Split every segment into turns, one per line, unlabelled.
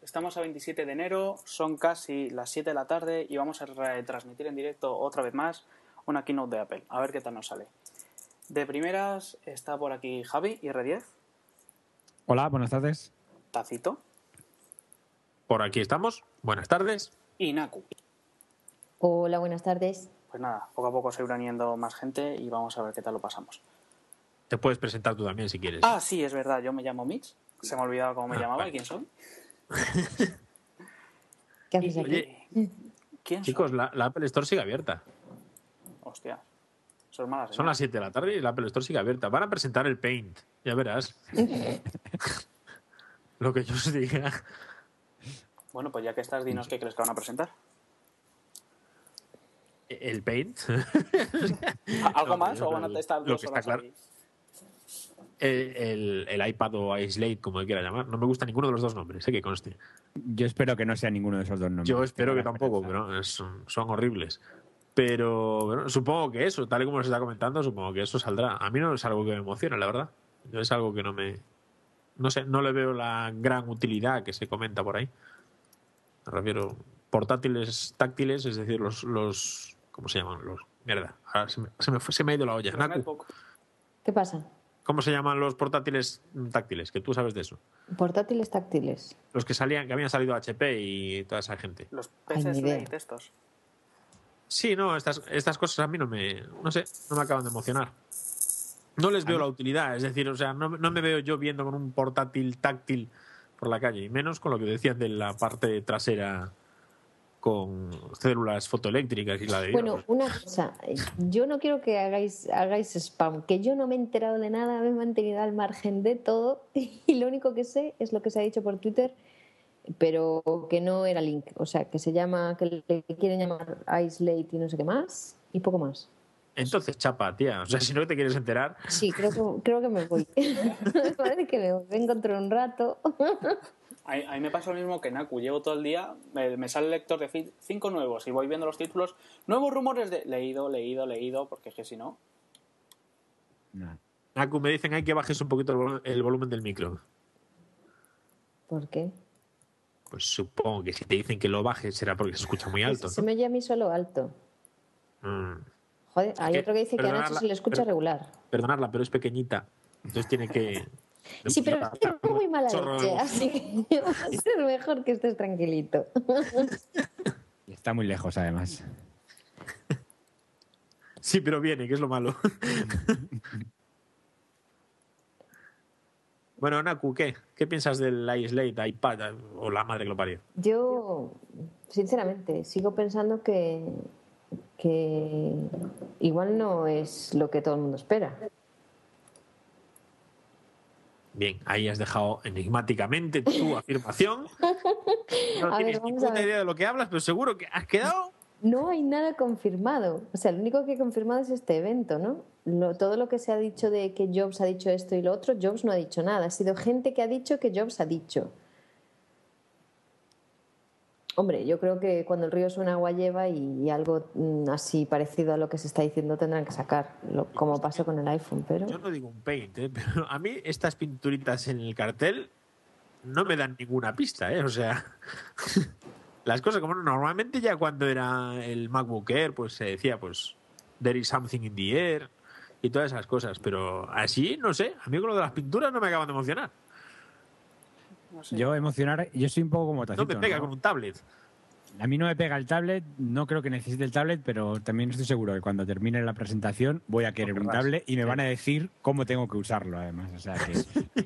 Estamos a 27 de enero, son casi las 7 de la tarde y vamos a retransmitir en directo otra vez más una keynote de Apple. A ver qué tal nos sale. De primeras está por aquí Javi y R10,
Hola, buenas tardes.
Tacito
Por aquí estamos. Buenas tardes.
y Naku.
Hola, buenas tardes.
Pues nada, poco a poco se irá uniendo más gente y vamos a ver qué tal lo pasamos.
Te puedes presentar tú también si quieres.
Ah, sí, es verdad, yo me llamo Mitch. Se me olvidaba cómo me
Ah,
llamaba
vale.
y quién soy.
¿Qué haces aquí?
Oye,
¿Quién soy?
Chicos, la, la Apple Store sigue abierta.
Hostia, son malas. ¿eh?
Son las
señales.
7 de la tarde y la Apple Store sigue abierta. Van a presentar el Paint. Ya verás. Lo que yo os diga.
Bueno, pues ya que estás, dinos qué crees que van a presentar.
¿El Paint?
¿Algo
No,
más
yo
o van
creo
a estar
lo
dos
que está
horas
claro-
ahí?
El, el- el iPad o iSlate, como le quiera llamar. No me gusta ninguno de los dos nombres, sé que conste.
Yo espero que no sea ninguno de esos dos nombres.
Yo espero
Tengo
que
la
tampoco,
esperanza.
pero son, son horribles. Pero bueno, supongo que eso, tal y como se está comentando, supongo que eso saldrá. A mí no es algo que me emociona, la verdad. No es algo que no me. No sé, no le veo la gran utilidad que se comenta por ahí. Me refiero. Portátiles táctiles, es decir, los. los ¿Cómo se llaman? Los. Mierda. ahora se, me, se, me fue- se me ha ido la olla.
Los
Naku,
netbook.
¿Qué pasa?
¿Cómo se llaman los portátiles mm, táctiles? Que tú sabes de eso.
Portátiles táctiles.
Los que salían, que habían salido HP y toda esa gente.
Los
Ay, ni
peces
idea.
de estos.
Sí, no, estas, estas cosas a mí no me, no sé, no me acaban de emocionar. No les veo la utilidad, es decir, o sea, no, no me veo yo viendo con un portátil táctil por la calle, y menos con lo que decías de la parte trasera con células fotoeléctricas y la de
Bueno,
Dios.
una cosa. eh, Yo no quiero que hagáis, hagáis spam, que yo no me he enterado de nada, me he mantenido al margen de todo y lo único que sé es lo que se ha dicho por Twitter, pero que no era link. O sea, que se llama, que le quieren llamar Isolate y no sé qué más y poco más.
Entonces, chapa, tía, o sea, si no te quieres enterar,
Sí, creo que, creo que me voy. me parece que me voy. Vengo dentro de un rato.
A, a mí me pasa lo mismo que Naku. Llevo todo el día, me, me sale el lector de feed, cinco nuevos y voy viendo los títulos. Nuevos rumores de leído, leído, leído, porque es que si no.
No.
Naku, me dicen hay que bajes un poquito el volu- el volumen del micro.
¿Por qué?
Pues supongo que si te dicen que lo bajes será porque se escucha muy alto.
Se me oye a mí solo alto.
¿no? Mm.
Joder, hay
que,
otro que dice que a
perdonadla,
Nacho se le escucha
pero-
regular.
perdonarla, pero es pequeñita. Entonces tiene que.
Sí, pero tengo muy mala
Chorro.
leche, ¿eh? así que va a ser mejor que estés tranquilito.
Y Está muy lejos, además.
Sí, pero viene, que es lo malo. bueno, Naku, ¿qué? ¿Qué piensas del iSlate, iPad o la madre que lo parió?
Yo, sinceramente, sigo pensando que, que igual no es lo que todo el mundo espera.
Bien, ahí has dejado enigmáticamente tu afirmación. No
A ver,
tienes
vamos a
ninguna
ver.
idea de lo que hablas, pero seguro que has quedado.
No hay nada confirmado. O sea, lo único que he confirmado es este evento, ¿no? Lo- todo lo que se ha dicho de que Jobs ha dicho esto y lo otro, Jobs no ha dicho nada. Ha sido gente que ha dicho que Jobs ha dicho. Hombre, yo creo que cuando el río suena agua lleva y, algo mm, así parecido a lo que se está diciendo tendrán que sacar, lo- como pasó con el iPhone, pero...
Yo no digo un paint, ¿eh? pero a mí estas pinturitas en el cartel no me dan ninguna pista, ¿eh? O sea, las cosas como normalmente ya cuando era el MacBook Air, pues se decía, pues, there is something in the air y todas esas cosas, pero así, no sé, a mí con lo de las pinturas no me acaban de emocionar.
No sé.
Yo emocionar, yo soy un poco como
No
tacito.
me pega
¿no?
con un tablet.
A mí no me pega el tablet, no creo que necesite el tablet, pero también estoy seguro que cuando termine la presentación voy a querer un
querrás.
tablet y me van a decir cómo tengo que usarlo, además. O sea que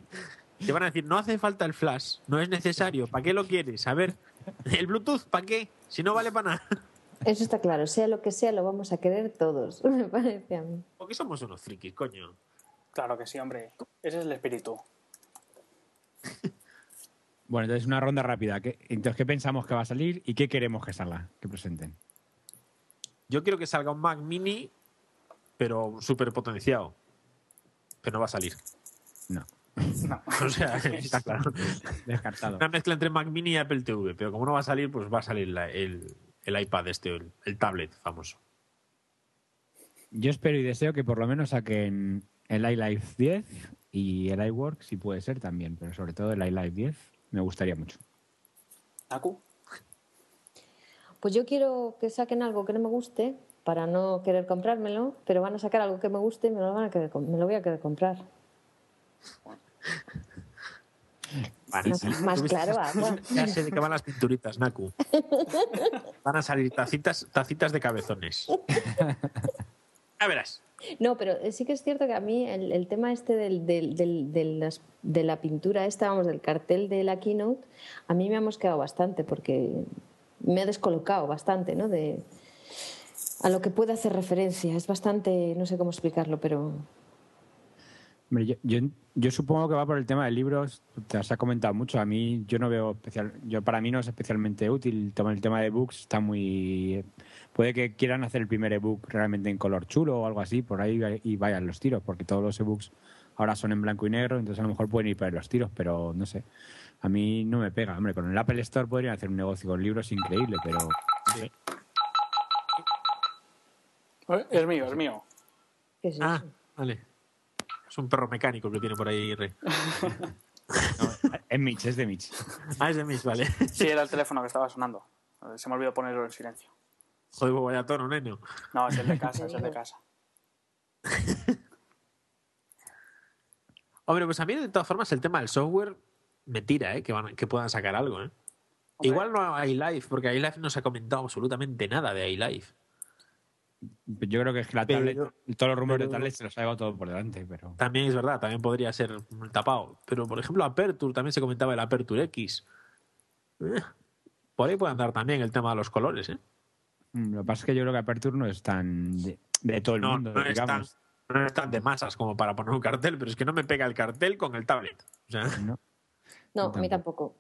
Te van a decir, no hace falta el flash, no es necesario, ¿para qué lo quieres? A ver, el Bluetooth, ¿para qué? Si no vale para nada.
Eso está claro, sea lo que sea, lo vamos a querer todos, me parece a mí.
Porque somos unos frikis, coño.
Claro que sí, hombre. Ese es el espíritu.
Bueno, entonces una ronda rápida. ¿Qué- Entonces, ¿qué pensamos que va a salir y qué queremos que salga, que presenten?
Yo quiero que salga un Mac Mini, pero súper potenciado. Pero no va a salir.
No,
No.
O sea, está claro.
descartado.
Una mezcla entre Mac Mini y Apple TV. Pero como no va a salir, pues va a salir la- el, el iPad este, el, el tablet famoso.
Yo espero y deseo que por lo menos saquen el iLife 10 y el iWork, si puede ser también, pero sobre todo el iLife 10 me gustaría mucho.
Taku.
Pues yo quiero que saquen algo que no me guste para no querer comprármelo, pero van a sacar algo que me guste y me lo, van a querer com- me lo voy a querer comprar.
Vale,
Más-
sí.
Ah, pues más
Tú viste-
claro, agua.
Ya sé de qué van las pinturitas, Naku. Van a salir tacitas, tacitas de cabezones. Ya verás.
No, pero sí que es cierto que a mí el, el tema este del, del- del- de, las- de la pintura esta, vamos, del cartel de la keynote, a mí me ha mosqueado bastante porque me ha descolocado bastante, ¿no? De, a lo que puede hacer referencia. Es bastante, no sé cómo explicarlo, pero
Hombre, yo, yo- yo supongo que va por el tema de libros, te has comentado mucho. A mí, yo no veo especial. yo Para mí no es especialmente útil. Toma El tema de books está muy. Puede que quieran hacer el primer ebook realmente en color chulo o algo así, por ahí va- y vayan los tiros, porque todos los ebooks ahora son en blanco y negro, entonces a lo mejor pueden ir para los tiros, pero no sé. A mí no me pega. Hombre, con el Apple Store podrían hacer un negocio con libros increíble, pero.
Eh, Es mío, es mío.
¿qué es
Ah,
eso?
vale. Es un perro mecánico que tiene por ahí. Rey.
Es Mitch, es de Mitch.
Ah, es de mis, vale.
Sí, era el teléfono que estaba sonando. Eh, Se me olvidó ponerlo en silencio.
Joder, pues vaya tono, neno.
No, es el de casa, es el de casa.
Hombre, pues a mí de todas formas el tema del software me tira, ¿eh? Que, van- que puedan sacar algo, ¿eh?
Hombre.
Igual no iLife, porque iLife no se ha comentado absolutamente nada de iLife.
Yo creo que es que la
Pero-
tablet, todos los rumores
pero-
de tablet se los ha llevado todo por delante, pero.
También es verdad, también podría ser tapado. Pero, por ejemplo, Aperture, también se comentaba el Aperture X. Eh, Por ahí puede andar también el tema de los colores, ¿eh?
Mm, Lo que pasa es que yo creo que Aperture no es tan de, de todo el
No,
mundo,
no es tan-
digamos.
no es tan de masas como para poner un cartel, pero es que no me pega el cartel con el tablet. O sea,
¿no?
No, a mí tampoco.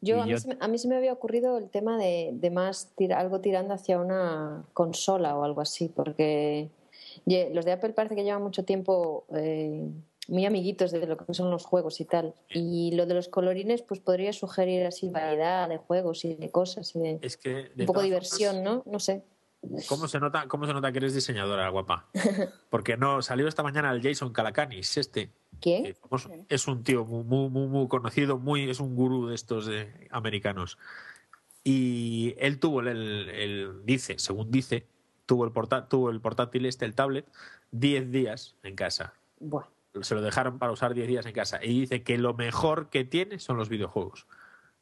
Yo,
Y
a, mí
yo-
se me, a mí se me había ocurrido el tema de, de más tira- algo tirando hacia una consola o algo así, porque ye- los de Apple parece que llevan mucho tiempo eh, muy amiguitos de lo que son los juegos y tal. Y lo de los colorines, pues podría sugerir así variedad de juegos y de cosas, y de-
es que. de
un poco
todas
diversión, ¿no? No sé.
formas, ¿cómo, se nota, ¿Cómo se nota que eres diseñadora, guapa? Porque no, salió esta mañana el Jason Calacanis, este. que
¿Quién?
famoso- es un tío muy, muy, muy, muy conocido, muy, es un gurú de estos de americanos. Y él tuvo el, el- el- dice, según dice, tuvo el, porta- tuvo el portátil este, el tablet, 10 días en casa.
Buah.
Se lo dejaron para usar 10 días en casa. Y dice que lo mejor que tiene son los videojuegos.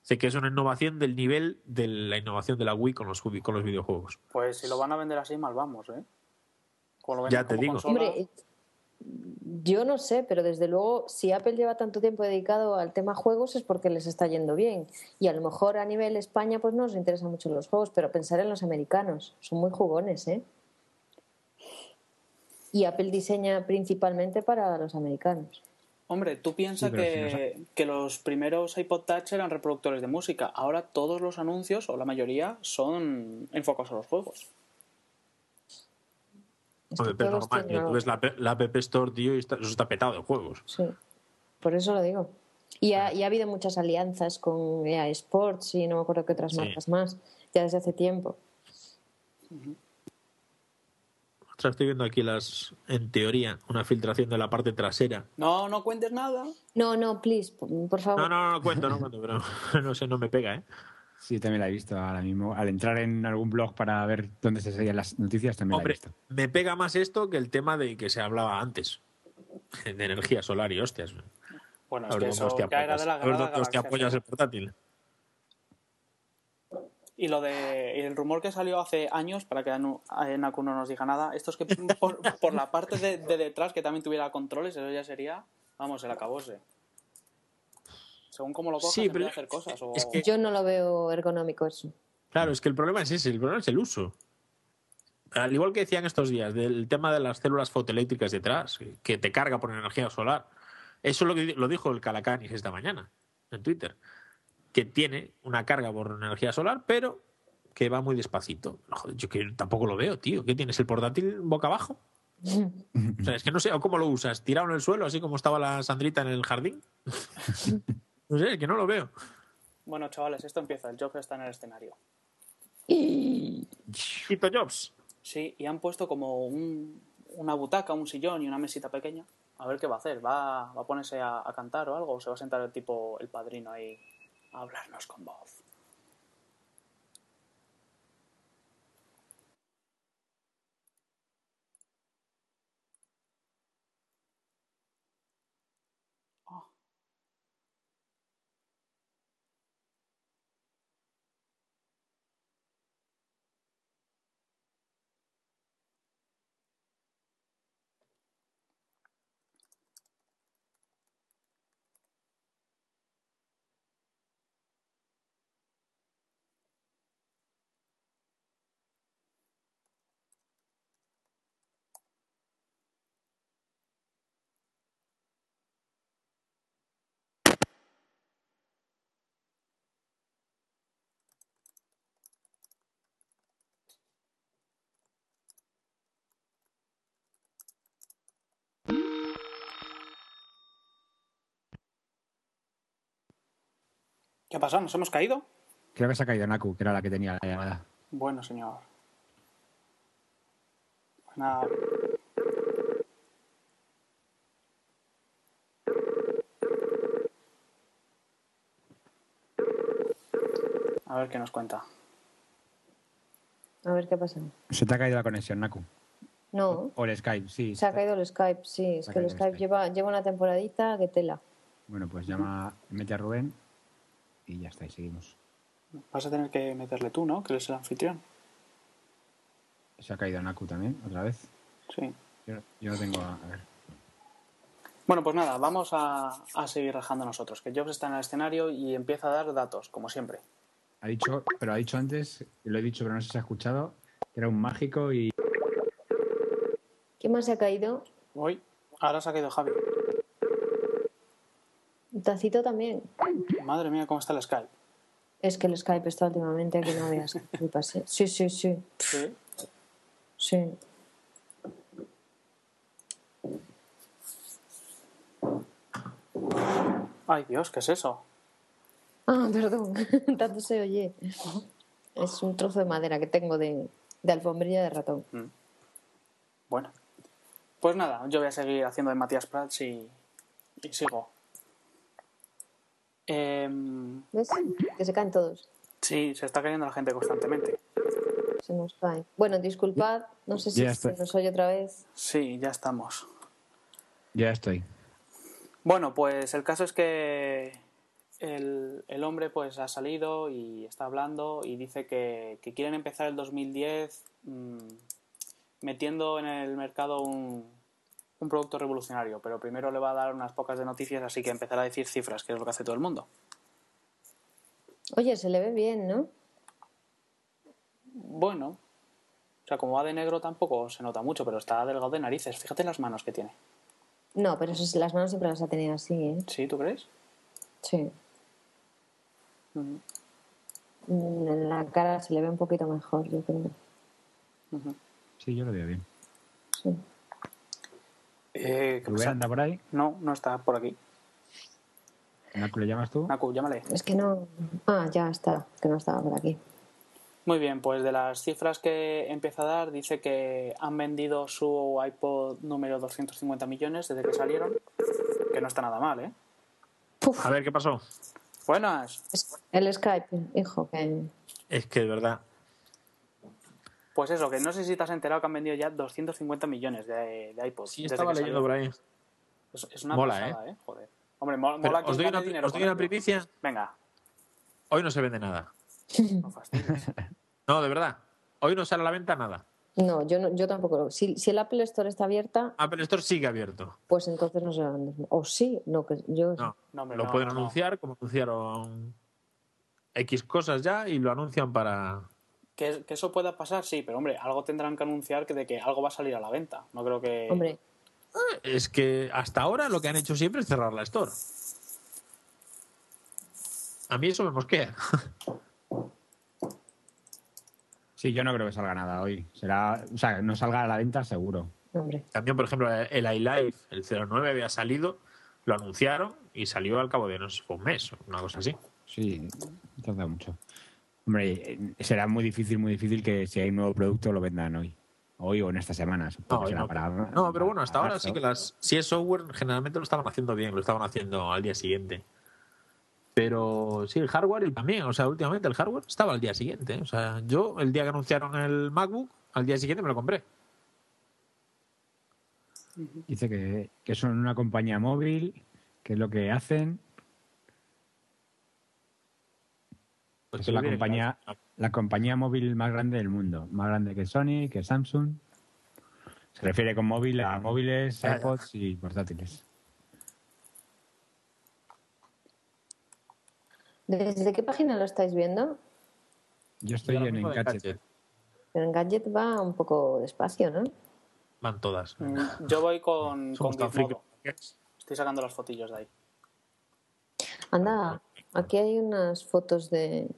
Dice que es una innovación del nivel de la innovación de la Wii con los, jubi- con los videojuegos.
Pues si lo van a vender así, mal vamos, ¿eh? Como lo
Ya
venden
te
como
digo.
consola,
Hombre, eh, yo no sé, pero desde luego, si Apple lleva tanto tiempo dedicado al tema juegos es porque les está yendo bien. Y a lo mejor a nivel España, pues no nos interesan mucho los juegos, pero pensar en los americanos, son muy jugones, ¿eh? Y Apple diseña principalmente para los americanos.
Hombre, tú piensas
Sí, pero
que, que los primeros iPod Touch eran reproductores de música. Ahora todos los anuncios, o la mayoría, son enfocados a los juegos.
Es
Hombre,
que
pero
todos
normal,
tienen
tú
algo.
ves la, pe- la App Store, tío, y está- eso está petado de juegos.
Sí, por eso lo digo. Y ha, y ha habido muchas alianzas con EA Sports y no me acuerdo qué otras
Sí.
marcas más, ya desde hace tiempo.
Ostras, estoy viendo aquí las, en teoría, una filtración de la parte trasera.
No, no cuentes nada.
No, no, please, por por favor.
No, no, no, no cuento, no cuento, pero no sé, no me pega, ¿eh?
Sí, también la he visto ahora mismo. Al entrar en algún blog para ver dónde se seguían las noticias, también la he
Hombre,
visto.
me pega más esto que el tema de que se hablaba antes, de energía solar y hostias.
Bueno,
A
es
ver
que
dónde
eso
hostia
ya era
apoyas
de la
a ver
guerra de
dónde hostia
galaxias,
apoyas
¿eh?
el portátil.
Y lo de y el rumor que salió hace años, para que Anu- eh, Naku no nos diga nada, esto es que por, por la parte de, de detrás que también tuviera controles, eso ya sería, vamos, el acabose. Según cómo lo cojas,
Sí,
se
pero-
puede hacer cosas. O...
es que-
Yo no lo veo ergonómico eso.
Claro, es que el problema es ese, el problema es el uso. Al igual que decían estos días, del tema de las células fotoeléctricas detrás, eh, que te carga por energía solar. Eso es lo que di- lo dijo el Calacanis esta mañana en Twitter, que tiene una carga por energía solar, pero que va muy despacito. Joder, yo que tampoco lo veo, tío. ¿Qué tienes? ¿El portátil boca abajo? O sea, es que no sé, ¿o ¿cómo lo usas? ¿Tirado en el suelo, así como estaba la Sandrita en el jardín? no sé, es que no lo veo.
Bueno, chavales, esto empieza, el Jobs está en el escenario.
Quito Jobs.
Sí, y han puesto como un- una butaca, un sillón y una mesita pequeña. A ver qué va a hacer. ¿Va, va a ponerse a, a cantar o algo? ¿O se va a sentar el tipo, el padrino ahí a hablarnos con voz? ¿Qué ha pasado? ¿Nos hemos caído?
Creo que se ha caído Naku, que era la que tenía la llamada.
Bueno, señor. Pues nada. A ver qué nos cuenta.
A ver qué ha pasado.
Se te ha caído la conexión, Naku.
No,
O el Skype, sí.
se ha caído el Skype, sí,
Pues,
es
Se ha
que
caído
el
el
Skype
Skype.
lleva, lleva una temporadita que tela.
Bueno, pues llama, mete a Rubén y ya está, y seguimos.
Vas a tener que meterle tú, ¿no? Que eres el anfitrión.
Se ha caído Naku también, otra vez.
Sí.
Yo, yo no tengo... A, a ver.
Bueno, pues nada, vamos a, a seguir rajando nosotros. Que Jobs está en el escenario y empieza a dar datos, como siempre.
Ha dicho, pero ha dicho antes, lo he dicho pero no sé si se ha escuchado, que era un mágico y...
¿Qué más se ha caído?
Hoy, ahora se ha caído Javi.
Tacito también.
Madre mía, cómo está el Skype.
Es que el Skype está últimamente que no veas. qué flipas, ¿eh? Sí, sí, sí,
Sí.
sí.
Ay, Dios, ¿qué es eso?
Ah, perdón, tanto se oye. Es un trozo de madera que tengo de, de alfombrilla de ratón.
Bueno. Pues nada, yo voy a seguir haciendo de Matías Prats y, y sigo. Em,
¿Ves? Que se caen todos.
sí, se está cayendo la gente constantemente.
Se nos caen. Bueno, disculpad, no sé si
Ya
se
está.
nos oye otra vez.
Sí, ya estamos.
Ya estoy.
Bueno, pues el caso es que el, el hombre pues ha salido y está hablando y dice que, que quieren empezar el 2010 mm, metiendo en el mercado un, un producto revolucionario, pero primero le va a dar unas pocas de noticias, así que empezará a decir cifras, que es lo que hace todo el mundo.
Oye, se le ve bien, ¿no?
Bueno, o sea, como va de negro tampoco se nota mucho, pero está delgado de narices. Fíjate las manos que tiene.
No, pero eso, es- las manos siempre las ha tenido así, ¿eh?
¿Sí, tú crees?
Sí.
Ujú,
Mm, En la cara se le ve un poquito mejor, yo creo.
ujú.
Sí, yo lo veo bien.
Sí.
Eh, ¿qué
Rubén
pasa?
anda por ahí.
No, no está por aquí.
Naku, ¿le llamas tú?
Naku, llámale.
Es que no. Ah, ya está, que no estaba por aquí.
Muy bien, pues de las cifras que empieza a dar, dice que han vendido su iPod número 250 millones desde que salieron, que no está nada mal, ¿eh?
A ver, ¿qué pasó?
Buenas,
Es- El Skype, hijo, que.
Es que de verdad.
pues eso, que no sé si te has enterado que han vendido ya 250 millones de, de iPods.
Sí,
desde
estaba
que
leyendo
salieron.
por ahí.
Es, es una
Mola,
pasada, ¿eh? Joder. Hombre, mo-
Pero
mola que
os doy
gane
una,
dinero
os doy
con
una
ello.
primicia.
Venga,
Hoy no se vende nada.
no fastidies.
No, de verdad. Hoy no sale a la venta nada.
No, yo, no, yo tampoco lo. Si, si el Apple Store está abierta,
Apple Store Ah, sigue abierto.
pues entonces no se va a vender. O sí, no, que yo.
No,
No, hombre,
lo
no,
pueden
no, no.
anunciar, como anunciaron X cosas ya y lo anuncian para.
Que, que eso pueda pasar, sí, pero hombre, algo tendrán que anunciar que de que algo va a salir a la venta. No creo que...
eh, Hombre,
Es que hasta ahora lo que han hecho siempre es cerrar la Store. A mí eso me mosquea.
Sí, yo no creo que salga nada hoy. Será, o sea, no salga a la venta seguro.
hombre.
También, por ejemplo, el iLife, el 09 había salido, lo anunciaron y salió al cabo de no sé, fue un mes o una cosa así.
Sí, tarda mucho. Hombre, eh, será muy difícil, muy difícil que si hay un nuevo producto lo vendan hoy. Hoy o en esta semana.
No,
supongo que
hoy
será
no.
para-
No, pero bueno, hasta
para
ahora sí
marzo.
que las. Si es software, generalmente lo estaban haciendo bien, lo estaban haciendo al día siguiente. Pero sí, el hardware también. O sea, últimamente el hardware estaba al día siguiente. ¿eh? O sea, yo el día que anunciaron el MacBook, al día siguiente me lo compré.
Dice que, que son una compañía móvil, que es lo que hacen.
Pues
Es Pues la
sí, bien,
compañía, la compañía móvil más grande del mundo. Más grande que Sony, que Samsung. Se refiere con móvil a móviles,
Ya, ya.
iPods y portátiles.
¿Desde qué página lo estáis viendo?
Yo
Y
estoy
ahora
en
mismo de
Engadget.
gadget.
Pero en Gadget va un poco despacio, ¿no?
Van todas.
Mm, Yo voy con, con
Somos tan
Gizmodo.
frikis.
Estoy sacando las fotillos de ahí.
Anda, aquí hay unas fotos de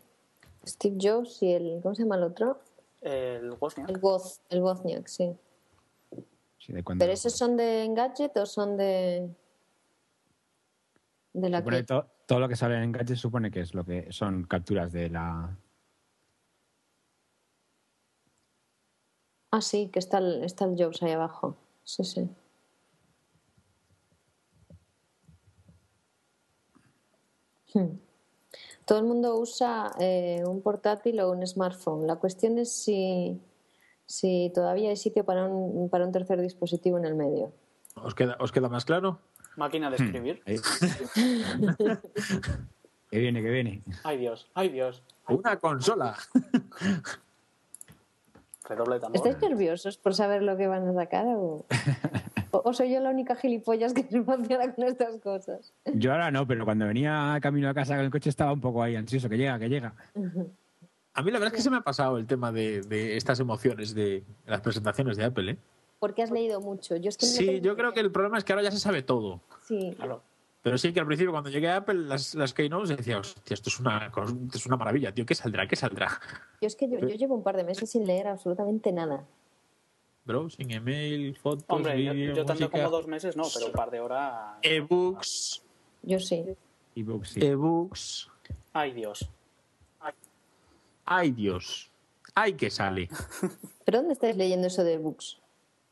Steve Jobs y el. ¿Cómo se llama el otro?
El Wozniak.
El Woz, el Wozniak, sí.
Sí, de cuando-
¿Pero esos son de Engadget o son de. de la
Supone
que.
to- todo lo que sale en gadgets supone que es lo que son capturas de la.
Ah, sí, que está el, está el Jobs ahí abajo. Sí, sí. Hmm. Todo el mundo usa eh, un portátil o un smartphone. La cuestión es si, si todavía hay sitio para un, para un tercer dispositivo en el medio.
¿Os queda, ¿Os queda más claro?
Máquina
Hmm.
de escribir.
Ahí. que viene, que viene.
Ay Dios, ay Dios.
Una consola.
Redoble de tambor.
¿Estáis nerviosos por saber lo que van a sacar o, o- o soy yo la única gilipollas que se emociona con estas cosas?
Yo ahora no, pero cuando venía camino a casa con el coche estaba un poco ahí ansioso, que llega, que llega.
A mí la verdad es que se me ha pasado el tema de, de estas emociones de las presentaciones de Apple. ¿eh?
Porque has leído mucho. Yo es que no
Sí,
tengo-
yo creo que el problema es que ahora ya se sabe todo.
Sí,
Claro.
Pero sí que al principio cuando llegué a Apple, las, las Keynotes decía, hostia, esto es, una, cos- esto es una maravilla, tío, ¿qué saldrá? ¿Qué saldrá?
yo es que yo, yo llevo un par de meses sin leer absolutamente nada.
Browsing, email, fotos,
Hombre, yo,
vídeo,
yo tanto
música,
como dos meses no, pero un par de horas.
Eh.
ebooks,
Yo sí.
Y books, sí.
ebooks.
Ay Dios.
Ay, Dios. Ay, que sale.
¿Pero dónde estáis leyendo eso de books?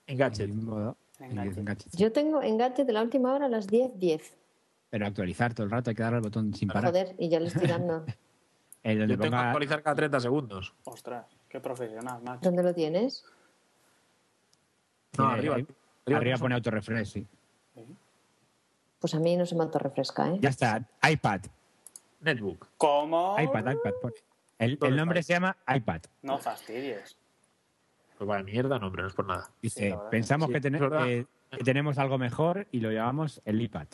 En
Del
gadget.
mismo modo,
Enganche.
en gadgets.
Yo tengo enganche de la última hora a las 10.10.
Pero actualizar todo el rato, hay que darle al botón sin parar.
Joder, y ya le estoy dando.
Eh, donde
Yo tengo que
ponga-
actualizar cada 30 segundos.
Ostras, qué profesional, macho.
¿Dónde lo tienes?
No,
tiene-
arriba.
arriba,
Arriba, no
pone autorefresh, sí.
Pues a mí no se me autorrefresca, ¿eh?
Ya está, iPad,
Netbook.
¿Cómo?
iPad, iPad. pon. El,
¿Dónde
el nombre
está?
se llama iPad.
No fastidies.
Pues vaya mierda, no, hombre, no es por nada.
Sí,
Dice,
la verdad.
pensamos
Sí,
que, ten-
es verdad.
eh, que tenemos algo mejor y lo llamamos el iPad.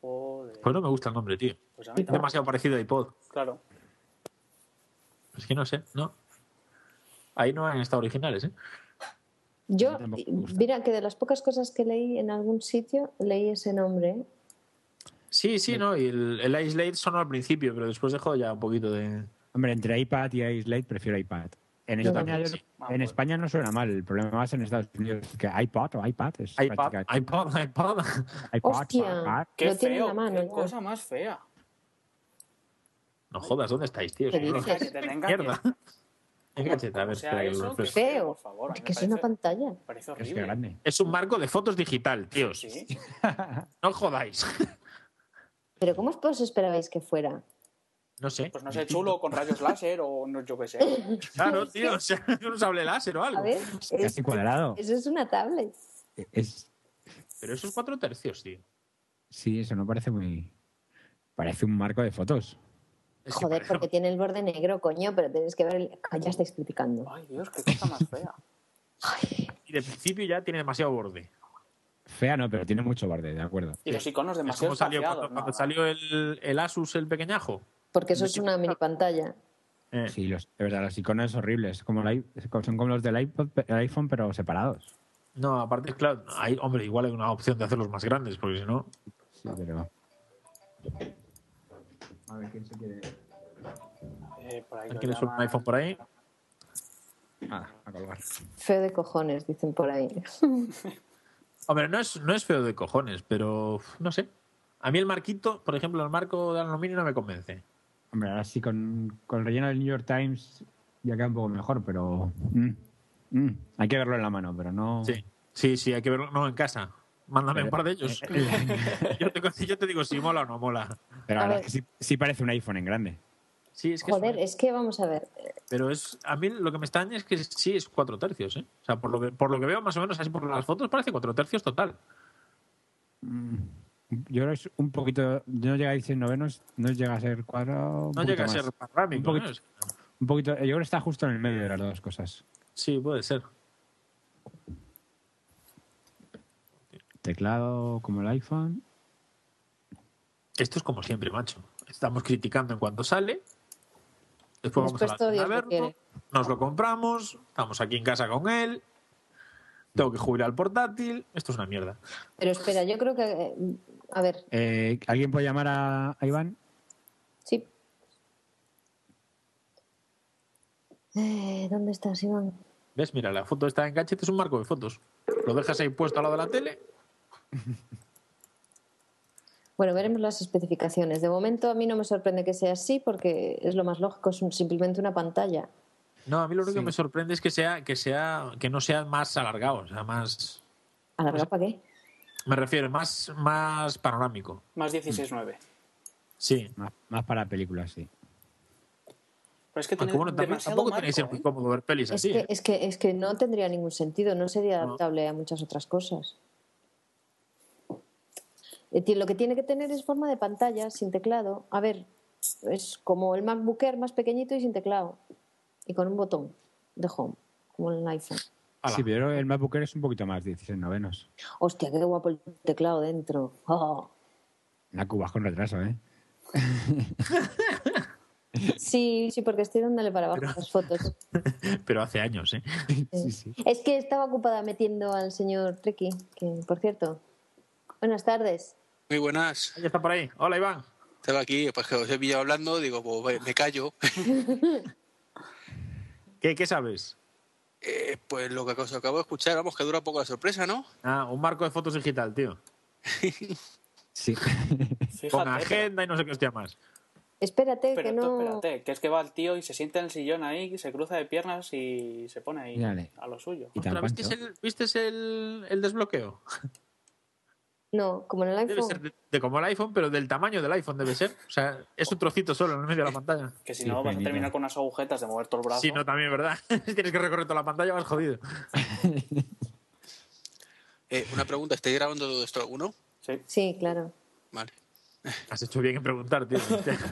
Joder.
Pues no me gusta el nombre, tío.
Pues a mí
Es
tampoco.
demasiado parecido a iPod.
Claro.
Es que no sé, no. Ahí no han estado originales, ¿eh?
Yo,
mí tampoco me gusta.
mira, que de las pocas cosas que leí en algún sitio, leí ese nombre. ¿eh?
Sí, sí, no. Y el, el Ice Lake sonó al principio, pero después dejó ya un poquito de.
Hombre, entre iPad y iSlate prefiero iPad. En
Yo
España,
también,
yo-
sí.
Ah,
en
bueno.
España no suena mal. El problema más en Estados Unidos es que iPod o iPad es
iPad,
prácticamente-
iPod, iPod.
iPod,
¡Hostia!
iPad.
Qué
Lo tiene en
feo.
la mano.
qué
ya.
cosa más fea.
No jodas, ¿dónde estáis, tío?
¿Qué
No,
dices?
Que te tengan
Mierda.
que-
En gadget, a ver,
o sea,
espera que lo
eso, que
refresco.
Feo.
Por favor, a mí
Es
me
que es una
parece-
pantalla.
Parece
Es
horrible.
que grande.
Es un marco de fotos digital, tíos.
Sí.
No jodáis.
Pero ¿cómo os esperabais que fuera?
No sé.
Pues no sé, chulo, con rayos láser o no, yo qué sé.
Claro, tío. O sea, un sable láser o
A
algo.
ver, es-
Casi cuadrado.
eso es una tablet.
Es,
Pero eso es cuatro tercios, tío.
sí, eso no parece muy. Parece un marco de fotos.
Es que
Joder,
parece-
porque tiene el borde negro, coño, pero tenéis que ver... el- Ah, ya estáis criticando.
Ay, Dios, qué cosa más fea.
Y de principio ya tiene demasiado borde.
Fea no, pero tiene mucho borde, de acuerdo.
Y los iconos
Es
demasiado
como salió
espaciados.
cuando,
no,
cuando
no.
salió el, el Asus, el pequeñajo.
Porque eso es una mini pantalla.
Eh,
Sí, los, de verdad, los iconos horribles. Como el i- son como los del iPod- el iPhone, pero separados.
No, aparte, claro, hay, hombre, igual hay una opción de hacerlos más grandes, porque si no.
Sí, pero. A ver, ¿quién se quiere.?
Eh, por ahí lo
¿Quieres un
llaman-
iPhone por ahí?
Ah, a colgar.
Feo de cojones, dicen por ahí.
Hombre, no es, no es feo de cojones, pero uf, no sé. A mí el marquito, por ejemplo, el marco de aluminio no me convence.
Hombre, ahora sí, con, con el relleno del New York Times ya queda un poco mejor, pero. mm, mm, hay que verlo en la mano, pero no.
Sí, sí, sí, hay que verlo no, en casa. Mándame un par de ellos. yo, te, yo te digo si mola o no mola.
Pero
A
la verdad
ver.
es que sí, sí parece un iPhone en grande.
Sí, es que es
Joder, eh.
una-
es que vamos a ver.
Pero es, a mí lo que me extraña es que sí es cuatro tercios, ¿eh? O sea, por lo que, por lo que veo más o menos así por las fotos parece cuatro tercios total.
Mm. Yo creo que es un poquito. No llega a 16 novenos, no llega a ser cuadrado. un
No
poquito
llega a
más.
ser panorámico,
Un poquito-
¿no? Es-
Un poquito, yo creo que está justo en el medio de las dos cosas.
Sí, puede ser.
Teclado como el iPhone.
Esto es como siempre, macho. Estamos criticando en cuanto sale. Después vamos
Después
a, la
todo
tienda a
Dios lo
verlo.
quiere.
Nos lo compramos. Estamos aquí en casa con él. Tengo que jubilar el portátil. Esto es una mierda.
Pero espera, yo creo que... eh, A ver,
Eh, ¿Alguien puede llamar a, a Iván?
sí. Eh, ¿Dónde estás, Iván?
¿Ves? Mira, la foto está en gadget, es un marco de fotos. Lo dejas ahí puesto al lado de la tele.
Bueno, veremos las especificaciones. De momento a mí no me sorprende que sea así porque es lo más lógico, es un- simplemente una pantalla.
No, a mí lo único
Sí.
que me sorprende es que sea que sea que no sea más alargado, o sea, más Pues
¿Alargado para qué?
me refiero más más panorámico.
Más 16.9.
Sí.
Más, más para películas, sí.
Pero es que tiene
Aunque Ah, bueno, también-
demasiado
tampoco tiene que ser
marco,
muy
¿eh?
cómodo ver pelis
Es
así.
que,
¿eh?
es, que, es que no tendría ningún sentido, no sería
No.
adaptable a muchas otras cosas. Eh, ti- Lo que tiene que tener es forma de pantalla, sin teclado. A ver, es como el MacBook Air más pequeñito y sin teclado. Y con un botón de home, como el iPhone.
Ala.
Sí, pero el MacBook Air es un poquito más, 16 novenos.
Hostia, qué guapo el teclado dentro. Oh.
La Cuba con retraso, ¿eh?
Sí, sí, porque estoy dándole para abajo las fotos.
Pero hace años, ¿eh?
Sí, sí.
Es que estaba ocupada metiendo al señor Ricky, que por cierto. Buenas tardes.
Muy buenas.
Ya está por ahí. Hola, Iván.
Estaba aquí, pues que os he pillado hablando, digo, pues me callo.
¿Qué, qué sabes?
Eh, pues lo que os acabo de escuchar, vamos, que dura poco la sorpresa, ¿no?
Ah, un marco de fotos digital, tío.
Sí.
Con
¿eh? Fíjate, pero-
agenda y no sé qué hostia más.
Espérate,
Pero
que
tú
no.
espérate, que es que va el tío y se sienta en el sillón ahí, se cruza de piernas y se pone ahí
Mírale.
a lo suyo.
Y tan
Ostras, ¿Viste
pancho.
el, vistes el, el desbloqueo?
No, como en el
Debe
iPhone.
ser de, de como el iPhone, pero del tamaño del iPhone debe ser. O sea, es un trocito solo en el medio de la pantalla.
Que si
Sí,
no vas a
Benito.
terminar con unas agujetas de mover todo el brazo.
Sí, no, también, ¿verdad? si tienes que recorrer toda la pantalla, vas jodido.
Eh, una pregunta, ¿estáis grabando todo esto alguno?
Sí.
Sí, claro.
Vale.
Has hecho bien en preguntar, tío.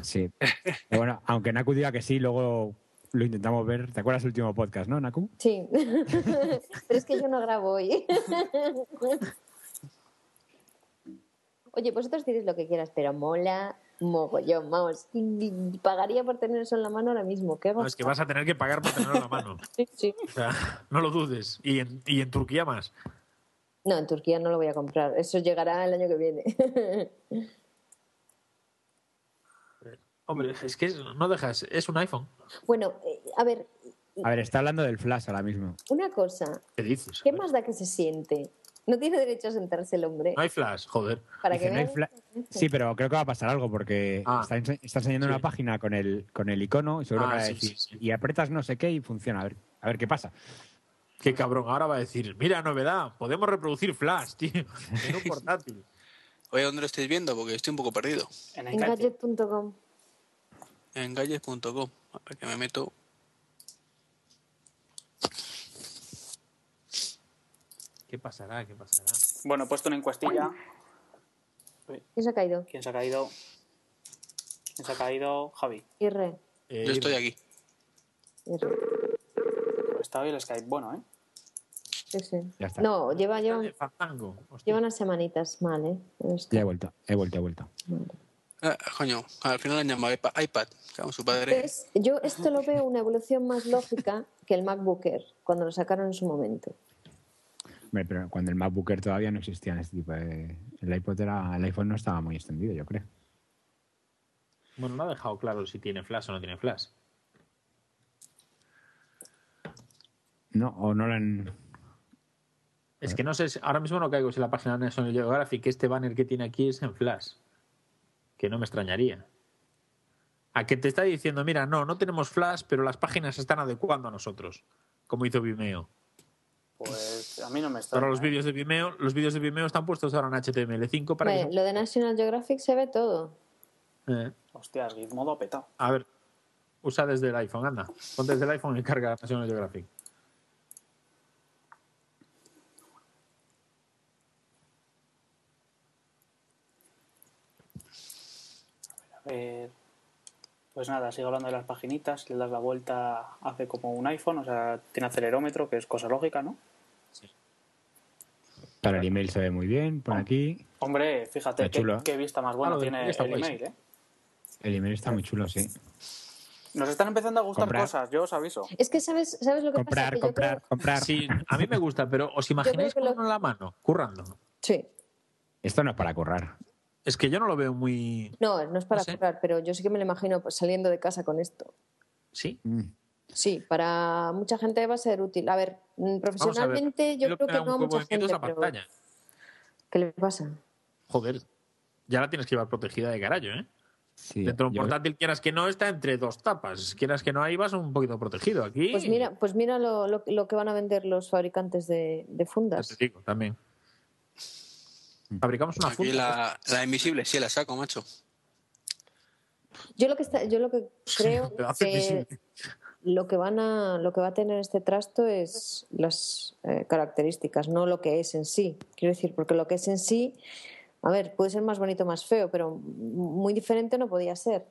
Sí. Pero bueno, aunque Naku diga que sí, luego lo intentamos ver. ¿Te acuerdas el último podcast, no, Naku?
Sí. Pero es que yo no grabo hoy. Oye, vosotros diréis lo que quieras, pero mola mogollón, vamos. Pagaría por tener eso en la mano ahora mismo. ¿Qué
No, es que vas a tener que pagar por tenerlo en la mano.
Sí, sí.
O sea, no lo dudes. Y en, y en Turquía más.
No, en Turquía no lo voy a comprar. Eso llegará el año que viene.
Hombre, es que es- no dejas. Es un iPhone.
bueno, eh, a ver,
A ver, está hablando del Flash ahora mismo.
una cosa.
¿Qué dices?
¿Qué más da que se siente? No tiene derecho a sentarse el hombre.
No hay flash, joder.
Para
Dice,
que
"No hay
vean-
Fla-". Sí, pero creo que va a pasar algo porque
Ah.
está, ense- está enseñando
Sí.
una página con el, con el icono y seguro
Ah,
que va a
sí,
decir,
sí, sí.
y aprietas no sé qué y funciona. A ver, a ver qué pasa.
Qué cabrón. Ahora va a decir, mira, novedad, podemos reproducir flash, tío. En un portátil.
Oye, ¿dónde lo estáis viendo? Porque estoy un poco perdido.
En
en
Engadget.
gadget.com.
En galles.com. A ver que me meto.
¿Qué pasará? ¿Qué pasará?
Bueno, he puesto una encuestilla.
¿Quién se ha caído?
¿Quién se ha caído? ¿Quién se ha caído? Javi.
Irre.
Eh,
Yo estoy aquí.
Irre.
Está hoy el Skype bueno, ¿eh?
Sí, sí.
Ya está.
No, lleva, lleva,
de Fandango. Hostia.
lleva unas semanitas mal, ¿eh? Pero es que-
Ya he vuelto, he vuelto, he vuelto.
Ah, coño, al final le han llamado iPa- iPad. Cago en su padre.
Es- yo esto lo veo una evolución más lógica que el MacBook Air, cuando lo sacaron en su momento.
Hombre, pero cuando el MacBook Air todavía no existían este tipo de... El, iPod era- el iPhone no estaba muy extendido, yo creo.
Bueno, no ha dejado claro si tiene flash o no tiene flash.
No, o no lo han...
Es que no sé, si- ahora mismo no caigo si la página de National Geographic, este banner que tiene aquí es en flash. Que no me extrañaría. A que te está diciendo, mira, no, no tenemos flash, pero las páginas se están adecuando a nosotros. Como hizo Vimeo.
Pues a mí no me está.
Ahora los vídeos de Vimeo, los vídeos de Vimeo están puestos ahora en HTML5 para
Bueno,
que
lo de National Geographic se ve todo.
se- eh,
Hostias, Gizmodo ha petado.
A ver, usa desde el iPhone, anda. Pon desde el iPhone y carga National Geographic.
A ver. Eh, Pues nada, sigo hablando de las paginitas. Le das la vuelta, hace como un iPhone, o sea, tiene acelerómetro, que es cosa lógica, ¿no?
Para el email se ve muy bien, por aquí.
Hombre, fíjate,
Qué
qué,
chulo, ¿eh?
qué vista más buena
Ah, lo del
tiene
email
el
está guay,
email, ¿eh?
El email está muy chulo, sí.
Nos están empezando a gustar
Comprar.
cosas, yo os aviso.
Es que sabes, ¿sabes lo que pasa.
Comprar,
Que yo creo-
comprar, comprar.
Sí, a mí me gusta, pero ¿os imagináis
que
con
lo-
uno en la mano, currando?
Sí.
Esto no es para currar.
Es que yo no lo veo muy...
No, no es para
No sé.
comprar, pero yo sí que me lo imagino pues, saliendo de casa con esto.
¿Sí?
Mm.
Sí, para mucha gente va a ser útil. A ver, mm,
Vamos a ver.
profesionalmente yo
lo
creo
me
que
da
no a
un huevo
mucha
de miedo
gente.
es la
pero-
pantalla.
¿Qué le pasa?
Joder. ya la tienes que llevar protegida de carajo, ¿eh?
Sí,
Dentro de un
yo-
portátil, quieras que no, está entre dos tapas. Quieras que no, ahí vas un poquito protegido. Aquí.
Pues mira, pues mira lo, lo- lo que van a vender los fabricantes de, de
ya
fundas.
te digo, también.
Mm.
Fabricamos una
Aquí
funda.
la, la invisible, sí, la saco, macho.
Yo lo que está, yo lo que creo
Te hace
que
invisible.
lo que van a, lo que va a tener este trasto es las eh, características, no lo que es en sí. Quiero decir, porque lo que es en sí, a ver, puede ser más bonito, más feo, pero muy diferente no podía ser.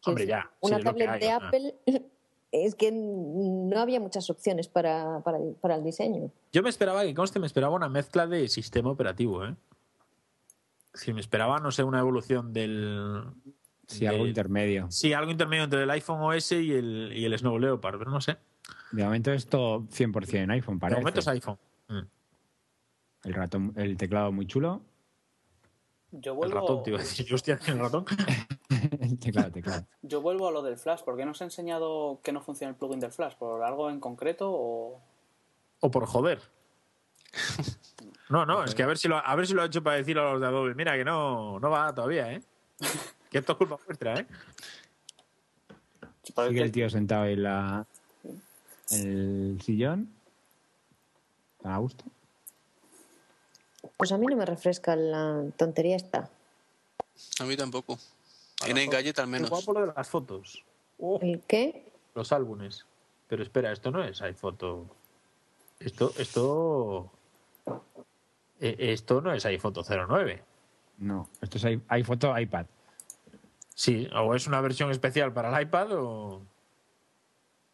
Quiero
Hombre,
decir,
ya. sí,
Una
es lo que
tablet
hay,
de
o sea.
Apple es que no había muchas opciones para, para, para el diseño.
Yo me esperaba, que conste, me esperaba una mezcla de sistema operativo, ¿eh? Si me esperaba, no sé, una evolución del.
sí, algo
del-
intermedio.
Sí, algo intermedio entre el iPhone OS y el, y el Snow Leopard, pero no sé.
De momento es todo 100% iPhone,
De
parece.
momento es iPhone. Mm.
El, ratón, el teclado muy chulo.
Yo
El
vuelvo,
ratón, te iba a decir. Yo estoy haciendo el ratón.
el teclado, teclado.
yo vuelvo a lo del Flash. ¿Por qué no os he enseñado que no funciona el plugin del Flash? ¿Por algo en concreto o...?
O por joder. No, no, es que a ver si lo, a ver si lo ha hecho para decir a los de Adobe. Mira, que no, no va todavía, ¿eh? Que esto es culpa vuestra, ¿eh?
Pero
Sigue
que-
el tío sentado en, la, en el sillón. Tan a gusto.
Pues a mí no me refresca la tontería esta.
A mí tampoco. Tienen galleta al menos.
Igual por lo de las fotos. Oh,
¿El qué?
los álbumes. Pero espera, esto no es iPhoto. Esto, esto. eh, Esto no es iPhoto 09.
No, esto es i- iPhoto, iPad.
Sí, o es una versión especial para el iPad o,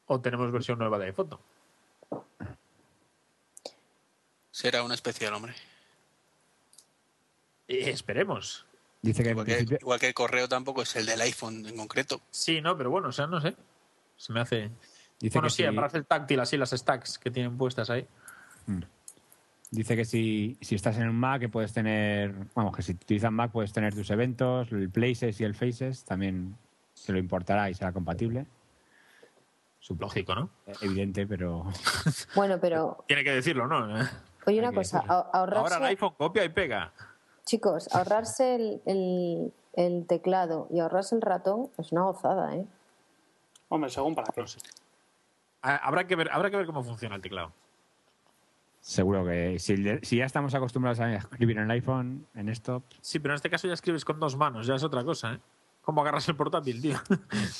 o tenemos versión nueva de iPhoto.
Será una especial, hombre.
Eh, esperemos.
Dice que en
Igual que,
principio-
igual que el correo tampoco es el del iPhone en concreto.
Sí, no, pero bueno, o sea, no sé. Se me hace.
dice
bueno,
que
sí,
si-
para hacer táctil así las stacks que tienen puestas ahí.
Dice que si, si estás en un Mac, que puedes tener. Vamos, que si utilizas Mac, puedes tener tus eventos, el Places y el Faces. También se lo importará y será compatible.
Lógico, ¿no?
Evidente, pero.
Bueno, pero
Tiene que decirlo, ¿no?
oye una
Hay que
cosa,
decirlo.
a- ahorrarse,
Ahora el iPhone copia y pega.
chicos, ahorrarse el, el- el teclado y ahorrarse el ratón es una gozada, ¿eh?
Hombre, según para qué.
No sé. Ah, Habrá que ver, habrá que ver cómo funciona el teclado.
Seguro que si, le- si ya estamos acostumbrados a escribir en el iPhone, en esto,
Sí, pero en este caso ya escribes con dos manos, ya es otra cosa, ¿eh? ¿Cómo agarras el portátil, tío?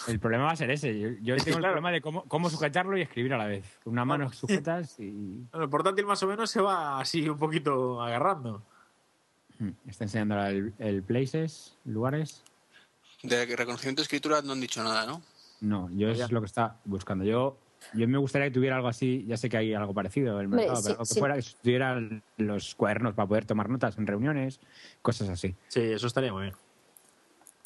el problema va a ser ese. Yo, yo tengo el
Claro.
problema de cómo, cómo sujetarlo y escribir a la vez. Con una mano sujetas y
El portátil más o menos se va así un poquito agarrando.
Hmm, está enseñando ahora el, el Places, lugares.
De reconocimiento de escritura no han dicho nada, ¿no?
No,
Ah,
yo eso
Ya.
es lo que está buscando. Yo, yo me gustaría que tuviera algo así, ya sé que hay algo parecido en el
Hombre,
mercado,
sí,
pero algo que
sí.
fuera que tuviera los cuadernos para poder tomar notas en reuniones, cosas así.
Sí, eso estaría muy bien.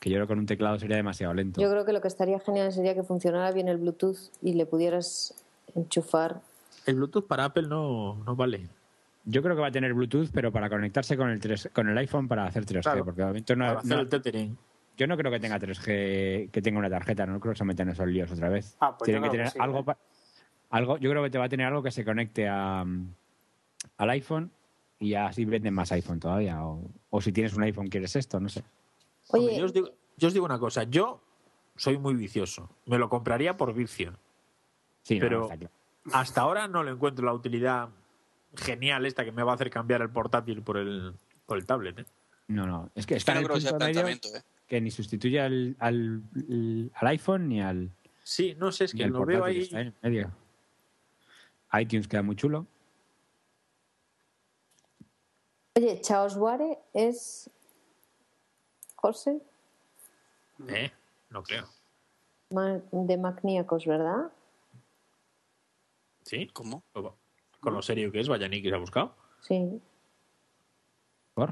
Que yo creo que con un teclado sería demasiado lento.
Yo creo que lo que estaría genial sería que funcionara bien el Bluetooth y le pudieras enchufar.
El Bluetooth para Apple no, no vale.
Yo creo que va a tener Bluetooth, pero para conectarse con el 3, con el iPhone para hacer 3G,
Claro.
porque de momento no,
Para hacer
no-
el tethering.
yo no creo que tenga 3G, que tenga una tarjeta, no creo que se metan esos líos otra vez.
Ah, pues
Tiene
yo
que
creo que
tener
sí,
algo,
¿eh?
pa- algo, yo creo que te va a tener algo que se conecte a, mm, al iPhone y ya así venden más iPhone todavía. O, o si tienes un iPhone quieres esto, no sé.
Oye,
Hombre, yo, os digo, yo os digo una cosa, yo soy muy vicioso. Me lo compraría por vicio.
Sí, no,
Pero-
está claro.
Hasta ahora no le encuentro la utilidad genial esta que me va a hacer cambiar el portátil por el, por el tablet. ¿eh?
no, no, es que
Es que
está
no
en el
creo que sea
punto medio
planteamiento, ¿eh?
que ni sustituye al, al, al iPhone ni al,
Sí, no sé, es
ni
que
al
lo veo
portátil,
ahí.
está en el medio. iTunes queda muy chulo.
oye, Chaosware es José
¿eh? No creo.
ma- de Magníacos, ¿verdad?
¿Sí?
¿Cómo?
Con lo serio que es, vaya Nick que se ha buscado.
Sí.
¿Por?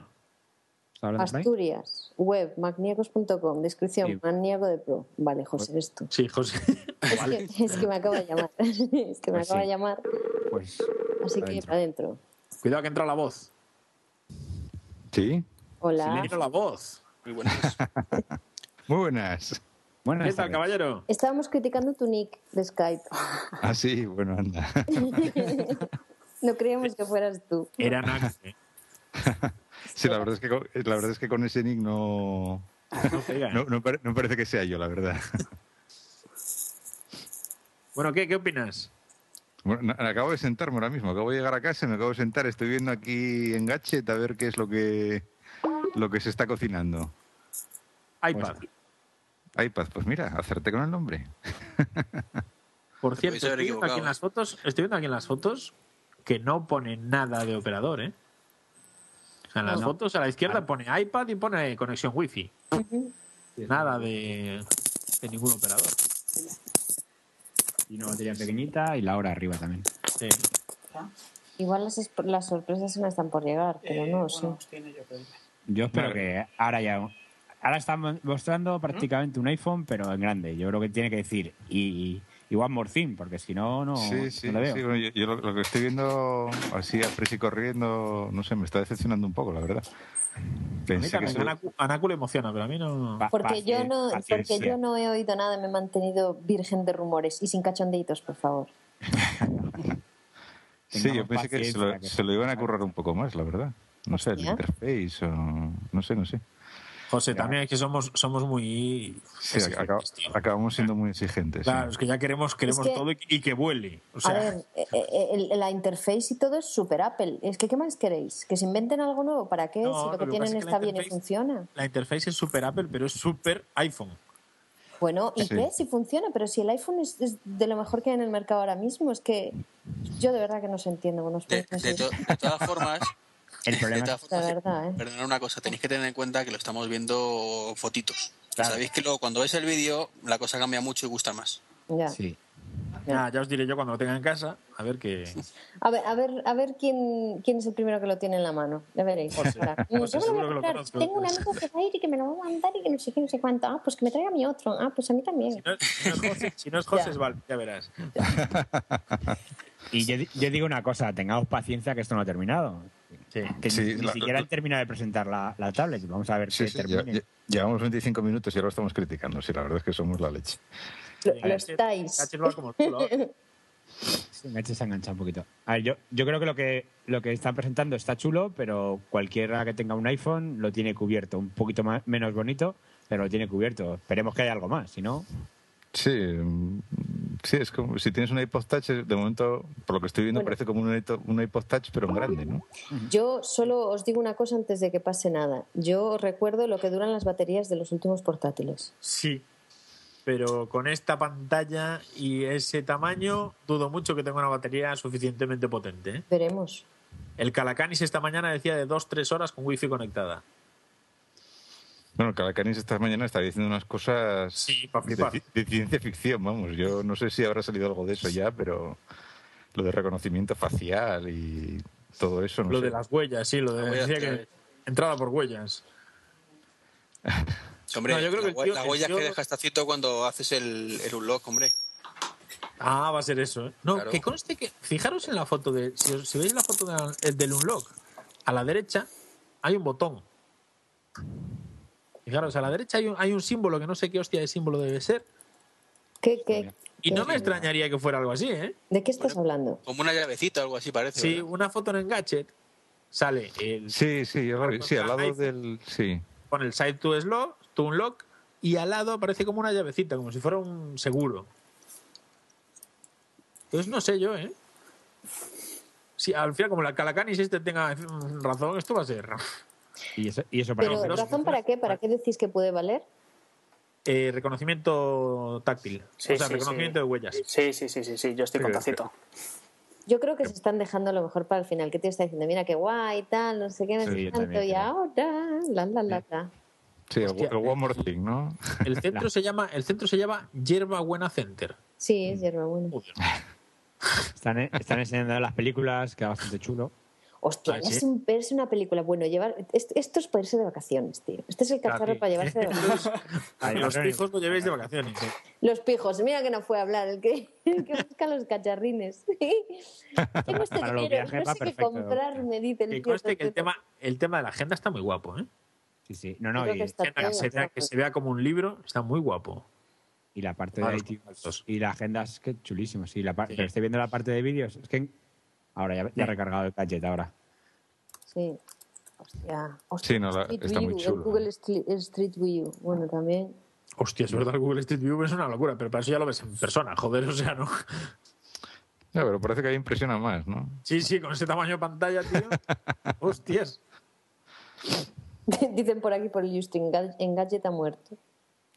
¿Está hablando por ahí?
Asturias, web, magníacos.com, descripción,
Sí.
magníaco de pro. Vale, José, eres tú.
Sí, José.
Es que, es que me acaba de llamar. Es que me
Pues
acaba
sí.
de llamar.
Pues
Así que
Adentro.
para adentro.
Cuidado que entra la voz.
Sí,
Hola.
Entra la voz.
Muy buenas.
muy buenas.
buenas
¿Qué tal,
tardes.
caballero?
Estábamos criticando tu nick de Skype.
Ah, sí, bueno, anda.
No creíamos que fueras tú.
Era Nax. ¿eh?
Sí, la verdad es que con, la verdad es que con ese nick no,
No pega, ¿eh?
no, no pare- no parece que sea yo, la verdad.
Bueno, ¿qué, ¿qué opinas?
Bueno, na- acabo de sentarme ahora mismo, acabo de llegar a casa, me acabo de sentar, estoy viendo aquí en Gadget a ver qué es lo que lo que se está cocinando.
iPad.
iPad, pues mira, acerté con el nombre.
Por cierto,
podéis haber
estoy viendo, aquí en
equivocado.
las fotos, estoy viendo aquí en las fotos que no pone nada de operador, ¿eh? O sea, en las
No.
fotos a la izquierda pone iPad y pone conexión Wi-Fi.
Ujú.
Nada de, de ningún operador.
Y una batería pequeñita y la hora arriba también.
Sí.
Igual las, esp- las sorpresas no están por llegar, pero
Eh,
no,
bueno,
sí.
os tiene yo que decir.
Yo espero
Vale.
que ahora ya. Ahora están mostrando prácticamente un iPhone, pero en grande. Yo creo que tiene que decir y, y one more thing, porque si no, no,
sí, sí,
no le veo.
sí, bueno, yo, yo lo, lo que estoy viendo así a prisa y corriendo, no sé, me está decepcionando un poco, la verdad.
A mí
Pensé que
también,
se-
a Naku- a Naku le emociona, pero a mí no.
Pa-
Porque yo,
pacien-
no, porque
paciencia.
yo no he oído nada, me he mantenido virgen de rumores y sin cachondeitos, por favor.
Sí, yo
Tengamos
pensé que se, lo,
paciencia, que-
se lo iban a currar un poco más, la verdad. No sé, el
Hostia.
interface o... No sé, no sé.
José,
Ya.
también es que somos, somos muy.
Sí, ac- acab-
exigentes, tío.
acabamos siendo muy exigentes. sí.
Claro, es que ya queremos, queremos
que-
todo y, y que vuele. O
a
sea,
ver, eh, eh, el- la interface y todo es super Apple. Es que, ¿qué más queréis? ¿Que se inventen algo nuevo? ¿Para qué?
No,
si lo
lo
que
que
tienen
pasa es que la
está bien y
interface-
funciona.
la interface es super Apple, pero es super iPhone.
Bueno, ¿y
Sí.
qué? Si funciona, pero si el iPhone es, es de lo mejor que hay en el mercado ahora mismo, es que yo de verdad que no se entiendo con los
De, de
franceses.
to- de todas formas,
El
de
problema es
todas
La
formas,
verdad, ¿eh?
perdonad una cosa, tenéis que tener en cuenta que lo estamos viendo fotitos.
Claro.
Sabéis que luego cuando veis el vídeo, la cosa cambia mucho y gusta más.
Ya.
sí.
Ya, ya os diré yo cuando lo tenga en casa, a ver qué.
A ver, a ver, a ver quién, quién es el primero que lo tiene en la mano. Ya veréis. Ahora, mm,
José,
yo
seguro
me lo voy
que
a
lo
comprar.
conozco.
Tengo un amigo que va a ir y que me lo va a mandar y que no sé qué, no sé cuánto. Ah, pues que me traiga mi otro. Ah, pues a mí
Si
también.
no, si no es José, si no es José,
Ya.
es Val, ya verás.
Y yo, di- yo digo una cosa, tengamos paciencia que esto no ha terminado. Que
Sí,
ni, ni
la-
siquiera han terminado de presentar la, la tablet. Vamos a ver
Sí,
qué
sí,
termine.
ya- ya- llevamos 25 minutos y ahora lo estamos criticando. Sí, la verdad es que somos la leche.
Lo,
Sí,
lo
Gadget-
estáis.
Gadget va como el culo ¿eh? ahora.
Se engancha, se engancha un poquito. A ver, yo, yo creo que lo, que lo que están presentando está chulo, pero cualquiera que tenga un iPhone lo tiene cubierto. Un poquito más, menos bonito, pero lo tiene cubierto. Esperemos que haya algo más, si no...
Sí, mm, sí, es como si tienes un iPod Touch, de momento, por lo que estoy viendo,
Bueno.
parece como un, iPod- un iPod Touch, pero en grande, ¿no?
Yo solo os digo una cosa antes de que pase nada. Yo os recuerdo lo que duran las baterías de los últimos portátiles.
Sí. Pero con esta pantalla y ese tamaño, dudo mucho que tenga una batería suficientemente potente. ¿eh?
Veremos.
El Calacanis esta mañana decía de 2-3 horas con wifi conectada.
Bueno, Calacanis esta mañana está diciendo unas cosas
Sí, pa'
de,
flipar.
ci- de ciencia ficción, vamos. Yo no sé si habrá salido algo de eso ya, pero lo de reconocimiento facial y todo eso, no
lo
sé.
de las huellas, sí, lo de.
Las huellas
decía que
tres.
entrada por huellas.
Hombre,
No, yo creo
la
que el
hue-
tío-
las
el
huellas
tío-
que deja Tacito cuando haces el, el unlock, hombre.
Ah, va a ser eso. ¿eh? No,
Claro.
que conste que. Fijaros en la foto de. Si, os- si veis la foto de- el del Unlock, a la derecha hay un botón. Fijaros, a la derecha hay un, hay un símbolo que no sé qué hostia de símbolo debe ser.
¿Qué, qué?
Y no me extrañaría que fuera algo así, ¿eh?
¿De qué estás hablando?
Como una llavecita o algo así parece.
Si
¿verdad?
una foto en Gadget sale el,
Sí, sí, yo creo que- sí, al lado del... Sí,
con el Side to, slow, to Unlock y al lado aparece como una llavecita, como si fuera un seguro. Entonces no sé yo, ¿eh? Si al final, como la Calacanis este tenga mm, razón, esto va a ser
Y eso, y eso para
Pero,
no,
nosotros-
¿razón para qué? ¿Para qué decís que puede valer?
eh, reconocimiento táctil.
Sí,
o sea,
sí, sí.
reconocimiento de huellas.
Sí, sí, sí, sí, sí, yo estoy
Sí,
con
es que-
Tacito.
Yo creo que se están dejando lo mejor para el final. Que te está diciendo, mira qué guay, tal, no sé qué, no
Sí,
sé
yo
tanto.
también
Y
creo.
ahora, la, la, la, la.
sí, el,
Hostia.
el One More Thing, ¿no?
El centro se llama, el centro se llama Yerba Buena Center.
Sí, es hierba buena.
Joder.
Están, eh, están enseñando las películas, que es bastante chulo.
Hostia,
Ah,
ya
¿sí?
es un- verse una película. Bueno, llevar, est- esto es para irse de vacaciones, tío. Este es el
Claro,
cacharro
sí.
para llevarse de vacaciones.
A que
Ahí,
los
ahora-
hijos lo llevéis de vacaciones. ¿eh?
Los pijos, mira que no fue a hablar, el que, el que busca los cacharrines. Tengo este
Para los
dinero,
viajes
no
va
sé qué
perfecto.
comprarme, dice el
Que
tío.
conste que el
Tacito.
tema, el tema de la agenda está muy guapo, ¿eh?
Sí, sí. No, no,
Creo
y,
que está
Que
todo
se vea- que se vea como un libro, está muy guapo.
y la parte
Ah,
de
los
iTunes
contactos.
y la agenda es que chulísimo. Sí, la par-
Sí.
Pero estoy viendo la parte de vídeos. Es que en- ahora ya, ya he recargado el gadget ahora.
Sí. Hostia,
Sí, no, la-
Street
está muy
View, el
chulo.
Google Stli- el Street View, bueno, también.
Hostia, es verdad, el Google Street View es una locura, pero para eso ya lo ves en persona, joder, o sea, ¿no?
Ya, pero parece que ahí impresiona más, ¿no?
Sí, sí, con ese tamaño de pantalla, tío. Hostias.
Dicen por aquí, por el Justin, Ga- Engadget ha muerto.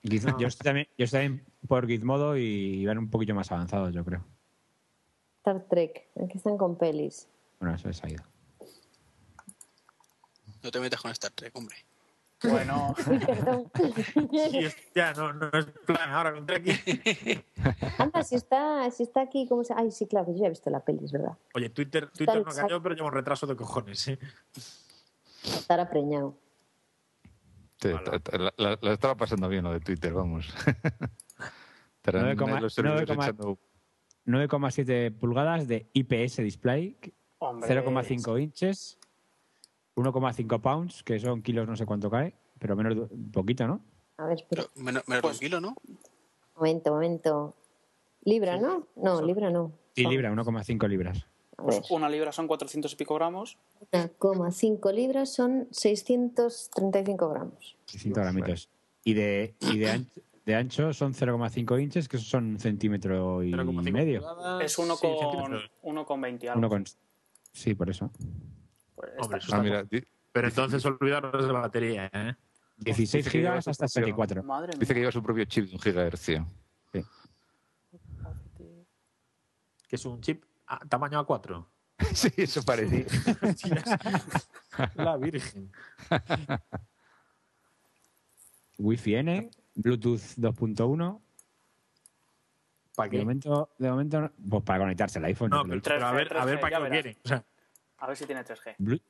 Giz- Yo, estoy también, yo estoy también por Gizmodo y van un poquillo más avanzados, yo creo.
Star Trek, aquí están con pelis.
Bueno, eso es ido.
No te metas con Star Trek, hombre.
este.
Bueno,
Uy, perdón.
Sí, hostia, no, no es plan ahora contra aquí.
Anda, si está, si está aquí, ¿cómo se Ay, sí, claro, yo ya he visto la peli, es verdad.
Oye, Twitter, Twitter no
exacto.
cayó, pero lleva un retraso de cojones, ¿eh?
Estará preñado.
Sí,
Ojalá.
ta- ta- la, la- la estaba pasando bien lo de Twitter, vamos. Estarán
Nueve coma-
ahí los servidores
nueve coma-
echando-
9,7 pulgadas de IPS display,
hombre.
0,5 inches, 1,5 pounds, que son kilos no sé cuánto cae, pero menos de un poquito, ¿no?
A ver, espera,
Pero menos, menos de
Pues-
un kilo, ¿no?
momento, momento. Libra, ¿no? No, Libra no.
Y libra, 1,5 libras.
A ver.
Pues una libra son 400 y pico gramos.
1,5 libras son 635 gramos.
600 gramitos. Y de, y de, ancho, de ancho son 0,5 inches, que son un centímetro y
0,5
medio.
pulgadas,
Es uno
sí,
con,
centímetros.
uno con 20 algo.
Uno con- Sí, por eso.
Pues está-
Hombre, eso
Ah,
está-
mira, di-
Pero entonces olvidaros de la batería, ¿eh?
16
Dice que lleva
gigas
su
hasta
función.
64.
Madre mía.
dice que lleva su propio chip de un gigahercio.
Que es un chip a- tamaño A4.
Sí, eso parece.
la virgen.
Wi-Fi N, Bluetooth 2.1.
¿Para
De
qué?
momento, de momento no- pues para conectarse al iPhone.
No,
te lo
pero,
digo.
pero a ver, a ver
13,
para
ya
qué lo
verás.
quieren. O sea,
A ver si tiene 3G.
Blu-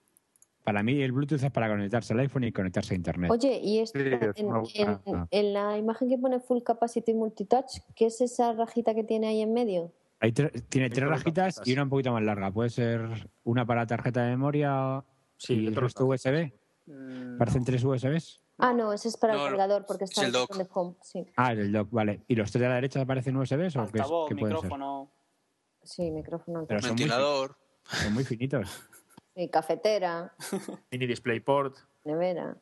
para mí el Bluetooth es para conectarse al iPhone y conectarse a Internet.
Oye, y esta-
Sí, es
en,
una buena-
en- en la imagen que pone Full Capacity Multitouch, ¿qué es esa rajita que tiene ahí en medio?
Hay tres- tiene tres
cuatro
rajitas
tarjetas.
y una un poquito más larga. Puede ser una para tarjeta de memoria
Sí,
y el
otro
resto USB.
Mm,
Parecen tres USBs.
Ah, no, ese es para
No,
el
no,
cargador, porque
es
está
el dock.
en el home. Sí,
Ah, el dock, vale. ¿Y los tres de la derecha parecen USBs o qué, es-
altavoz,
qué pueden ser?
micrófono.
sí, micrófono.
Pero son muy, fi-
Ventilador.
son muy finitos.
Sí, cafetera,
mini DisplayPort.
nevera.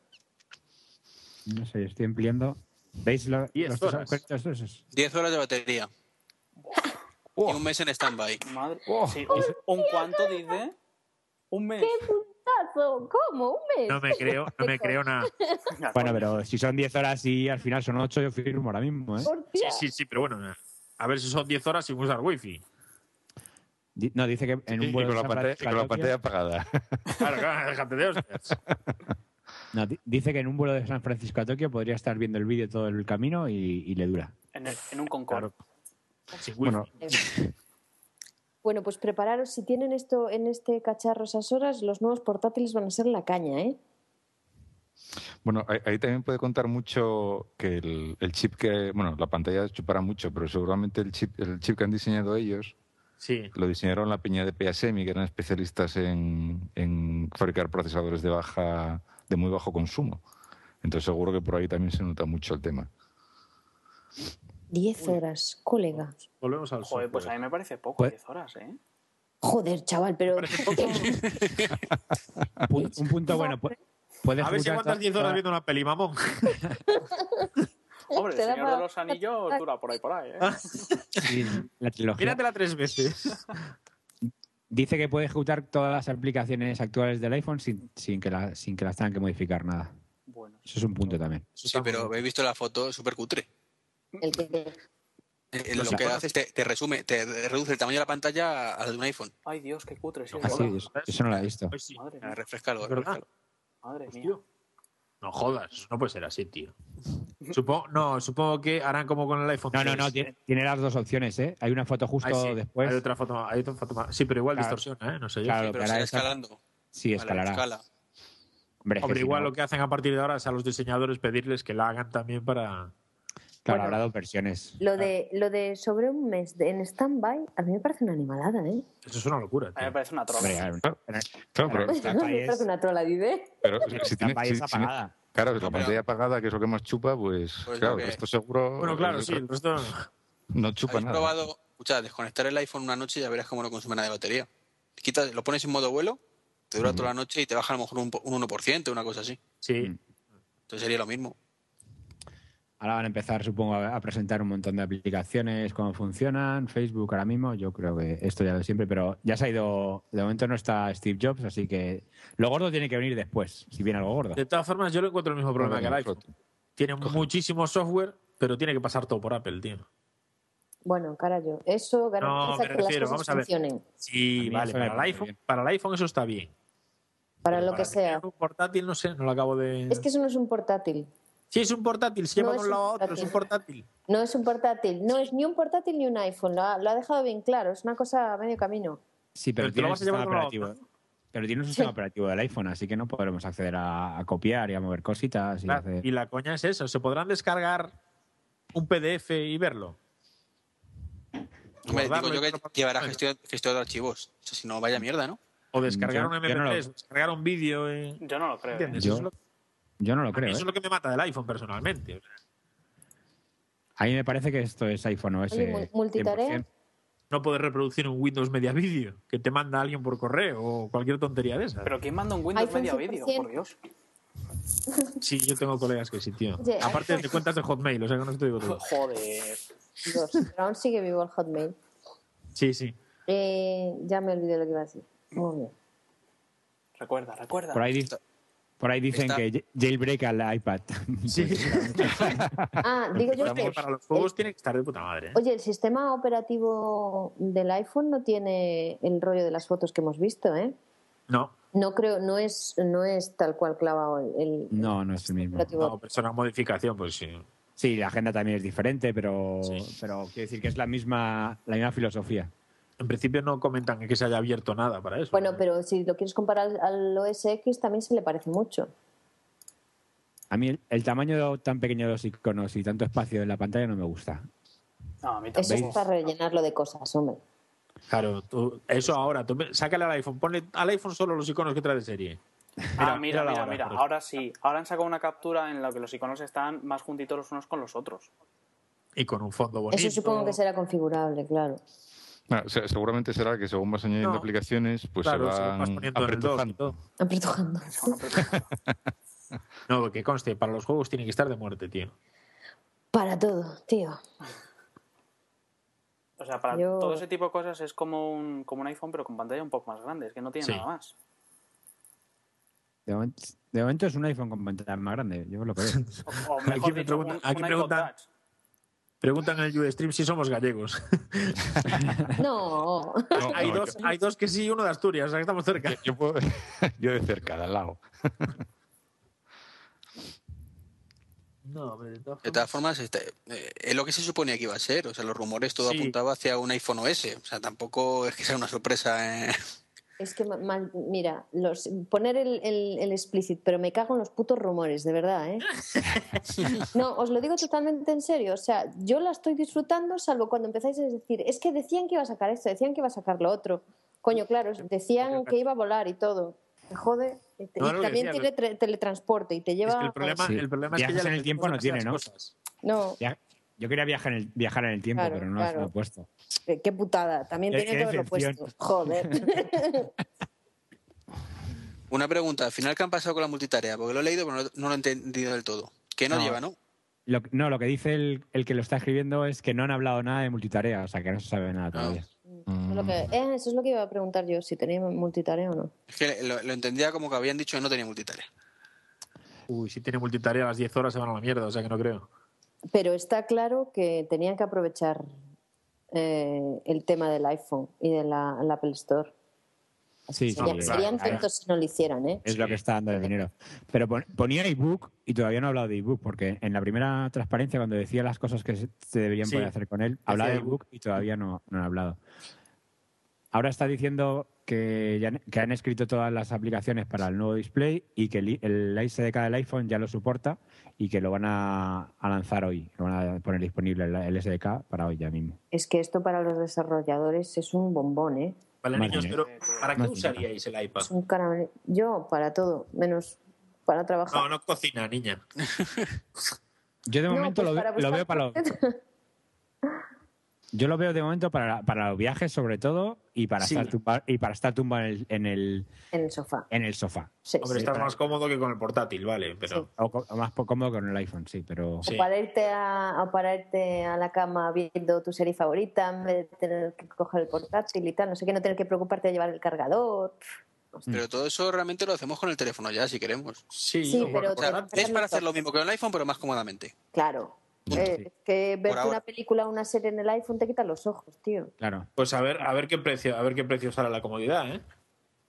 No sé, estoy empleando. ¿Veis lo-
Diez
los tres
horas.
agujeritos esos?
10 horas de batería. Y un mes en stand-by.
Madre.
Oh.
Sí, un, un cuánto dice? Un mes.
puntazo! ¿Cómo? ¿Un mes?
No me creo, no me creo nada.
Ya,
Bueno,
coño.
pero si son 10 horas y al final son 8, yo firmo ahora mismo, ¿eh?
¿Por qué?
Sí, sí, sí, pero bueno. A ver si son 10 horas sin usar wifi.
Di- No, dice que en
Y-
un
y
vuelo
con la
de San
pantalla, y
Francisco a
con la
Tokio-
pantalla apagada.
Claro, claro, déjate de hostias.
no, di- dice que en un vuelo de San Francisco a Tokio podría estar viendo el vídeo todo el camino y, y le dura.
En, el- en un Concorde.
Sin wifi.
Bueno,
Bueno, pues prepararos, si tienen esto en este cacharro esas horas, los nuevos portátiles van a ser la caña, ¿eh?
Bueno, ahí, ahí también puede contar mucho que el, el chip que, bueno, la pantalla chupará mucho, pero seguramente el chip, el chip que han diseñado ellos
sí.
lo diseñaron la peña de PSMI, que eran especialistas en, en fabricar procesadores de baja, de muy bajo consumo. Entonces seguro que por ahí también se nota mucho el tema.
Diez horas, colega.
Volvemos al
Joder,
software.
pues a mí me parece poco,
Pues-
10 horas, ¿eh?
Joder, chaval, pero...
pun- un punto bueno. pu- Puedes
Ah, pues. A ver si
juntar
aguantas
to-
10 horas
toda-
viendo una peli, mamón.
Hombre, el
Te da
Señor
pa-
de los Anillos dura por ahí, por ahí, ¿eh?
Ah. sí, la trilogía.
Míratela tres veces.
Dice que puede ejecutar todas las aplicaciones actuales del iPhone sin, sin que, la- sin que las tengan que modificar nada.
Bueno,
Eso es un punto también.
Sí, pero habéis visto la foto súper cutre.
El que...
Eh, eh, Lo que haces te, te resume, te reduce el tamaño de la pantalla al de un iPhone.
ay Dios, qué cutre. Sí, es
Ah, sí,
verdad.
eso, eso no lo he visto.
Ay, sí.
Madre
Ah,
mía,
Refrescalo,
Es verdad.
refrescalo.
madre mía.
Tío. No jodas, eso no puede ser así, tío. Supongo, no, supongo que harán como con el iPhone.
No, no, no,
6.
tiene, tiene las dos opciones, ¿eh? Hay una foto justo
Pues, Ay, sí,
después.
Hay otra foto, más- hay otra foto más. Sí, pero igual
Claro.
distorsiona, ¿eh? No sé yo.
Claro,
Pero
que
será
ahora esa-
escalando.
Sí,
Vale,
escalará.
escala.
Hombre, es que
Hombre,
si
igual
no,
lo que hacen a partir de ahora es a los diseñadores pedirles que la hagan también para.
claro,
Bueno.
habrá dos versiones.
Lo
Ah.
de, lo de sobre un mes de- en stand-by, a mí me parece una animalada, ¿eh?
Eso es una locura,
A mí me
tío.
parece una troca.
Hombre, claro,
Claro,
pero-
Claro, pero,
Esta
me
país-
parece una trola de idea.
pero si
esta
tiene-
país
si- si-
Pues apagada.
claro, la
pero-
pantalla apagada, que es lo que más chupa, pues
Pues
claro,
lo que-
esto seguro eh,
Bueno, claro, sí, el resto.
no chupa
¿Habéis
nada.
probado, escuchad, desconectar el iPhone una noche y ya verás cómo no consume nada de batería. Quitas, lo pones en modo vuelo Te dura toda la noche y te baja a lo mejor un, po- un 1%, una cosa así.
Sí.
Mm,
Entonces sería lo mismo.
Ahora van a empezar, supongo, a a presentar un montón de aplicaciones, cómo funcionan, Facebook ahora mismo, yo creo que esto ya lo de siempre, pero ya se ha ido, de momento no está Steve Jobs, así que lo gordo tiene que venir después, si viene algo gordo.
De todas formas, yo le encuentro el mismo problema que el iPhone. Tiene muchísimo software, pero tiene que pasar todo por Apple, tío.
Bueno, carajo, eso garantiza
me
que
refiero,
las
vamos
cosas
a ver.
funcionen.
Sí,
A mí
vale.
eso me
Para el,
parece
iPhone,
bien.
para el iPhone eso está bien.
Para
Pero
lo que
tener
sea.
Un portátil, no sé, no lo acabo de.
Es que eso no es un portátil.
Sí, es un portátil, se lleva
No
de
es
un
un
lado a otro, es un portátil.
No es un portátil. No es ni un portátil ni un iPhone. Lo ha, lo ha dejado bien claro. Es una cosa a medio camino.
Sí, pero,
Pero te lo
tiene un
vas a llevar
sistema
con la
operativo. Pero tiene un sistema
Sí.
operativo del iPhone, así que no podremos acceder a, a copiar y a mover cositas. Y
Claro,
hacer-
Y la coña es eso. ¿Se podrán descargar un PDF y verlo?
Hombre,
Guardarlo
digo yo
y
que
ponerlo por-
llevará
bueno,
gestión, gestión de archivos. O sea, si no, vaya mierda, ¿no?
O descargar
Yo-
un
yo no lo-
MP3, descargar un vídeo. eh,
Yo no lo creo. ¿eh?
¿Entiendes?
Yo
eso, es lo,
Yo no lo creo.
eso
¿eh?
es lo que me mata del iPhone personalmente. O sea,
A mí me parece que esto es eh, iPhone OS.
Oye, mul- multitarea.
100%.
No poder reproducir un Windows Media Video que te manda alguien por correo o cualquier tontería de esas.
Pero ¿quién manda un Windows
iPhone
media vídeo?
100%.
Por Dios.
Sí, yo tengo colegas que sí, tío.
Oye,
Aparte de cuentas de Hotmail, o sea que no te digo todo.
Joder.
Dios, pero aún sigue vivo el Hotmail.
Sí, sí.
Eh, ya me olvidé lo que iba a decir. Muy bien.
Recuerda, recuerda.
Por ahí, di- por ahí dicen
Está-
que j- jailbreak al iPad.
Pues Sí.
Ah, digo yo
Estamos-
que.
para los juegos tiene que estar de puta madre. ¿eh?
Oye, el sistema operativo del iPhone no tiene el rollo de las fotos que hemos visto, ¿eh?
No,
No creo, no es, no es tal cual clavado el, el
No, no es el mismo.
operativo.
no, pero es una modificación, pues sí.
Sí, la agenda también es diferente, pero,
Sí.
pero quiero decir que es la misma, la misma filosofía.
En principio no comentan que se haya abierto nada para eso. ¿eh?
Bueno, pero si lo quieres comparar al- al OS X también se le parece mucho.
A mí el, el tamaño tan pequeño de los iconos y tanto espacio en la pantalla no me gusta.
No, a mí
Eso es
tampoco.
para rellenarlo de cosas, hombre.
Claro, tú- eso ahora. Tú, sácale al iPhone. Ponle al iPhone solo los iconos que trae de serie.
ah, mira,
mírala
mira,
ahora,
mira.
por
Ahora, sí. Ahora han sacado una captura en la que los iconos están más juntitos los unos con los otros.
Y con un fondo bonito.
Eso supongo que será configurable, claro.
Ah, o sea, seguramente será que según vas añadiendo
No.
aplicaciones, pues
claro,
se
si lo vas
van
poniendo en el 2 y
apretujando.
todo.
Apretujando.
No, que conste, para los juegos tiene que estar de muerte, tío.
Para todo, tío.
O sea, para
Yo-
todo ese tipo de cosas es como un, como un iPhone, pero con pantalla un poco más grande. Es que no tiene
Sí.
nada más.
De momen- de momento, es un iPhone con pantalla más grande, yo lo creo.
O, o
Aquí
mejor
me
dicho,
pregunta-
un,
aquí
un iPod
pregunta-
Touch.
Preguntan en el Ustream si somos gallegos.
No.
No,
hay,
no,
dos, hay dos que sí, uno de Asturias, o sea que estamos cerca.
yo, yo puedo- yo de cerca, de al lado.
No, hombre, de todas
De todas formas, este, eh, es lo que se suponía que iba a ser. O sea, los rumores todo
Sí.
apuntaba hacia un iPhone OS. O sea, tampoco es que sea una sorpresa. eh.
Es que, ma- mal- mira, los, poner el, el, el explicit, pero me cago en los putos rumores, de verdad, ¿eh? No, os lo digo totalmente en serio. O sea, yo la estoy disfrutando, salvo cuando empezáis a decir, es que decían que iba a sacar esto, decían que iba a sacar lo otro. Coño, claro, decían que iba a volar y todo. Me jode. Y te-
No,
y
no, lo
también
decía,
tiene tre- teletransporte y te lleva.
Es que
pues
el problema,
Sí.
el problema es que
Viajes
ya le
en el tiempo
metemos
no tiene,
demasiadas
¿no?
cosas.
No,
Ya- yo quería viajar en el, viajar en el tiempo,
Claro,
pero no
claro.
se lo he puesto.
eh, qué putada. También
Qué-
tiene
qué
que haberlo
decepción.
puesto. Joder.
Una pregunta, al final, ¿qué han pasado con la multitarea? Porque lo he leído, pero no, no lo he entendido del todo. ¿Qué no,
No.
lleva, no?
Lo, que- no, lo que dice el, el que lo está escribiendo es que no han hablado nada de multitarea, o sea que no se sabe nada todavía.
Eso es lo que- eh, eso es lo que iba a preguntar yo, si tenía multitarea o no.
Es que lo, lo entendía como que habían dicho que no tenía multitarea.
Uy, si tiene multitarea a las 10 horas se van a la mierda, o sea que no creo.
Pero está claro que tenían que aprovechar eh, el tema del iPhone y de la, la Apple Store.
Sí,
Sería-
sí,
serían
claro.
tontos si no lo hicieran, ¿eh?
Es lo que está dando de dinero. Pero pon- ponía ebook y todavía no ha hablado de ebook, porque en la primera transparencia, cuando decía las cosas que se se deberían
Sí,
poder hacer con él, hablaba de
decía ebook.
ebook y todavía no, no ha hablado. Ahora está diciendo que, ya han, que han escrito todas las aplicaciones para el nuevo display y que el, i- el SDK del iPhone ya lo soporta y que lo van a, a lanzar hoy. Lo van a poner disponible el, el SDK para hoy ya mismo.
Es que esto para los desarrolladores es un bombón, ¿eh?
Vale,
Madre
niños,
mía.
pero ¿para qué
Madre
usaríais el iPad?
Es un caramel. Yo, para todo, menos para trabajar.
No, no cocina, niña.
Yo de
No,
momento
pues
lo, ve-
para
lo
buscar
veo para los, Yo lo veo de momento para, para los viajes, sobre todo, y para
Sí.
estar tumba- y para estar tumbado en el, en el,
en el sofá.
en el sofá.
Sí,
Hombre,
sí.
estás más cómodo que con el portátil, vale, pero.
O, co- o más po- cómodo que con el iPhone, sí, pero.
Sí.
O para irte a, o para irte a la cama viendo tu serie favorita en vez de tener que coger el portátil y tal, no sé qué, no tener que preocuparte de llevar el cargador.
Mm.
Pero todo eso realmente lo hacemos con el teléfono ya, si queremos.
Sí,
Sí,
o con el
pero
O sea,
Pero
portátil.
es para hacer
nosotros-
lo mismo que el iPhone, pero más cómodamente.
Claro.
Sí.
Eh, es que verte
ahora.
una película o una serie en el iPhone te quita los ojos, tío.
Claro,
Pues a ver, a ver qué precio, a ver qué precio sale la comodidad, ¿eh?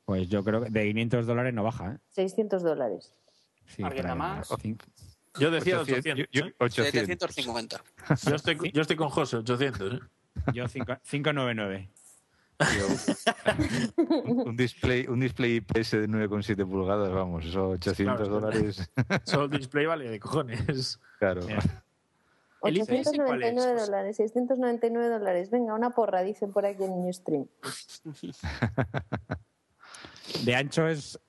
pues yo creo que de 500 dólares no baja, ¿eh?
600 dólares.
Sí,
¿Alguien
por ahí,
más?
unos cinco-
Yo decía
800,
800.
yo-
¿eh?
yo- 800.
750.
Yo, estoy, yo estoy con José, 800. ¿eh?
Yo cinco- 599.
Tío, un, un display, un display IPS de 9,7 pulgadas, vamos, eso 800
Claro, claro.
dólares.
Solo el display vale de cojones.
Claro.
Eh,
Ya.
¿El IPS cuál es?
899 dólares, 699 dólares. Venga, una porra, dicen por aquí en Newstream.
De ancho es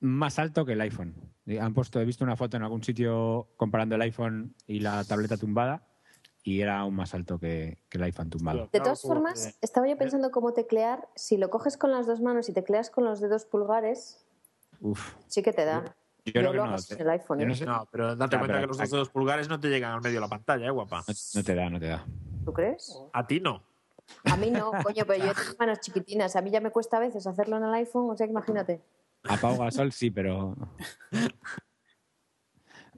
más alto que el iPhone. Eh, Han puesto, he visto una foto en algún sitio comparando el iPhone y la tableta tumbada y era aún más alto que, que el iPhone tumbado.
De
Claro,
todas
como
formas,
que-
estaba
Eh.
yo pensando cómo teclear. Si lo coges con las dos manos y tecleas con los dedos pulgares,
Uf.
sí que te da.
Yo
Yo,
creo que
lo
no,
hago
te-
en el iPhone.
yo
¿eh?
no sé-
No, pero date
Ya,
cuenta
Ah, pero
que los
aquí-
dos dedos pulgares no te llegan al medio de la pantalla, ¿eh, guapa?
no- no te da, no te da.
¿Tú crees?
A ti no.
A mí no, coño, pero yo tengo manos chiquitinas. A mí ya me cuesta a veces hacerlo en el iPhone, o sea, que imagínate.
A Pau Gasol sí, pero.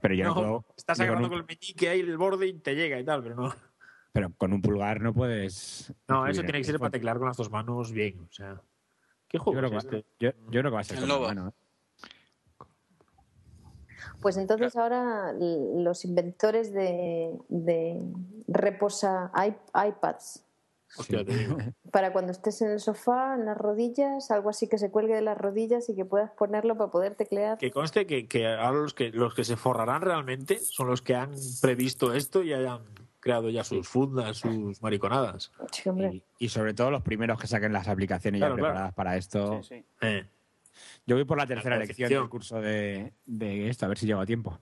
Pero yo no,
No,
puedo.
estás
yo con
agarrando
un-
con el meñique ahí el borde y te llega y tal, pero no.
Pero con un pulgar no puedes.
No, eso
subir
tiene
el
que ser para
iPhone.
teclar con las dos manos bien, o sea. ¿Qué
Yo
juego
creo, que
es
va,
este?
yo, yo creo que va a ser
El
con la
Nova.
mano, ¿eh?
Pues entonces ahora l- los inventores de, de reposa i- iPads.
Hostia, te digo.
Para cuando estés en el sofá, en las rodillas, algo así que se cuelgue de las rodillas y que puedas ponerlo para poder teclear.
Que conste que, que ahora los que, los que se forrarán realmente son los que han previsto esto y hayan creado ya sus fundas, sus mariconadas.
Sí,
Y,
hombre.
y sobre todo los primeros que saquen las aplicaciones
Claro,
ya
claro.
preparadas para esto.
Sí, sí.
Eh,
Yo voy por la tercera
La
lección
concepción.
del curso de, de esto, a ver si llego a tiempo.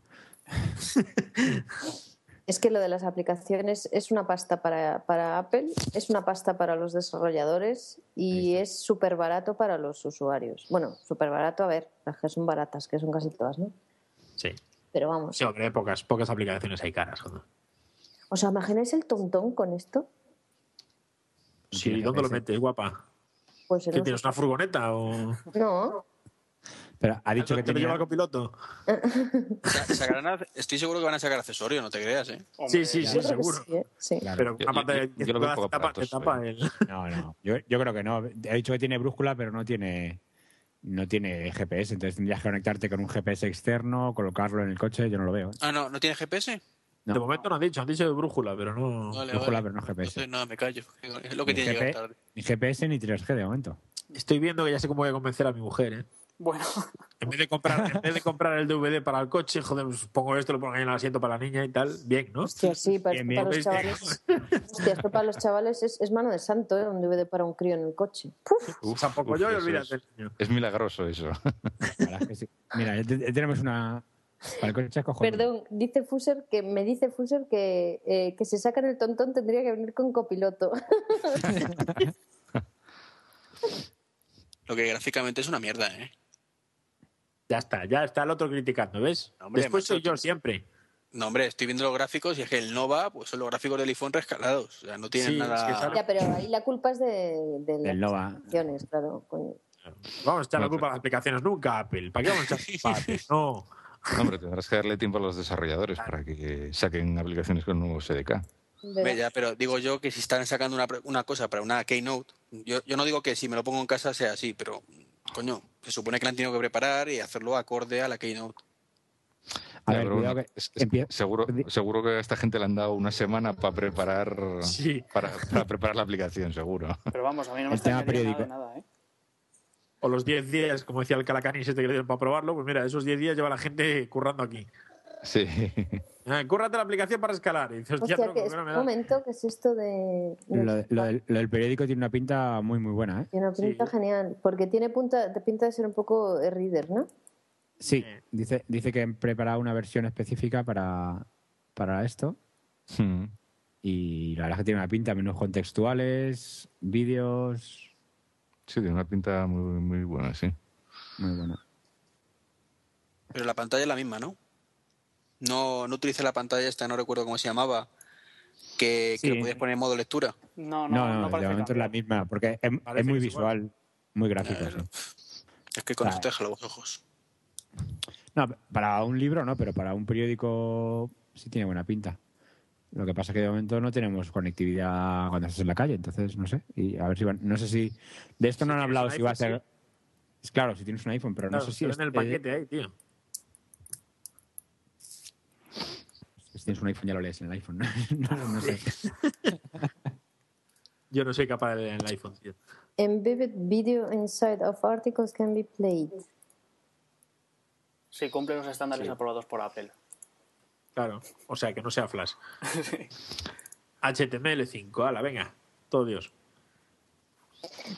Es que lo de las aplicaciones es una pasta para, para Apple, es una pasta para los desarrolladores y es súper barato para los usuarios. Bueno, súper barato, a ver, las que son baratas, que son casi todas, ¿no?
sí.
Pero vamos.
Sí, hombre, pocas, pocas aplicaciones hay caras. joder.
¿Os imagináis el tontón con esto?
Sí,
tiene
¿dónde lo
GPS.
metes, guapa?
Pues
¿Qué
en
tienes, una furgoneta o...?
un- No,
Pero ha dicho que
¿Te lo
tenía,
lleva el copiloto?
Sa- sacarán ac- estoy seguro que van a sacar accesorios, no te creas, ¿eh?
Hombre,
sí,
ya.
sí.
yo creo que
seguro.
sí, ¿eh? Sí.
Claro.
Pero
Yo-
una pantalla
yo-
de
yo lo veo poco
te tapa, te
aparatoso,
tapa el...
No, no. Yo, yo creo que no. Ha dicho que tiene brújula, pero no tiene no tiene GPS. Entonces tendrías que conectarte con un GPS externo, colocarlo en el coche. Yo no lo veo. ¿eh?
Ah, no, ¿no tiene GPS?
No.
De momento no han dicho, han dicho de brújula, pero no...
Vale,
brújula,
vale.
pero no GPS.
Entonces, nada, me callo. Es lo que
Ni,
tiene que
GP
llegar tarde.
ni GPS ni 3G de momento.
Estoy viendo que ya sé cómo voy a convencer a mi mujer, ¿eh?
Bueno,
En vez de comprar, en vez de comprar el DVD para el coche, joder, pues pongo esto, lo pongo ahí en el asiento para la niña y tal. Bien, ¿no?
Hostia, sí, para,
Bien,
esto para
bien,
los
¿veis?
chavales, hostia, esto para los chavales es, es mano de santo, ¿eh? Un DVD para un crío en el coche. ¡Puf!
Uf,
Tampoco
uf,
yo y
eso
olvídate.
es,
niño.
es milagroso eso.
La verdad es que sí. Mira, ya te- ya tenemos una. Para el coche es cojonudo.
Perdón, dice Fuser que me dice Fuser que, eh, que si sacan el tontón tendría que venir con copiloto.
Lo que gráficamente es una mierda, ¿eh?
Ya está, ya está el otro criticando, ¿ves?
No, hombre,
Después soy
macho,
yo siempre.
No, hombre, estoy viendo los gráficos y es que el Nova, pues son los gráficos del iPhone rescalados. O sea, no tienen
Sí, es
nada.
que sale-
ya, pero ahí la culpa es de, de las
Del Nova.
acciones, claro. coño.
Vamos a echar la
No,
culpa a las aplicaciones nunca, a Apple. ¿Para qué vamos a echar la culpa a Apple? No.
No, hombre, tendrás que darle tiempo a los desarrolladores para que saquen aplicaciones con nuevos SDK.
Hombre, ya, pero digo yo que si están sacando una, pre- una cosa para una Keynote, yo, yo no digo que si me lo pongo en casa sea así, pero coño, se supone que la han tenido que preparar y hacerlo acorde a la Keynote.
A
Ya,
ver,
pero
cuidado
bueno,
que
es- es-
empie-
seguro, seguro que a esta gente le han dado una semana para preparar
Sí.
para, para preparar la aplicación, seguro.
pero vamos, a mí no me
El tema
está nada de
periódico.
nada, ¿eh?
O los 10 días, como decía el Calacanis este que le dieron para probarlo, pues mira, esos 10 días lleva la gente currando aquí.
Sí.
Ah, Cúrrate la aplicación para escalar. Y dices, hostia,
Hostia,
tronco,
que
que
es-
no me
un
da.
momento, que es esto de...?
Lo, de- lo del, lo del periódico tiene una pinta muy, muy buena, ¿eh?
Tiene una pinta
Sí.
genial, porque tiene punta, te pinta de ser un poco eh, reader, ¿no?
Sí,
Eh.
dice, dice que han preparado una versión específica para, para esto.
Hmm.
Y la verdad es que tiene una pinta, menús contextuales, vídeos.
Sí, tiene una pinta muy, muy buena, sí.
Muy bueno.
Pero la pantalla es la misma, ¿no? No, no utilicé la pantalla esta, no recuerdo cómo se llamaba, que, que
Sí.
lo podías poner en modo lectura.
No,
No, no,
no,
no
de
parece
momento es la
cambiar.
misma, porque es, es
Parece
muy
que es igual.
visual, muy gráfico.
Claro.
sí.
Es que con
Vale.
esto te deja los ojos.
No, para un libro no, pero para un periódico sí tiene buena pinta. Lo que pasa es que de momento no tenemos conectividad cuando estás en la calle, entonces no sé. Y a ver si van, no sé si de esto no han
tienes
hablado
un
si va a
iPhone,
ser. Es Claro, si tienes un iPhone, pero
Claro,
no sé si este-
te
es-
venden el paquete ahí, tío.
eh, si tienes un iPhone ya lo lees en el iPhone. no, no sé.
Yo no soy capaz de leer el iPhone, tío.
Embedded video inside of articles can be played.
Sí, cumple los estándares
Sí.
aprobados por Apple.
Claro, o sea, que no sea Flash. HTML5, ala, venga, todo Dios.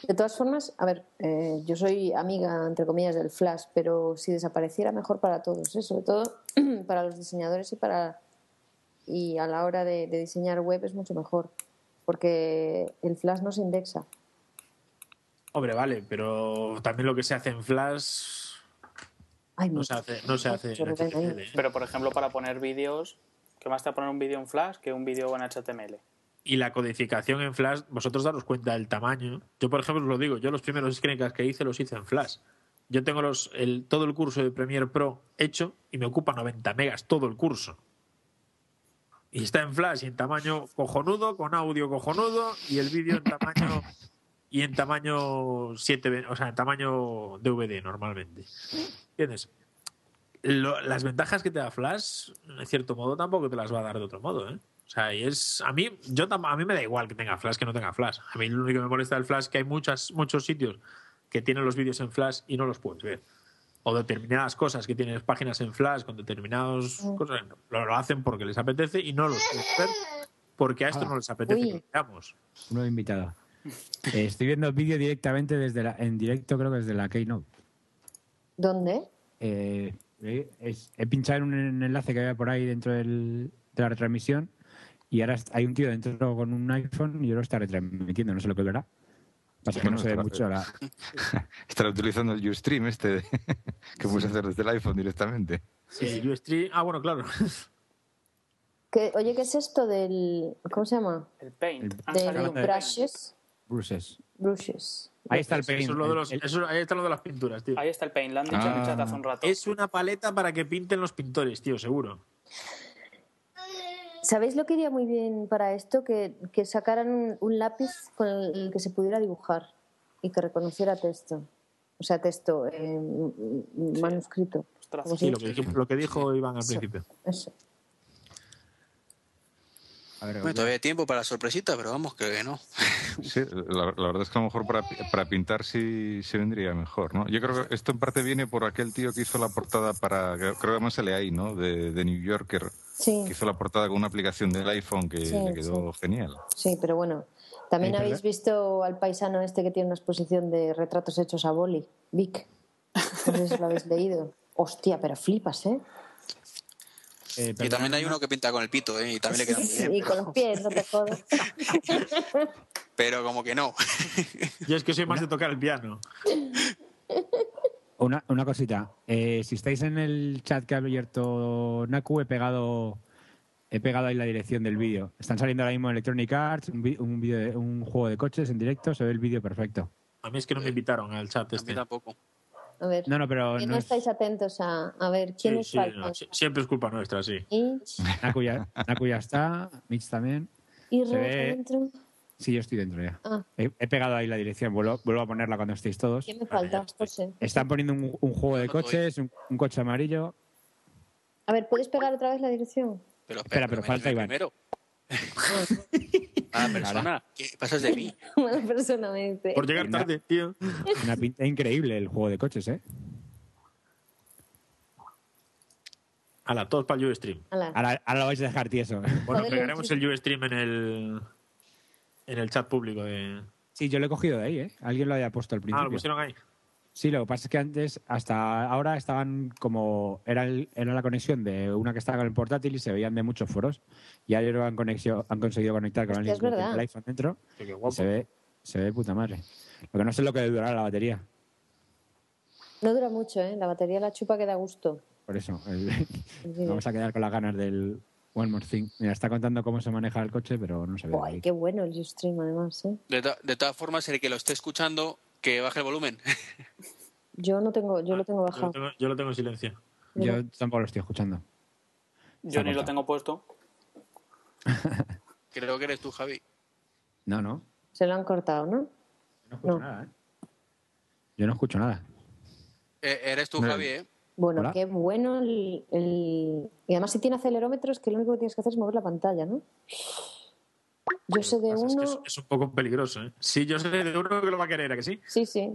De todas formas, a ver, eh, yo soy amiga, entre comillas, del Flash, pero si desapareciera, mejor para todos, ¿eh? sobre todo para los diseñadores y para y a la hora de, de diseñar web es mucho mejor, porque el Flash no se indexa.
Hombre, vale, pero también lo que se hace en Flash
Ay,
no se
mucho.
hace, no se hace en
Pero ven ahí.
HTML. ¿eh?
Pero, por ejemplo, para poner vídeos, ¿qué más te va a poner un vídeo en Flash que un vídeo en HTML?
Y la codificación en Flash, vosotros daros cuenta del tamaño. Yo, por ejemplo, os lo digo, yo los primeros screencasts que hice los hice en Flash. Yo tengo los, el, todo el curso de Premiere Pro hecho y me ocupa 90 megas todo el curso. Y está en Flash y en tamaño cojonudo, con audio cojonudo y el vídeo en tamaño y en tamaño 7, o sea, en tamaño DVD normalmente. ¿Entiendes? Lo- las ventajas que te da Flash, en cierto modo, tampoco te las va a dar de otro modo, ¿eh? O sea, y es. A mí, yo tam- a mí me da igual que tenga Flash, que no tenga Flash. A mí lo único que me molesta del Flash es que hay muchas, muchos sitios que tienen los vídeos en Flash y no los puedes ver. O determinadas cosas que tienen páginas en Flash con determinadas cosas. Lo, lo hacen porque les apetece y no los puedes ver porque a esto no les apetece
Uy.
que lo veamos.
Un nuevo invitado. Eh, Estoy viendo el vídeo directamente desde la, en directo, creo que desde la Keynote.
¿Dónde?
Eh, eh, es- he pinchado en un enlace que había por ahí dentro del- de la retransmisión y ahora est- hay un tío dentro con un iPhone y yo lo está retransmitiendo, no sé lo que verá. Pasa que no
Bueno,
se ve
estará-
mucho la...
Estará utilizando el Ustream este de- que puedes hacer desde el iPhone directamente.
Sí, Ustream- Ah, bueno, claro.
¿Qué- oye, ¿qué es esto del. ¿Cómo se llama?
El Paint.
El-
Ah,
Han
Del
salido
Claro,
un
eh.
brushes.
Bruces.
Brushes.
Ahí está el
Eso es
pelín.
lo de los-
El- el-
eso- ahí está lo de las pinturas, tío.
Ahí está el Paint, lo han dicho en el
Ah.
chat hace un rato.
Es una paleta para que pinten los pintores, tío, seguro.
¿Sabéis lo que iría muy bien para esto? Que, que sacaran un, un lápiz con el que se pudiera dibujar y que reconociera texto. O sea, texto, eh, m- m- manuscrito.
Ostras.
Como
Sí,
si-
lo que, dijimos- lo que dijo Iván al
Sí.
principio.
eso.
a ver,
Bueno, todavía hay tiempo para la sorpresita, pero vamos, creo que no.
Sí, la, la verdad es que a lo mejor para, pi- para pintar sí, sí vendría mejor, ¿no? Yo creo que esto en parte viene por aquel tío que hizo la portada para, creo que además sale ahí, ¿no? De, de New Yorker,
Sí,
que hizo la portada con una aplicación del iPhone que
Sí,
le quedó genial.
sí, pero bueno. También
Ahí,
habéis
¿verdad?
visto al paisano este que tiene una exposición de retratos hechos a boli, Vic. No sé si lo habéis leído. Hostia, pero flipas, ¿eh?
eh,
Y
perdón,
también hay uno que pinta con el pito, ¿eh? Y también le queda muy bien.
Y con los pies, no te jodas.
Pero como que no.
Yo es que soy más de tocar el piano.
una, una cosita. Eh, si estáis en el chat que ha abierto Naku, he pegado... He pegado ahí la dirección del vídeo. Están saliendo ahora mismo Electronic Arts, un, vi- un, vídeo de- un juego de coches en directo, se ve el vídeo perfecto.
A mí es que no me invitaron al chat
A mí
este.
tampoco.
A ver,
No, no, pero
que
no
no
es-
estáis atentos a, a ver quién
Sí,
es Eh,
sí,
Falcon.
no, si- siempre es culpa nuestra, sí.
Inch
Naku ya, Naku ya está, Mitch también.
y
Se
Rosa
ve-
dentro.
Sí, yo estoy dentro ya.
Ah,
He, he pegado ahí la dirección, vuelvo, vuelvo a ponerla cuando estéis todos.
¿quién me
Vale, ya
falta?
estoy.
José.
Están poniendo un, un juego de
No, no,
coches, un, un coche amarillo.
A ver, ¿puedes pegar otra vez la dirección?
Pero
Espera, pero falta
méteme
Iván.
Primero. Ah, persona, ¿qué pasas de mí?
Mala persona me dice.
Por llegar
Venga.
tarde, tío.
Una pinta increíble el juego de coches, ¿eh?
Ala, todos para el Ustream.
Ala.
Ahora, ahora lo vais a dejar tieso.
Bueno,
Joder,
pegaremos
Ustream.
el Ustream en el en el chat público de.
Sí, yo lo he cogido de ahí, ¿eh? Alguien lo había puesto al
Ah, lo
principio.
pusieron ahí.
Sí, lo que pasa es que antes, hasta ahora estaban como. Era, el- era la conexión de una que estaba con el portátil y se veían de muchos foros. Y ahora han, conexio- han conseguido conectar con el
Hostia, es
Xbox que tiene
verdad.
el iPhone dentro.
Qué
y
guapo.
se ve, se ve de puta madre. Lo que no sé es lo que durará la batería.
No dura mucho, ¿eh? La batería la chupa que da gusto.
Por eso. el- vamos a quedar con las ganas del One More Thing. Mira, está contando cómo se maneja el coche, pero no se ve.
Guay, qué bueno el Ustream, además, ¿eh?
De, ta- de todas formas, el que lo esté escuchando, que baje el volumen.
Yo no tengo, yo lo
Yo
tengo
lo
bajado.
tengo, yo lo tengo en silencio.
Yo tampoco lo estoy escuchando.
Yo ni
cortado.
lo tengo puesto.
Creo que eres tú, Javi.
No, no.
Se lo han cortado, ¿no?
Yo no escucho
No.
nada, ¿eh? Yo no escucho nada.
Eh, eres tú,
No.
Javi, ¿eh?
Bueno,
Hola.
qué bueno el, el- Y además si tiene acelerómetros, que lo único que tienes que hacer es mover la pantalla, ¿no? Yo sé de
Lo que pasa es que
uno...
es, es un poco peligroso, ¿eh? Sí, yo sé de uno que lo va a querer, ¿a que sí?
Sí, sí.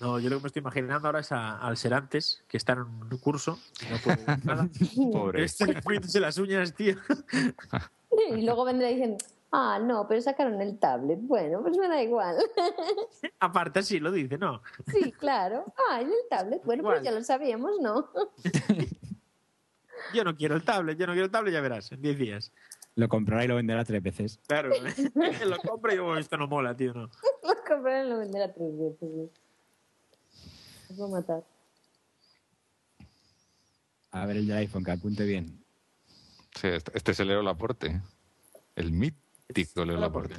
No, yo lo que me estoy imaginando ahora es a, al Serantes, que está en un curso y no puede ver nada.
Pobre.
Este de las uñas, tío.
Y luego vendrá diciendo, ah, no, pero sacaron el tablet. Bueno, pues me da igual.
Aparte, sí, lo dice, ¿no?
Sí, claro. Ah, ¿y el tablet. Bueno,
Igual.
pues ya lo sabíamos, ¿no?
Yo no quiero el tablet, yo no quiero el tablet, ya verás, en 10 días.
Lo comprará y lo venderá tres veces.
Claro, ¿eh? lo compro y digo, esto no mola, tío, no.
Lo compraron y lo venderá tres veces. ¿no? Os voy a matar.
A ver el del iPhone, que apunte bien.
Sí, este, este es el Leo Laporte. El mítico Leo Laporte.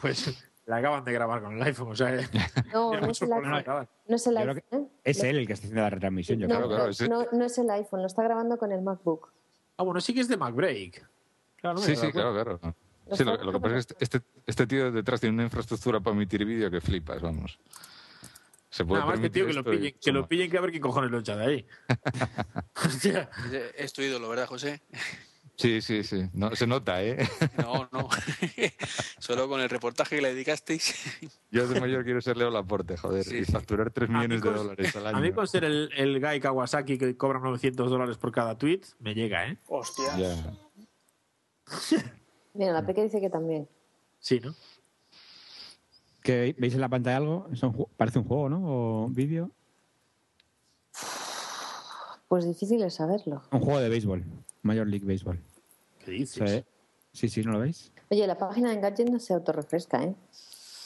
Pues la acaban de grabar con el iPhone, o sea, eh,
No,
tiene
no es
mucho
el
problema
iPhone.
acabar.
No es el
Yo creo
iPhone. ¿eh?
Es él el que está haciendo la retransmisión, yo
no,
creo.
claro, claro,
no,
ese-
no- no es el iPhone, lo está grabando con el MacBook.
Ah, bueno, sí que es de MacBreak. Claro, no me
Sí,
había dado
sí, claro, claro.
Los
Sí, lo,
focos
lo que pasa es que este, este tío detrás tiene una infraestructura para emitir vídeo que flipas, vamos. Se puede
Nada más que,
permitir
tío, que lo
esto y-
pillen, que lo pillen, que a ver qué cojones lo echan de ahí. Hostia,
Es, es tu ídolo, ¿verdad, José?
Sí, sí, sí. No, se nota, ¿eh?
No, no. Solo con el reportaje que le dedicasteis.
Yo de mayor quiero ser Leo Laporte, joder,
Sí,
y
sí.
facturar 3
mí
millones de
con-
dólares al año.
a mí con ser el, el guy Kawasaki que cobra 900 dólares por cada tweet, me llega, ¿eh?
Hostias.
Ya.
Mira,
Mm.
la Peque dice que también.
Sí, ¿no?
¿Que ¿Veis en la pantalla algo? Es un ju- parece un juego, ¿no? ¿O un vídeo?
Pues difícil es saberlo.
Un juego de béisbol. Major League Baseball.
¿Qué
Se
dices?
ve- Sí, sí, ¿no lo veis?
Oye, la página de Engadget no se autorrefresca, ¿eh?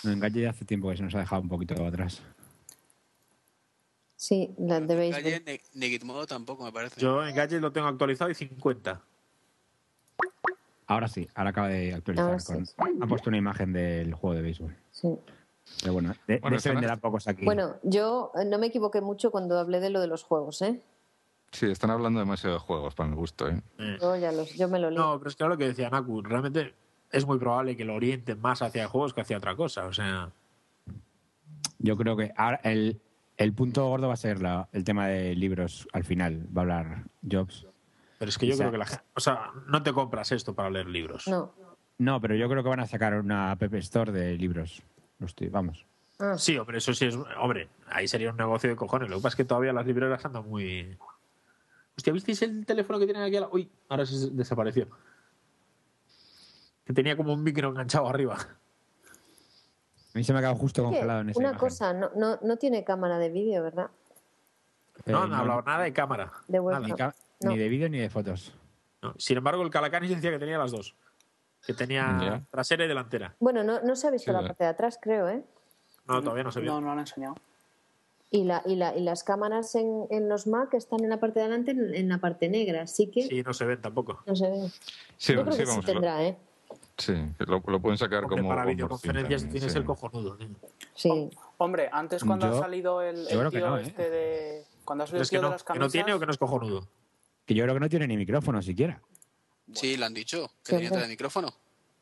No, engañé ya hace tiempo que se nos ha dejado un poquito atrás.
Sí, la de
Calle,
béisbol.
ni, ni Gitmodo tampoco, me parece.
Yo en Gadget lo tengo actualizado y 50.
Ahora sí, ahora acaba de actualizar.
Ahora sí.
con- Ha puesto una imagen del juego de béisbol.
Sí.
Mm. Pero bueno, de, de
Bueno,
ese
Sara-
venderá pocos aquí.
Bueno, yo eh, no me equivoqué mucho cuando hablé de lo de los juegos, ¿eh?
Sí, están hablando demasiado de juegos, para mi gusto, ¿eh?
Eh,
Yo, ya los, yo me lo leí.
No, pero es que ahora lo que decía Naku, realmente es muy probable que lo orienten más hacia juegos que hacia otra cosa. O sea,
Yo creo que ahora el, el punto gordo va a ser la- el tema de libros al final. Va a hablar Jobs.
pero es que yo
O sea-
creo que la gente. O sea, no te compras esto para leer libros.
No.
No, pero yo creo que van a sacar una app store de libros. Hostia, vamos.
Ah,
Sí, hombre, eso sí es. Hombre, ahí sería un negocio de cojones. Lo que pasa es que todavía las libreras andan muy. Hostia, ¿visteis el teléfono que tienen aquí a la. Uy, ahora se desapareció. Que tenía como un micro enganchado arriba.
A mí se me ha quedado justo
que
congelado en esa
una
imagen.
cosa, no, no, no tiene cámara de vídeo, ¿verdad?
Eh,
no han
no,
hablado nada de cámara.
De webcam.
Nada.
ni, ca-
No.
ni de vídeo ni de fotos.
No. Sin embargo, el Calacanis decía que tenía las dos. Que tenía
Ya.
trasera y delantera.
Bueno, no, no se ha visto
Sí,
la
¿verdad?
parte de atrás, creo, ¿eh?
No, todavía no se vio.
Mm, No, no lo han enseñado.
Y, la, y, la, y las cámaras en, en los Mac están en la parte de adelante, en, en la parte negra, así que
Sí, no se ven tampoco.
no se ve.
Sí,
yo creo
sí,
que sí
vamos, lo-
tendrá, ¿eh?
sí, lo, lo pueden sacar
Hombre,
como...
para
como
videoconferencias
cinta,
tienes
sí.
el cojonudo. tío.
Sí.
Hombre, antes cuando
Yo-
ha salido el,
yo
el
creo que
tío
no, ¿eh?
este de. Cuando ha salido el
Pero es que
tío de
no,
las
que
camisas.
no tiene o que no es cojonudo.
Que yo creo que no tiene ni micrófono siquiera.
Sí, lo han dicho, que
Sí,
tenía
hombre.
tres micrófono.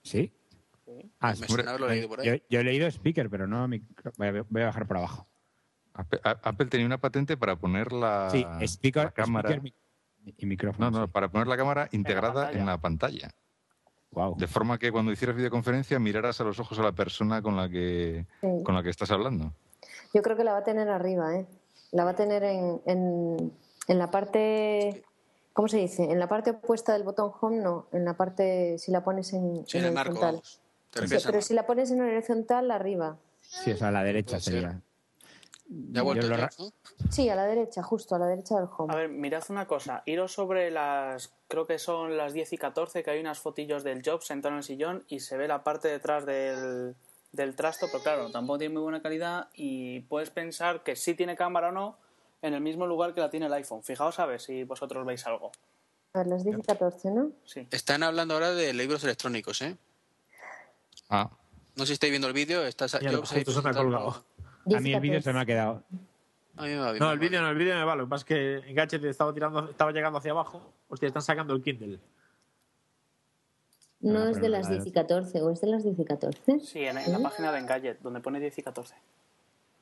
¿Sí. Ah,
Me
sí.
suena haberlo leído por ahí.
Yo, yo he leído speaker, pero no micro- Voy a, voy a bajar por abajo.
Apple, a- Apple tenía una patente para poner Ah, la,
Sí, speaker,
la cámara...
speaker, mic- y micrófono.
no, no, para poner la cámara integrada
pantalla.
en la pantalla.
Wow.
De forma que cuando hicieras videoconferencia miraras a los ojos a la persona con la que,
Sí.
con la que estás hablando.
Yo creo que la va a tener arriba, ¿eh? La va a tener en, en, en la parte. ¿Cómo se dice? En la parte opuesta del botón home, no. En la parte, si la pones en,
Sí, en el marco,
horizontal.
vamos. Te
Eh, Sí,
refieres a-
pero si la pones en horizontal, arriba.
Sí, o sea, a la derecha
Puede ser.
sería.
Ya ha vuelto
Yo lo
ya,
ra-
¿no?
Sí, a la derecha, justo a la derecha del
A
home.
ver, mirad una cosa. Iros sobre las. Creo que son las 10 y 14, que hay unas fotillos del Job sentado en el sillón y se ve la parte detrás del, del trasto, pero claro, tampoco tiene muy buena calidad y puedes pensar que sí tiene cámara o no en el mismo lugar que la tiene el iPhone. Fijaos a ver si vosotros veis algo.
A ver, las 10 y 14, ¿no?
Sí.
Están hablando ahora de libros electrónicos, ¿eh?
Ah,
No sé si estáis viendo el vídeo. Está...
Mira,
yo-
los gestos pues se me ha colgado.
A mí el vídeo se me ha quedado.
A mí me va bien.
No, el vídeo no, el vídeo me vale. Lo que pasa es que en Gadget estaba, tirando, estaba llegando hacia abajo. Hostia, están sacando el Kindle.
Ah,
No es
pero no,
de las
la-
10 y 14, o es de las 10 y 14.
Sí, en, en la página de Engadget, donde pone 10 y 14.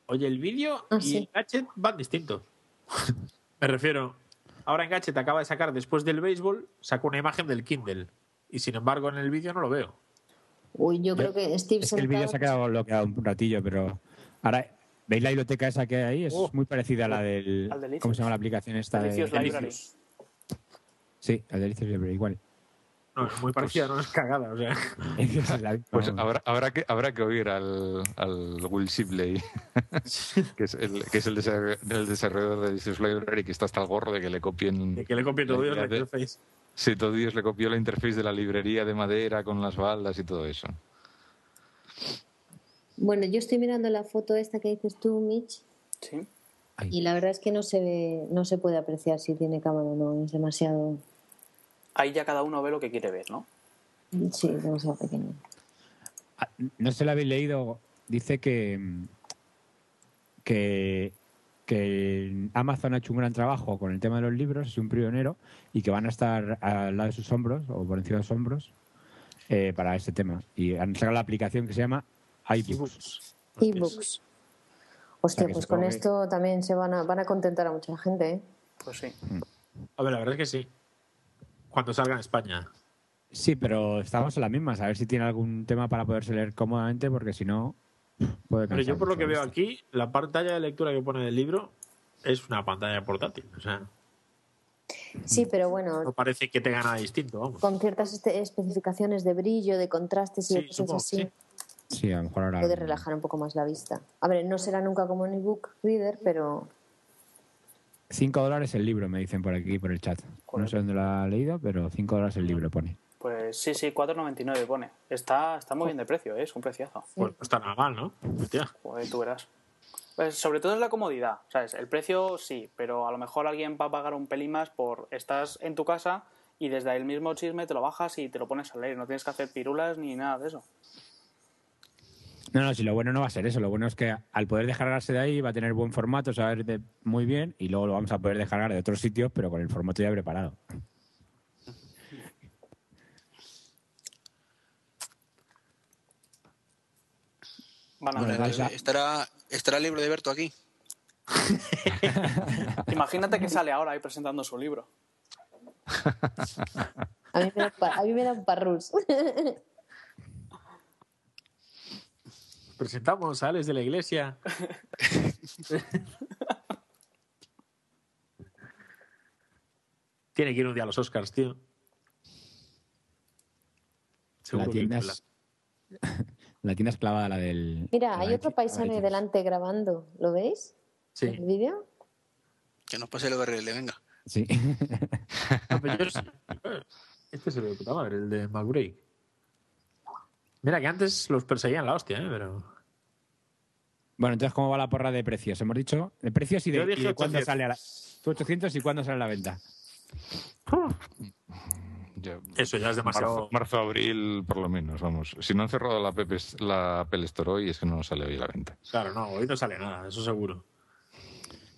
Oye, el vídeo
Ah,
y
sí.
el Gadget van distintos. me refiero. Ahora en Gadget acaba de sacar, después del béisbol, sacó una imagen del Kindle. Y sin embargo, en el vídeo no lo veo.
Uy, yo creo que Steve
Es que el vídeo se ha
sentado-
quedado bloqueado un ratillo, pero ahora veis la biblioteca esa que hay ahí, es
Oh.
muy parecida a la del
Al Delicious.
¿cómo se llama la aplicación esta? de-
Delicious Library.
Sí, al Delicious Library igual.
No, es
pues.
muy parecida, no es cagada. O sea,
Es la-
pues
vamos.
habrá, habrá que, habrá que oír al, al Will Shipley, que es el, que es el, desarroll- el desarrollador de Delicious Library, que está hasta el gorro de que le
de
copien.
que le copié todo Dios la
Fíjate.
interface.
Si todo Dios le copió la interfaz de la librería de madera con las baldas y todo eso.
Bueno, yo estoy mirando la foto esta que dices tú, Mitch,
Sí.
y la verdad es que no se ve, no se puede apreciar si tiene cámara o no, es demasiado,
Ahí ya cada uno ve lo que quiere ver, ¿no?
sí, es demasiado pequeño.
Ah, No se la habéis leído. Dice que, mm, que, que Amazon ha hecho un gran trabajo con el tema de los libros, es un pionero, y que van a estar al lado de sus hombros o por encima de sus hombros eh, para este tema. Y han sacado la aplicación que se llama iBooks.
E-books.
Pues
Hostia,
O sea, que
pues
supongo
con
que-
esto también se van a, van a contentar a mucha gente, ¿eh?
Pues sí.
A ver, la verdad es que sí. Cuando salga en España.
Ah, Sí, pero estamos en la misma, a ver si tiene algún tema para poderse leer cómodamente, porque si no, puede
Pero yo
cansar
por lo
mucho
que veo
esto.
aquí, la pantalla de lectura que pone del libro es una pantalla portátil. O sea,
Sí, pero
no
bueno,
parece que tenga nada distinto, vamos.
con ciertas este- especificaciones de brillo, de contrastes y
Sí,
de cosas
supongo,
así,
sí.
Sí, a lo mejor ahora.
puede relajar un poco más la vista. A ver, no será nunca como un ebook reader, pero
Cinco dólares el libro, me dicen por aquí, por el chat. No sé
Correcto.
dónde lo ha leído, pero cinco dólares el libro pone.
Pues sí, sí, 4.99 pone. Está, está muy bien de precio, ¿eh? es un preciazo.
Pues no está nada mal, ¿no? Hostia.
Joder, tú verás. Pues sobre todo es la comodidad, ¿sabes? El precio sí, pero a lo mejor alguien va a pagar un pelín más por estás en tu casa y desde el mismo chisme te lo bajas y te lo pones a leer. No tienes que hacer pirulas ni nada de eso.
No, no, si lo bueno no va a ser eso. Lo bueno es que al poder descargarse de ahí va a tener buen formato, saber de muy bien, y luego lo vamos a poder descargar de otros sitios, pero con el formato ya preparado.
Van a
Bueno,
ver.
esa-
¿estará, ¿Estará el libro de Berto aquí?
Imagínate que sale ahora ahí presentando su libro.
a mí me dan, pa- a mí me dan parrus.
Presentamos a Alex de la Iglesia. Tiene que ir un día a los Oscars, tío.
La
Seguro que
tienda,
cuela.
es, la tienda es clavada, la del.
Mira,
la
hay
de-
otro
la de
paisano ahí
Teams.
delante grabando, ¿lo veis?
Sí.
¿El vídeo?
Que nos pase el URL, venga.
Sí.
Ah, pero yo sí. Este es el de puta madre, el de McBreak. Mira que antes los perseguían la hostia, ¿eh? pero.
bueno, entonces, ¿cómo va la porra de precios? Hemos dicho de precios y de,
Yo dije
y de cuándo
800.
sale a la. Tú 800 y cuándo sale a la venta.
Ya-
Eso ya es demasiado.
Marzo, marzo, abril, por lo menos, vamos. Si no han cerrado la, Pepe, la Apple Store hoy, es que no nos sale hoy a la venta.
Claro, no, hoy no sale nada, eso seguro.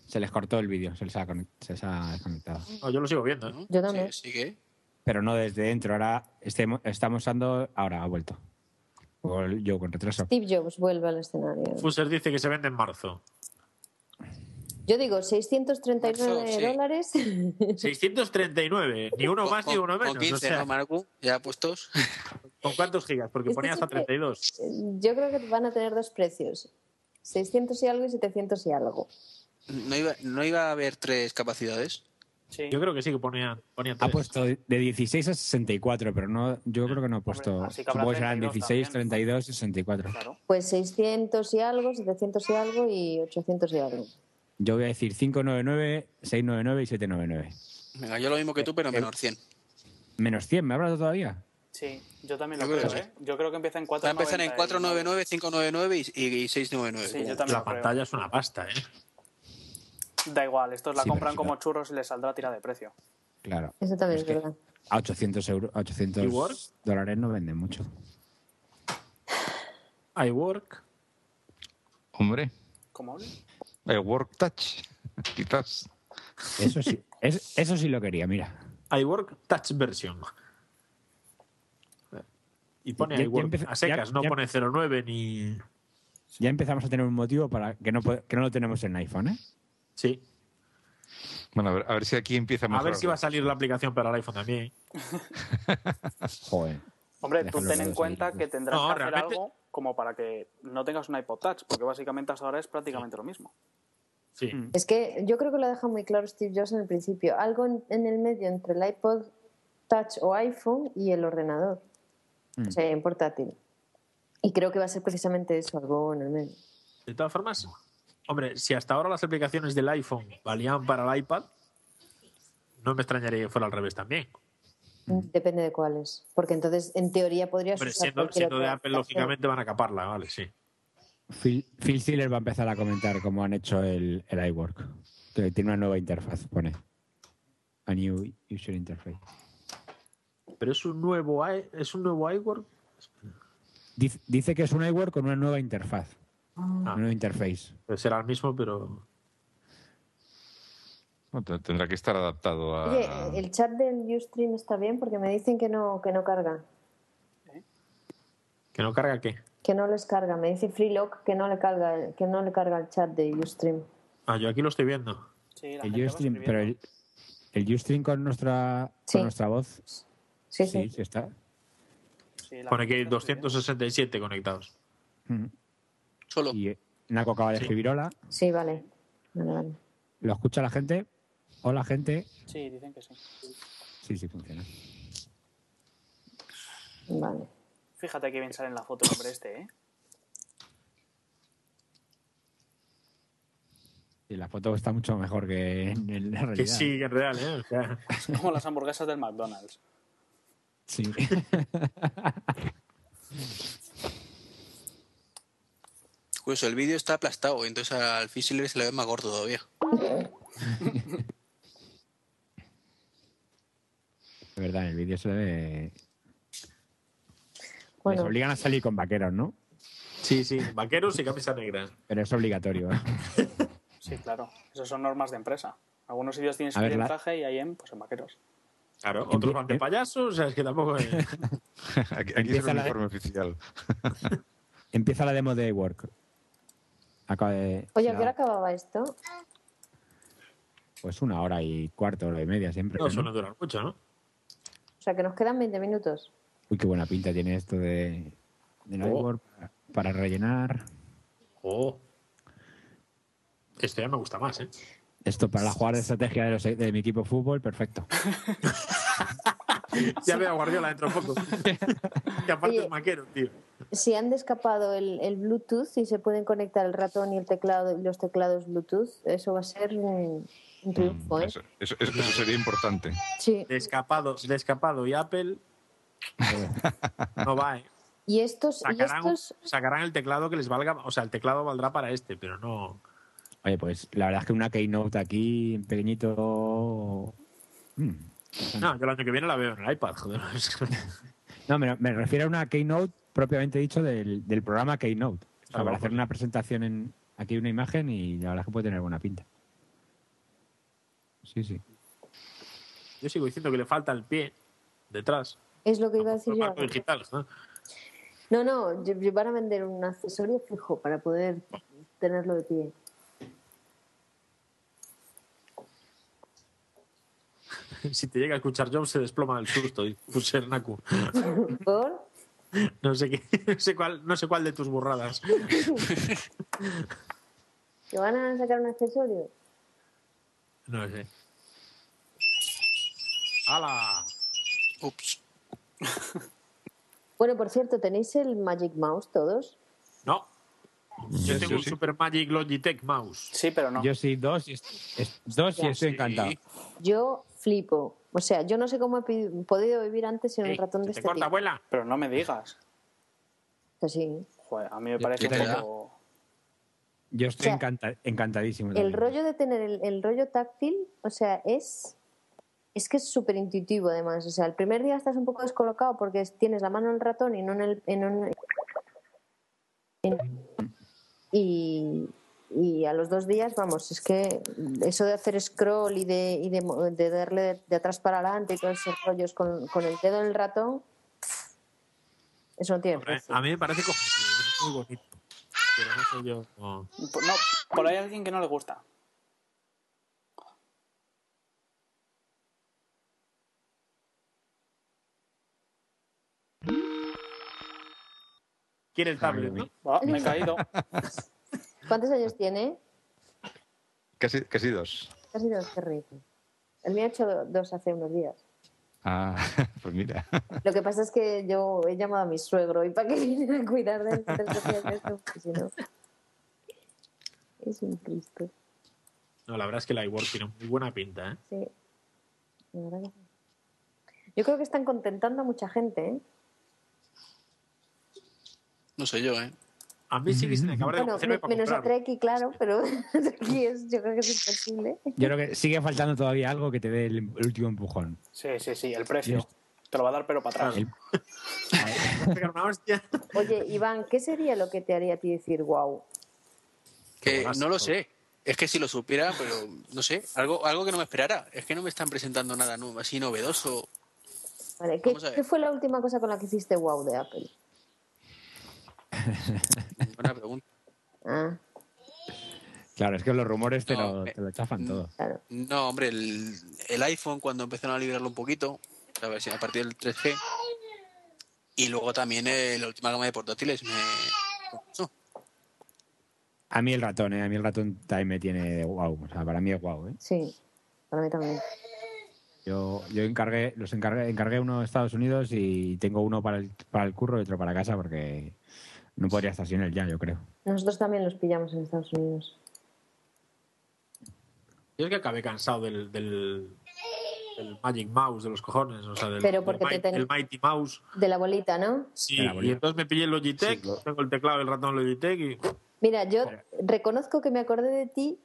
Se les cortó el vídeo, se les ha, conect- se les ha desconectado.
No, yo lo sigo viendo, ¿eh?
¿no?
Yo también.
Sí, sigue.
Pero no desde dentro, ahora estemo- estamos usando. Ahora ha vuelto. O el- Yo con retraso.
Steve Jobs vuelve al escenario.
Fuser dice que se vende en marzo.
Yo digo, 639
Marzo, sí.
dólares.
639, ni uno más ni
Con-
uno
con
menos.
15,
o sea,
¿no, Marcu? Ya puestos.
¿Con cuántos gigas? Porque
Este
ponía hasta
siempre-
32.
Yo creo que van a tener dos precios. 600 y algo y 700 y algo.
¿No iba, ¿No iba a haber tres capacidades?
Sí.
Yo creo que sí que ponía,
Ah,
ponía
Ha
tres.
pues,
puesto de 16 a 64, pero no, yo creo que no ha puesto.
así que habrá
Supongo que serán
32
16,
también.
32 y 64.
Claro.
Pues 600 y algo, 700 y algo y 800 y algo.
Yo voy a decir 599, 699 y 799.
Venga, yo lo mismo que tú, pero menor 100.
Menos 100, ¿me ha hablado todavía?
Sí, yo también lo
Yo creo
creo,
que sí.
¿eh? Yo creo que empieza en
Va a
499.
empezar en 499, 599 y, y
Sí,
699.
yo también
La
lo creo.
pantalla es una pasta, ¿eh?
Da igual, estos la
Sí,
compran
pero sí,
como
claro.
churros y les saldrá tira de precio.
Claro.
Eso también es,
que
verdad.
A 800, euros, a 800
¿Y Word?
dólares no venden mucho.
iWork.
Hombre,
¿Cómo?
eh, Work Touch, quizás.
Eso sí, es- eso sí lo quería, mira.
iWork Touch Version. Y pone
Ya- ya
iWork
empecé-
a secas,
ya-
no
ya-
pone 09 ni.
Ya empezamos a tener un motivo para que no, pod- que no lo tenemos en iPhone, ¿eh?
Sí.
Bueno, a ver, a ver si aquí empieza a
A
mejorar.
ver si va a salir la aplicación para el iPhone también.
Joder.
Hombre, tú
Déjalo
ten
los
en
dos
cuenta
ahí.
que tendrás
No,
que hacer
realmente-
algo como para que no tengas un iPod Touch, porque básicamente hasta ahora es prácticamente lo mismo.
Sí.
Es que yo creo que lo deja muy claro Steve Jobs en el principio. Algo en, en el medio entre el iPod Touch o iPhone y el ordenador. O sea, en portátil. Y creo que va a ser precisamente eso, algo en el medio.
De todas formas, hombre, si hasta ahora las aplicaciones del iPhone valían para el iPad, no me extrañaría que fuera al revés también.
Depende de cuáles. Porque entonces, en teoría, podrías
Hombre,
usar
siendo,
cualquier
siendo de
otra
Apple,
aplicación.
lógicamente van a caparla, vale, sí.
Phil, Phil Sealer va a empezar a comentar cómo han hecho el, el iWork. Que tiene una nueva interfaz, pone. A new user interface.
Pero es un nuevo, i- es un nuevo iWork.
Dice, dice que es un iWork con una nueva interfaz.
Ah.
Una nueva interface.
Pues será el mismo, pero.
No, te- Tendrá que estar adaptado a.
Oye, ¿el chat del Ustream está bien? Porque me dicen que no, que no carga.
¿Que no carga qué?
Que no les carga. Me dice Freelock que no le carga, que no le carga el chat de Ustream.
Ah, yo aquí lo estoy viendo.
Sí, la gente
El
va
Ustream, pero
escribiendo.
el, el Ustream con nuestra,
Sí.
con nuestra voz.
Sí, sí.
sí está.
Sí, la
Pone
gente
que hay
está escribiendo.
267 conectados.
Mm.
Solo.
Y eh, Naco acaba de
Sí.
escribir hola.
Sí, vale. Vale, vale.
¿Lo escucha la gente? Hola, gente.
Sí, dicen que sí.
Sí, sí, funciona.
Vale.
Fíjate que bien sale en la foto el hombre este, ¿eh?
Y la foto está mucho mejor que en en la realidad.
Que sí, que en real, ¿eh? O sea,
Es como las hamburguesas del McDonald's.
Sí.
Curioso, el vídeo está aplastado, entonces al Fisiler se le ve más gordo todavía.
De verdad, en el vídeo se ve... Les
Bueno,
obligan a salir con vaqueros, ¿no?
sí, sí, vaqueros y camisa negra.
Pero es obligatorio.
Sí, claro. Esas son normas de empresa. Algunos sitios tienen
A ver,
que ir en
la-
traje y ahí en, pues en vaqueros.
Claro, otros van de payasos, o sea, es que tampoco. es-
aquí aquí es
empieza
el
la-
uniforme oficial.
Empieza la demo de Work. Acaba de...
oye, ¿a
la-
qué hora acababa esto?
Pues una hora y cuarto, hora y media siempre.
No
¿no?
suele durar mucho, ¿no?
O sea, que nos quedan 20 minutos.
Uy, qué buena pinta tiene esto de... Del
Oh.
iWork para rellenar.
Oh. Esto ya me gusta más, ¿eh?
Esto para la jugada de estrategia de, los- de mi equipo de fútbol, perfecto.
Ya veo a Guardiola dentro de poco. que aparte
Oye.
es maquero, tío.
Si han descapado el, el Bluetooth y se pueden conectar el ratón y el teclado y los teclados Bluetooth, eso va a ser un,
Mm,
un triunfo, ¿eh?
Mm, Eso, eso- eso- eso sería importante.
Sí.
De escapado, de escapado y Apple. No va, ¿eh?
Y estos, y
Sacarán,
estos,
sacarán el teclado que les valga. O sea, el teclado valdrá para este, pero no.
Oye, pues la verdad es que una keynote aquí, en pequeñito... Mm.
No, yo el año que viene la veo en el iPad, joder.
No, me, me refiero a una keynote propiamente dicho del, del programa Keynote. O sea,
Ah,
para
vamos.
hacer una presentación en aquí una imagen y la verdad es que puede tener buena pinta. Sí, sí.
Yo sigo diciendo que le falta el pie detrás.
es lo que iba a decir
El
yo.
marco digital, ¿no?
No, no, yo- yo- van a vender un accesorio fijo para poder tenerlo de pie.
Si te llega a escuchar Jobs, se desploma del susto. Y puse el Naku.
¿Por?
No sé, qué, no, sé cuál, no sé cuál de tus burradas.
¿Que van a sacar un accesorio?
No sé. ¡Hala!
Ups.
Bueno, por cierto, ¿tenéis el Magic Mouse todos?
No. Yo
Yo
tengo un
sí.
Super Magic Logitech Mouse.
Sí, pero no.
Yo sí, dos y, est- est- dos y estoy
Sí.
encantado.
Yo flipo. O sea, yo no sé cómo he pi- podido vivir antes sin un
Ey,
ratón de
que
este
te corta,
tipo.
abuela.
Pero no me digas.
Que sí.
Joder, a mí me parece
¿Qué te
un
da?
poco...
Yo estoy
O sea,
encanta- encantadísimo.
El
también.
rollo de tener el, el rollo táctil, o sea, es es que es súper intuitivo además. O sea, el primer día estás un poco descolocado porque es- tienes la mano en el ratón y no en el... en un- en- y, y a los dos días, vamos, es que eso de hacer scroll y de, y de, mo- de darle de atrás para adelante y todos esos rollos con, con el dedo en el ratón, eso no tiene
Hombre,
precio.
A mí me parece cojonudo, es muy bonito. Pero no soy yo. no.
No, por ahí hay alguien que no le gusta.
Quiere el tablet, ¿no?
Ah, me he caído.
¿Cuántos años tiene?
Casi, casi dos.
Casi dos, qué rico. El mío ha hecho do- dos hace unos días.
Ah, pues mira.
Lo que pasa es que yo he llamado a mi suegro y para que viene a cuidar de él tres veces esto, porque si no. Es un Cristo.
No, la verdad es que la iWork tiene muy buena pinta, ¿eh?
Sí. La verdad que sí. Yo creo que están contentando a mucha gente, ¿eh?
No sé yo, ¿eh?
A mí sí que se me acaba de
Bueno,
convencerme
me-
para
menos a
comprarlo.
Treki, claro, pero aquí es, yo creo que es imposible.
Yo creo que sigue faltando todavía algo que te dé el, el último empujón.
Sí, sí, sí, el precio. Te lo va a dar pero para atrás.
El-
Pegar una hostia.
Oye, Iván, ¿qué sería lo que te haría a ti decir wow?
Qué
Que
golazo.
no lo sé. Es que si lo supiera, pero no sé, algo, algo que no me esperara. Es que no me están presentando nada nu- así novedoso.
Vale, ¿qué,
Vamos a ver.
qué fue la última cosa con la que hiciste wow de Apple?
Buena pregunta.
Ah,
Claro, es que los rumores te,
No,
lo,
me-
te lo chafan todo.
claro.
No, hombre, el, el iPhone cuando empezaron a liberarlo un poquito, a ver si a partir del 3G. Y luego también eh, la última gama de portátiles me. no,
A mí el ratón, ¿eh? A mí el ratón también me tiene de guau. O sea, para mí es guau, ¿eh?
Sí, para mí también.
Yo, yo encargué, los encargué, encargué uno de Estados Unidos y tengo uno para el, para el curro y otro para casa porque no podría estar sin él ya, yo creo.
Nosotros también los pillamos en Estados Unidos.
Yo es que acabé cansado del, del, del Magic Mouse, de los cojones. O sea, del,
Pero
del
porque te
Mi-
ten-
del Mighty Mouse.
De la bolita, ¿no?
Sí,
Era bonito.
y entonces me pillé el Logitech,
Sí, claro.
tengo el teclado, el ratón Logitech y...
Mira, yo reconozco que me acordé de ti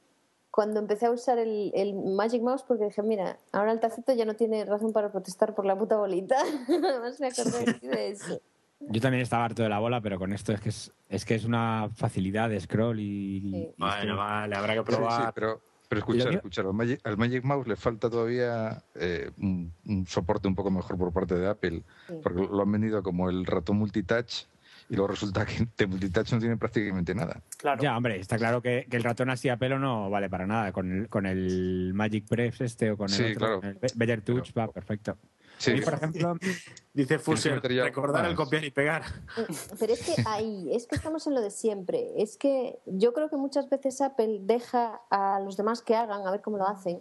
cuando empecé a usar el, el Magic Mouse porque dije, mira, ahora el tacito ya no tiene razón para protestar por la puta bolita. Además me acordé de ti de eso.
Yo también estaba harto de la bola, pero con esto es que es, es que es una facilidad de scroll y... y-
Sí.
y es que-
Bueno, vale, habrá que
Sí, sí,
probar.
pero, pero escuchar,
mío-
escuchar, al Magic, al Magic Mouse le falta todavía eh, un, un soporte un poco mejor por parte de Apple,
Sí.
porque lo han vendido como el ratón multitouch y luego resulta que de multitouch no tiene prácticamente nada.
Claro.
Ya, hombre, está claro que, que el ratón así a pelo no vale para nada. Con el, con el Magic Press este o con el,
Sí,
otro,
claro.
con el Be- Better Touch va perfecto.
Sí,
Y, por ejemplo,
Dice
que
Fuser,
meter ya
recordar
más.
el copiar y pegar.
Pero es que ahí, es que estamos en lo de siempre. Es que yo creo que muchas veces Apple deja a los demás que hagan, a ver cómo lo hacen.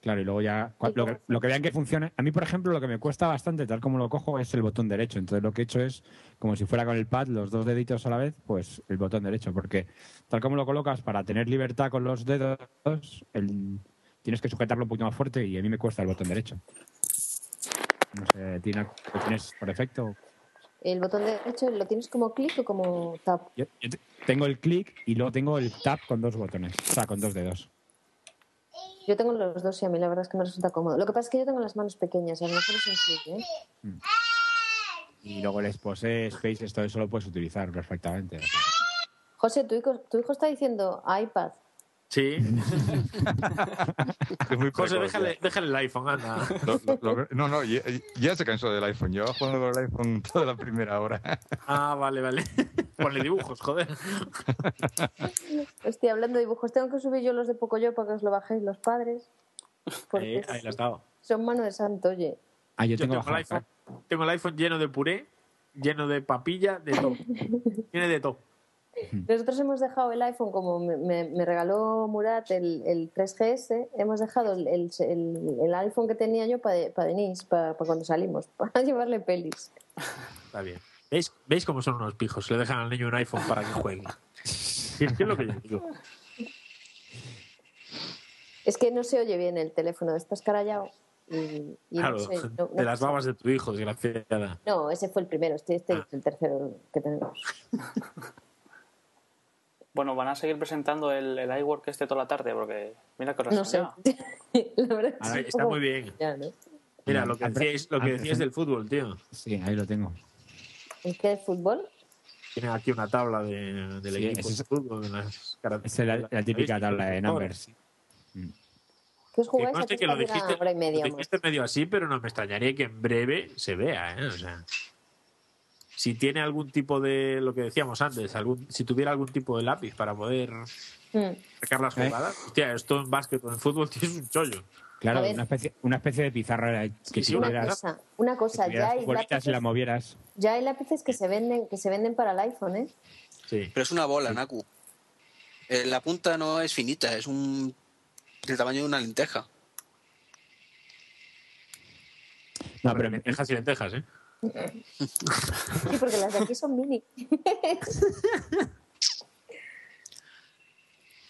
claro, y luego ya cua- lo que, lo que vean que funcione. A mí, por ejemplo, lo que me cuesta bastante, tal como lo cojo, es el botón derecho. Entonces lo que he hecho es, como si fuera con el pad, los dos deditos a la vez, pues el botón derecho. Porque tal como lo colocas para tener libertad con los dedos, el- tienes que sujetarlo un poquito más fuerte y a mí me cuesta el botón derecho. No sé, Tina, ¿lo tienes por defecto?
El botón derecho lo tienes como clic o como tap.
Yo, yo te- tengo el clic y luego tengo el tap con dos botones, o sea, con dos dedos.
Yo tengo los dos y a mí la verdad es que me resulta cómodo. Lo que pasa es que yo tengo las manos pequeñas y a lo mejor eso influye, ¿eh?
Y luego el expose, space, esto eso lo puedes utilizar perfectamente.
José, tu hijo, tu hijo está diciendo iPad.
Sí.
es muy
José,
precoz,
déjale, déjale el iPhone, anda.
ya. Lo- lo- lo- no, no, ya, ya se cansó del iPhone. Lleva jugando con el iPhone toda la primera hora.
Ah, vale, vale. Ponle dibujos, joder.
Estoy hablando de dibujos. Tengo que subir yo los de Pocoyo para que os lo bajéis los padres. Porque
Ahí, ahí la has dado.
son mano de santo, oye.
Ah, yo
Yo
tengo,
tengo,
bajado
el iPhone, tengo el iPhone lleno de puré, lleno de papilla, de todo. Tiene de todo.
Nosotros hemos dejado el iPhone, como me, me- me regaló Murat el, el 3GS, hemos dejado el, el- el- el iPhone que tenía yo para Denise, para cuando salimos, para llevarle pelis.
Está bien. ¿Veis, ¿Veis cómo son unos pijos? Le dejan al niño un iPhone para que juegue. Si es que es lo que yo digo.
Es que no se oye bien el teléfono, estás carallado. Y, y
Claro,
no sé, no- no
de las
pasa-
babas Ah. de tu hijo, desgraciada.
No, ese fue el primero, este, este es el tercero que tenemos.
Bueno, van a seguir presentando el, el iWork este toda la tarde, porque mira que os
No sé. La verdad es
Ah,
un
está
poco-
muy bien.
Ya, ¿no?
Mira, lo que decíais, lo que decíais del fútbol, tío.
Sí, ahí lo tengo.
¿El qué? ¿El fútbol?
Tiene aquí una tabla de, del
Sí,
equipo
es-
de fútbol. de las Este
Esa es la, la típica tabla de numbers.
¿Qué os
Que
jugáis?
conste
Aquí
que lo
está
dijiste,
una hora y media.
lo dijiste Este medio así, pero no me extrañaría que en breve se vea. ¿eh? O sea, si tiene algún tipo de, lo que decíamos antes, algún, si tuviera algún tipo de lápiz para poder
más. Mm.
sacar las
¿Eh?
jugadas, hostia, esto en básquet o en fútbol tienes un chollo.
Claro,
A ver.
una especie, una especie de pizarra que
sí,
Una
tuvieras,
cosa, una
que
cosa
tuvieras
ya, hay
tus bolitas y
lápices,
la movieras.
ya hay lápices que se venden que se venden para el iPhone, ¿eh?
Sí.
Pero es una bola, Naku. Eh, la punta no es finita, es un del tamaño de una lenteja.
No,
pero
pero me-
lentejas y lentejas, ¿eh?
Sí, porque las de aquí son mini.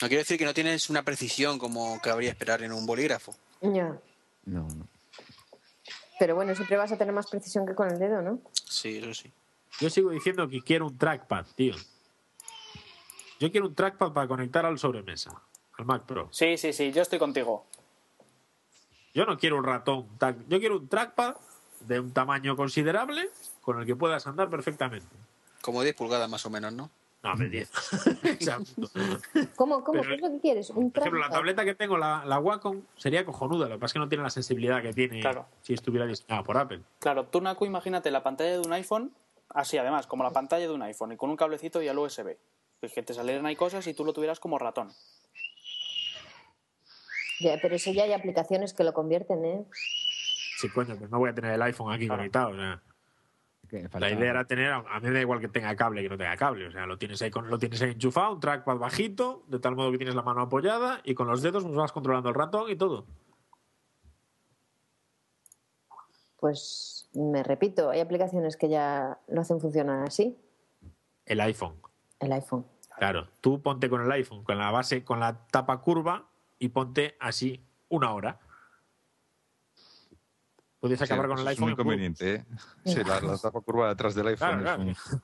No quiero decir que no tienes una precisión como cabría esperar en un bolígrafo.
Ya.
no, no.
Pero bueno, siempre vas a tener más precisión que con el dedo, ¿no?
Sí, eso sí.
Yo sigo diciendo que quiero un trackpad, tío. Yo quiero un trackpad para conectar al sobremesa, al Mac Pro.
Sí, sí, sí, yo estoy contigo.
Yo no quiero un ratón. tac- Yo quiero un trackpad de un tamaño considerable con el que puedas andar perfectamente.
Como 10 pulgadas más o menos, ¿no?
No, me 10. Exacto.
¿Cómo, cómo?
Pero-
¿Qué es lo que quieres? Un
Por ejemplo, la
trackpad?
tableta que tengo, la, la Wacom, sería cojonuda. Lo que pasa es que no tiene la sensibilidad que tiene
Claro.
si estuviera diseñada por Apple.
Claro, tú, Naku, imagínate la pantalla de un iPhone, así además, como la pantalla de un iPhone, y con un cablecito y al USB. Pues que te salieran ahí cosas y tú lo tuvieras como ratón.
Ya, pero eso ya hay aplicaciones que lo convierten, ¿eh?
Sí, coño, pues no voy a tener el iPhone aquí
Claro.
conectado. o sea.
que
La
faltaba.
idea era tener, a a mí me da igual que tenga cable que no tenga cable, o sea, lo tienes ahí, con- lo tienes ahí enchufado, un trackpad bajito, de tal modo que tienes la mano apoyada y con los dedos nos vas controlando el ratón y todo.
Pues me repito, hay aplicaciones que ya lo hacen funcionar así,
El iPhone,
el iPhone.
claro, tú ponte con el iPhone, con la base, con la tapa curva y ponte así una hora. Puedes
Sí,
acabar con
eso
el
es
iPhone.
muy
en puro.
conveniente, ¿eh? Sí, la, la tapa curva detrás del iPhone
Claro,
es un-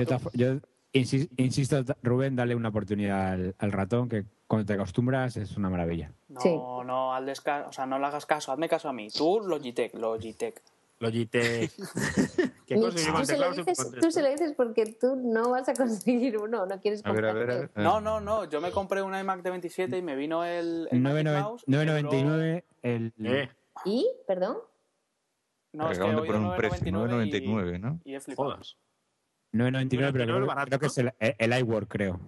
Yo, ta- yo insi- insisto, ta- Rubén, dale una oportunidad al, al ratón, que cuando te acostumbras es una maravilla.
No,
Sí.
no, al desca- o sea, no le hagas caso, hazme caso a mí. Tú, Logitech, Logitech.
Logitech. ¿Qué
Y
cosa que llevan
tú, se lo
teclados y
dices,
botones.
tú se lo dices porque tú no vas a conseguir uno, no quieres
A ver, a ver, a
comprarte.
ver.
No, no, no, yo me compré un iMac de 27 y me vino el. el Magic Mouse y me duró-
9.99 el...
Eh,
¿Y? ¿Perdón?
No, es que
Acaban de
hoy
poner un
era
precio,
9.99
9,99, ¿no?
y, y he flipado.
jodas.
9.99, pero
9.99
creo,
barato,
creo que es el, el iWork, creo.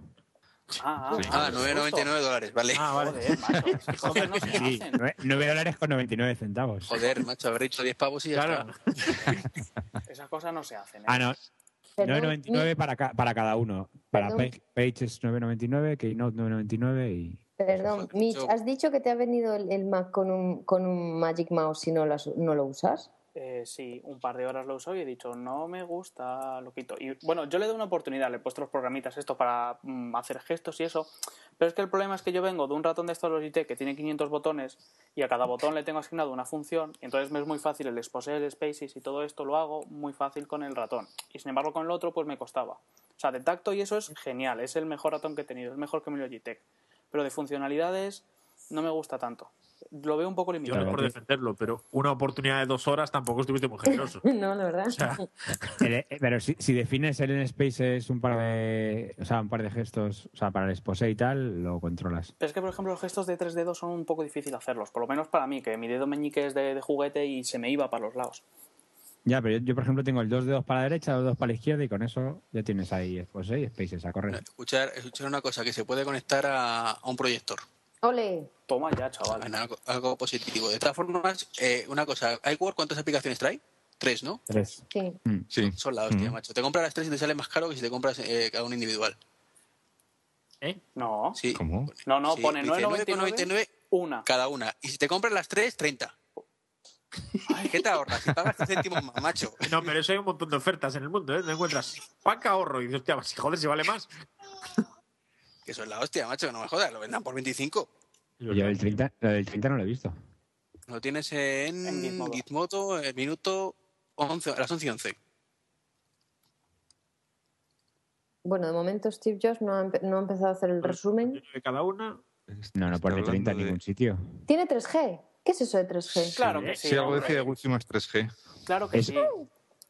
Ah, ah,
Sí.
Ah,
vale,
9,99 dólares, vale.
Ah, vale.
Joder, macho, esas cosas no se
Sí.
hacen.
9, dólares con 99 centavos.
Joder, macho, habré hecho 10 pavos y ya
Claro.
está.
Esas cosas no se hacen. ¿eh?
Ah, no,
Perdón,
9.99 para, ca- para cada uno. Para
Perdón.
Page, Page es 9.99, Keynote 9.99 y...
Perdón,
Joder,
Mitch,
yo-
¿has dicho que te ha venido el, el Mac con un, con un Magic Mouse si no lo, has- no lo usas?
Eh, sí, un par de horas lo uso y he dicho, no me gusta, lo quito. Y bueno, yo le doy una oportunidad, le he puesto los programitas estos para mm, hacer gestos y eso. Pero es que el problema es que yo vengo de un ratón de estos Logitech que tiene 500 botones y a cada botón le tengo asignado una función. y entonces me es muy fácil el exposer, el spaces y todo esto lo hago muy fácil con el ratón. Y sin embargo con el otro pues me costaba. O sea, de tacto y eso es genial, es el mejor ratón que he tenido, es mejor que mi Logitech. Pero de funcionalidades no me gusta tanto. Lo veo un poco
Yo
limitado.
no es por defenderlo, pero una oportunidad de dos horas tampoco estuviste muy generoso.
no, la verdad.
O sea,
El- eh, pero si, si defines el N-Space es un par de o sea, un par de gestos, o sea, para el expose y tal, lo controlas.
Pero es que, por ejemplo, los gestos de tres dedos son un poco difícil hacerlos, por lo menos para mí, que mi dedo meñique es de, de juguete y se me iba para los lados.
Ya, pero yo, yo, por ejemplo tengo el dos dedos para la derecha, dos dedos para la izquierda y con eso ya tienes ahí expose y spaces a correr.
Escuchar, escuchar una cosa, que se puede conectar a, a un proyector.
Ole,
Toma ya, chaval.
Bueno, algo, algo positivo. De todas formas, eh, una cosa, ¿iWork cuántas aplicaciones trae? Tres, ¿no?
Tres.
Sí.
Mm.
Sí.
Son la hostia,
Mm.
macho. Te compras las tres y te sale más caro que si te compras eh, cada uno individual.
¿Eh?
No,
Sí.
¿Cómo?
no, no,
Sí,
pone
dice
9,99
9,99
una.
cada una. Y si te compras las tres, 30. ¿Qué te ahorras? Si pagas 10 céntimos más, macho.
No, pero eso hay un montón de ofertas en el mundo, ¿eh? Te encuentras paca ahorro y dices, hostia, si joder, si vale más.
Que eso es la hostia, macho. Que no me jodas, lo vendan por 25.
Yo la del 30, la del 30 no la he visto.
Lo tienes en,
En Gizmodo.
Gizmodo, el minuto 11, a las 11 y 11.
Bueno, de momento Steve Jobs no ha, empe- no ha empezado a hacer el resumen.
De cada una.
No, no
Está
pone
hablando
30 en
de-
ningún sitio.
¿Tiene 3G? ¿Qué es eso de 3G?
Claro
Sí,
que
Sí,
sí.
algo
hombre.
decía de Wi-Fi más 3G.
Claro que
Es-
sí.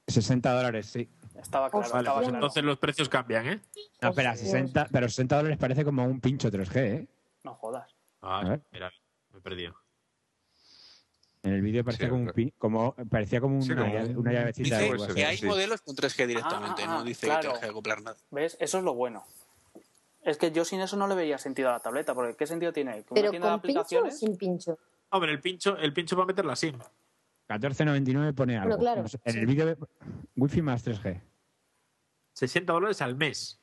60 dólares, sí.
Estaba claro,
Vale,
Vale,
estaba
pues
claro.
entonces los precios cambian, ¿eh?
No, espera,
Hostia.
60, pero 60 dólares parece como un pincho 3G, ¿eh?
No jodas.
Ah,
A ver.
espera, me he perdido.
En el vídeo parecía
Sí,
como un
claro.
pin- como parecía como una,
Sí, como
llave-
un-
una llavecita
Sí,
Dice
de
puede ser,
que
WhatsApp.
hay
sí.
modelos con 3G directamente,
Ah, ah,
no dice que
claro.
tengas que acoplar nada.
¿Ves? Eso es lo bueno. Es que yo sin eso no le veía sentido a la tableta, porque ¿qué sentido tiene? ¿Que una
¿Pero
tienda de
con pincho o
aplicaciones?
sin pincho?
Hombre, el pincho, el pincho va a meter la SIM.
14.99 pone algo.
claro,
No sé, en
sí.
el vídeo Wi-Fi más 3G.
60 dólares al mes.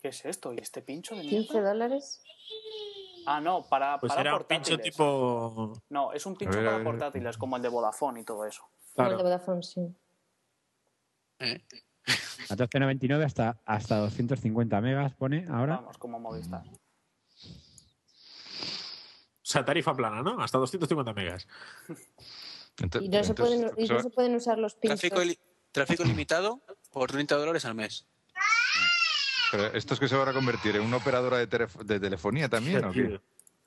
¿Qué es esto? ¿Y este pincho de
15
mierda?
dólares.
Ah, no, para,
Pues
para
era un pincho
portátiles.
tipo.
No, es un pincho
ver, a
para
ver.
portátiles, como el de Vodafone y todo eso.
Como
Claro.
el de Vodafone, sí.
¿eh?
14.99 hasta, hasta 250 megas pone ahora.
Vamos, como Movistar.
O sea, tarifa plana, ¿no? Hasta 250 megas.
Ento-
Y no, se
entonces,
pueden, y no se pueden usar los pinchos.
Tráfico, ili- tráfico limitado por 30 dólares al mes.
pero ¿Esto es que se van a convertir en una operadora de, telef- de telefonía también o qué?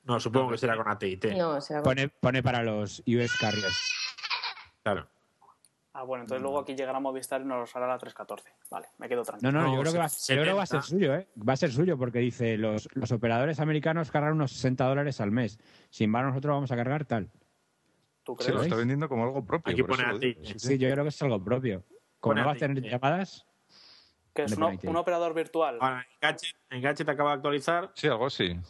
No, supongo que será con AT&T.
No, será
Pone, pone para los US carriers.
Claro.
Ah, bueno, entonces luego aquí llegará Movistar y nos hará la 314. Vale, me quedo tranquilo.
No, no,
No,
yo, creo que va, yo creo que va a ser
70.
suyo, ¿eh? Va a ser suyo porque dice, los, los operadores americanos cargan unos 60 dólares al mes. Sin embargo, nosotros vamos a cargar tal.
¿Tú
Se lo
crees?
está vendiendo como algo propio.
Aquí
por eso
pone
lo
a ti.
digo.
Sí, yo creo que es algo propio. Como
Bueno,
no vas a
sí,
tener
sí.
llamadas,
que es
Me
uno-
parece.
un operador virtual.
Ah.
Ahora, en Gadget, en Gadget acaba de actualizar
Sí, algo así. Ah,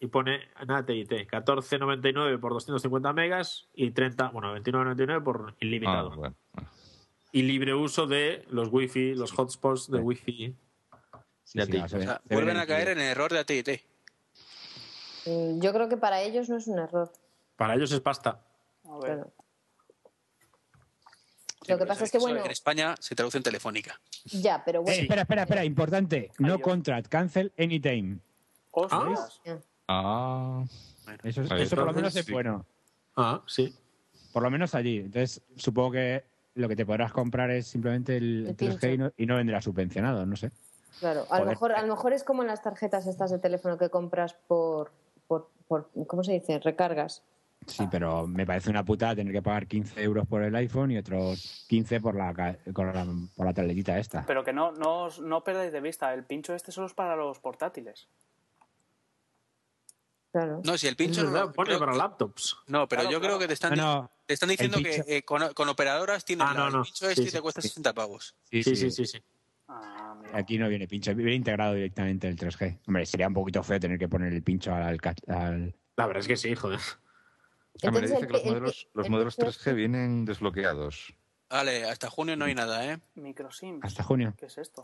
y pone en AT&T 14.99 por 250 megas y 30, bueno, 29.99 por
Ah,
ilimitado.
bueno.
Y libre uso de los wifi, los hotspots de
Sí.
wifi.
sí,
Ya
sí,
te-
no, se
O
ve-
sea,
se ve
vuelven
en
a
el
caer
vídeo.
en el error de AT&T.
Mm, Yo creo que para ellos no es un error.
Para ellos es pasta.
A ver.
claro. Lo que
pero
pasa es
sabéis
que,
eso
bueno,
En España se traduce en telefónica.
ya, pero
Eh,
bueno.
espera, espera, espera, importante. No
Adiós.
contract, cancel anytime.
Hostias.
Ah,
Eso, es-
Ahí
eso por lo
está.
menos es
Sí.
bueno.
Ah, sí.
Por lo menos allí. Entonces, supongo que lo que te podrás comprar es simplemente el,
El
3G y no, y no vendrá subvencionado, no sé.
Claro, a lo,
Joder.
mejor, a lo mejor es como en las tarjetas estas de teléfono que compras por, por, por ¿cómo se dice? Recargas.
Sí, pero me parece una putada tener que pagar 15 euros por el iPhone y otros 15 por la, ca- con la- por la tabletita
Ah.
esta.
Pero que no, no, os- no perdáis de vista, el pincho este solo es para los portátiles.
Claro.
No, si el
Es
pincho no,
verdad,
lo-
pone
creo-
para laptops.
no, pero
Claro,
yo
claro.
creo que te están,
No,
di-
no.
te están diciendo
pincho.
que eh, con, con operadoras tienes
Ah,
la-
no, no.
el pincho este
Sí,
y te
sí,
cuesta
sí.
60 pavos.
Sí, sí, sí, sí.
Ah, mira.
Aquí no viene pincho, viene integrado directamente el 3G. Hombre, sería un poquito feo tener que poner el pincho al, ca- al-
La verdad es que sí, joder.
Hombre, dice
el
que los
pi- el pi-
modelos, los
el
modelos
pincho
3G vienen desbloqueados.
Vale, hasta junio no hay nada, ¿eh?
Microsims.
hasta junio.
¿Qué es esto?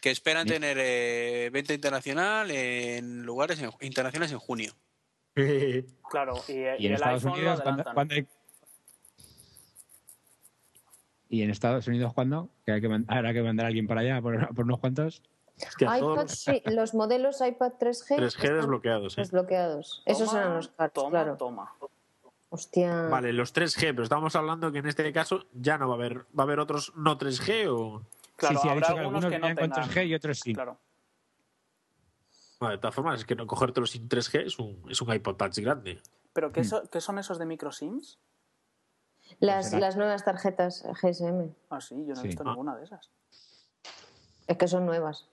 Que esperan
Sí.
tener eh, venta internacional en lugares en- internacionales en junio.
Claro, y, eh,
Y en
y el
Estados
iPhone
Unidos,
lo
¿cuándo,
adelantan.
cuándo hay- ¿Y en Estados Unidos cuándo? Que hay que mand- habrá que mandar a alguien para allá por, por unos cuantos.
Hostia, todos
iPad,
los
sí, los modelos iPad 3G,
3G
están
desbloqueados. ¿eh?
desbloqueados. Esos
Toma,
eran los caros,
Toma,
claro.
toma.
Hostia.
Vale, los 3G, pero estamos hablando que en este caso ya no va a haber, va a haber otros no 3G o.
Claro,
sí, sí, ha
habrá
dicho que
algunos
algunos
que no
venían con
tengan.
3G y otros sí.
Claro.
Bueno, de todas formas, es que no cogértelo sin 3G es un, es un iPod Touch grande.
¿Pero
Mm.
qué, so- qué son esos de microsims?
Las,
pues será.
las nuevas tarjetas GSM.
Ah, sí, yo no he
Sí.
visto
Ah.
ninguna de esas.
Es que son nuevas.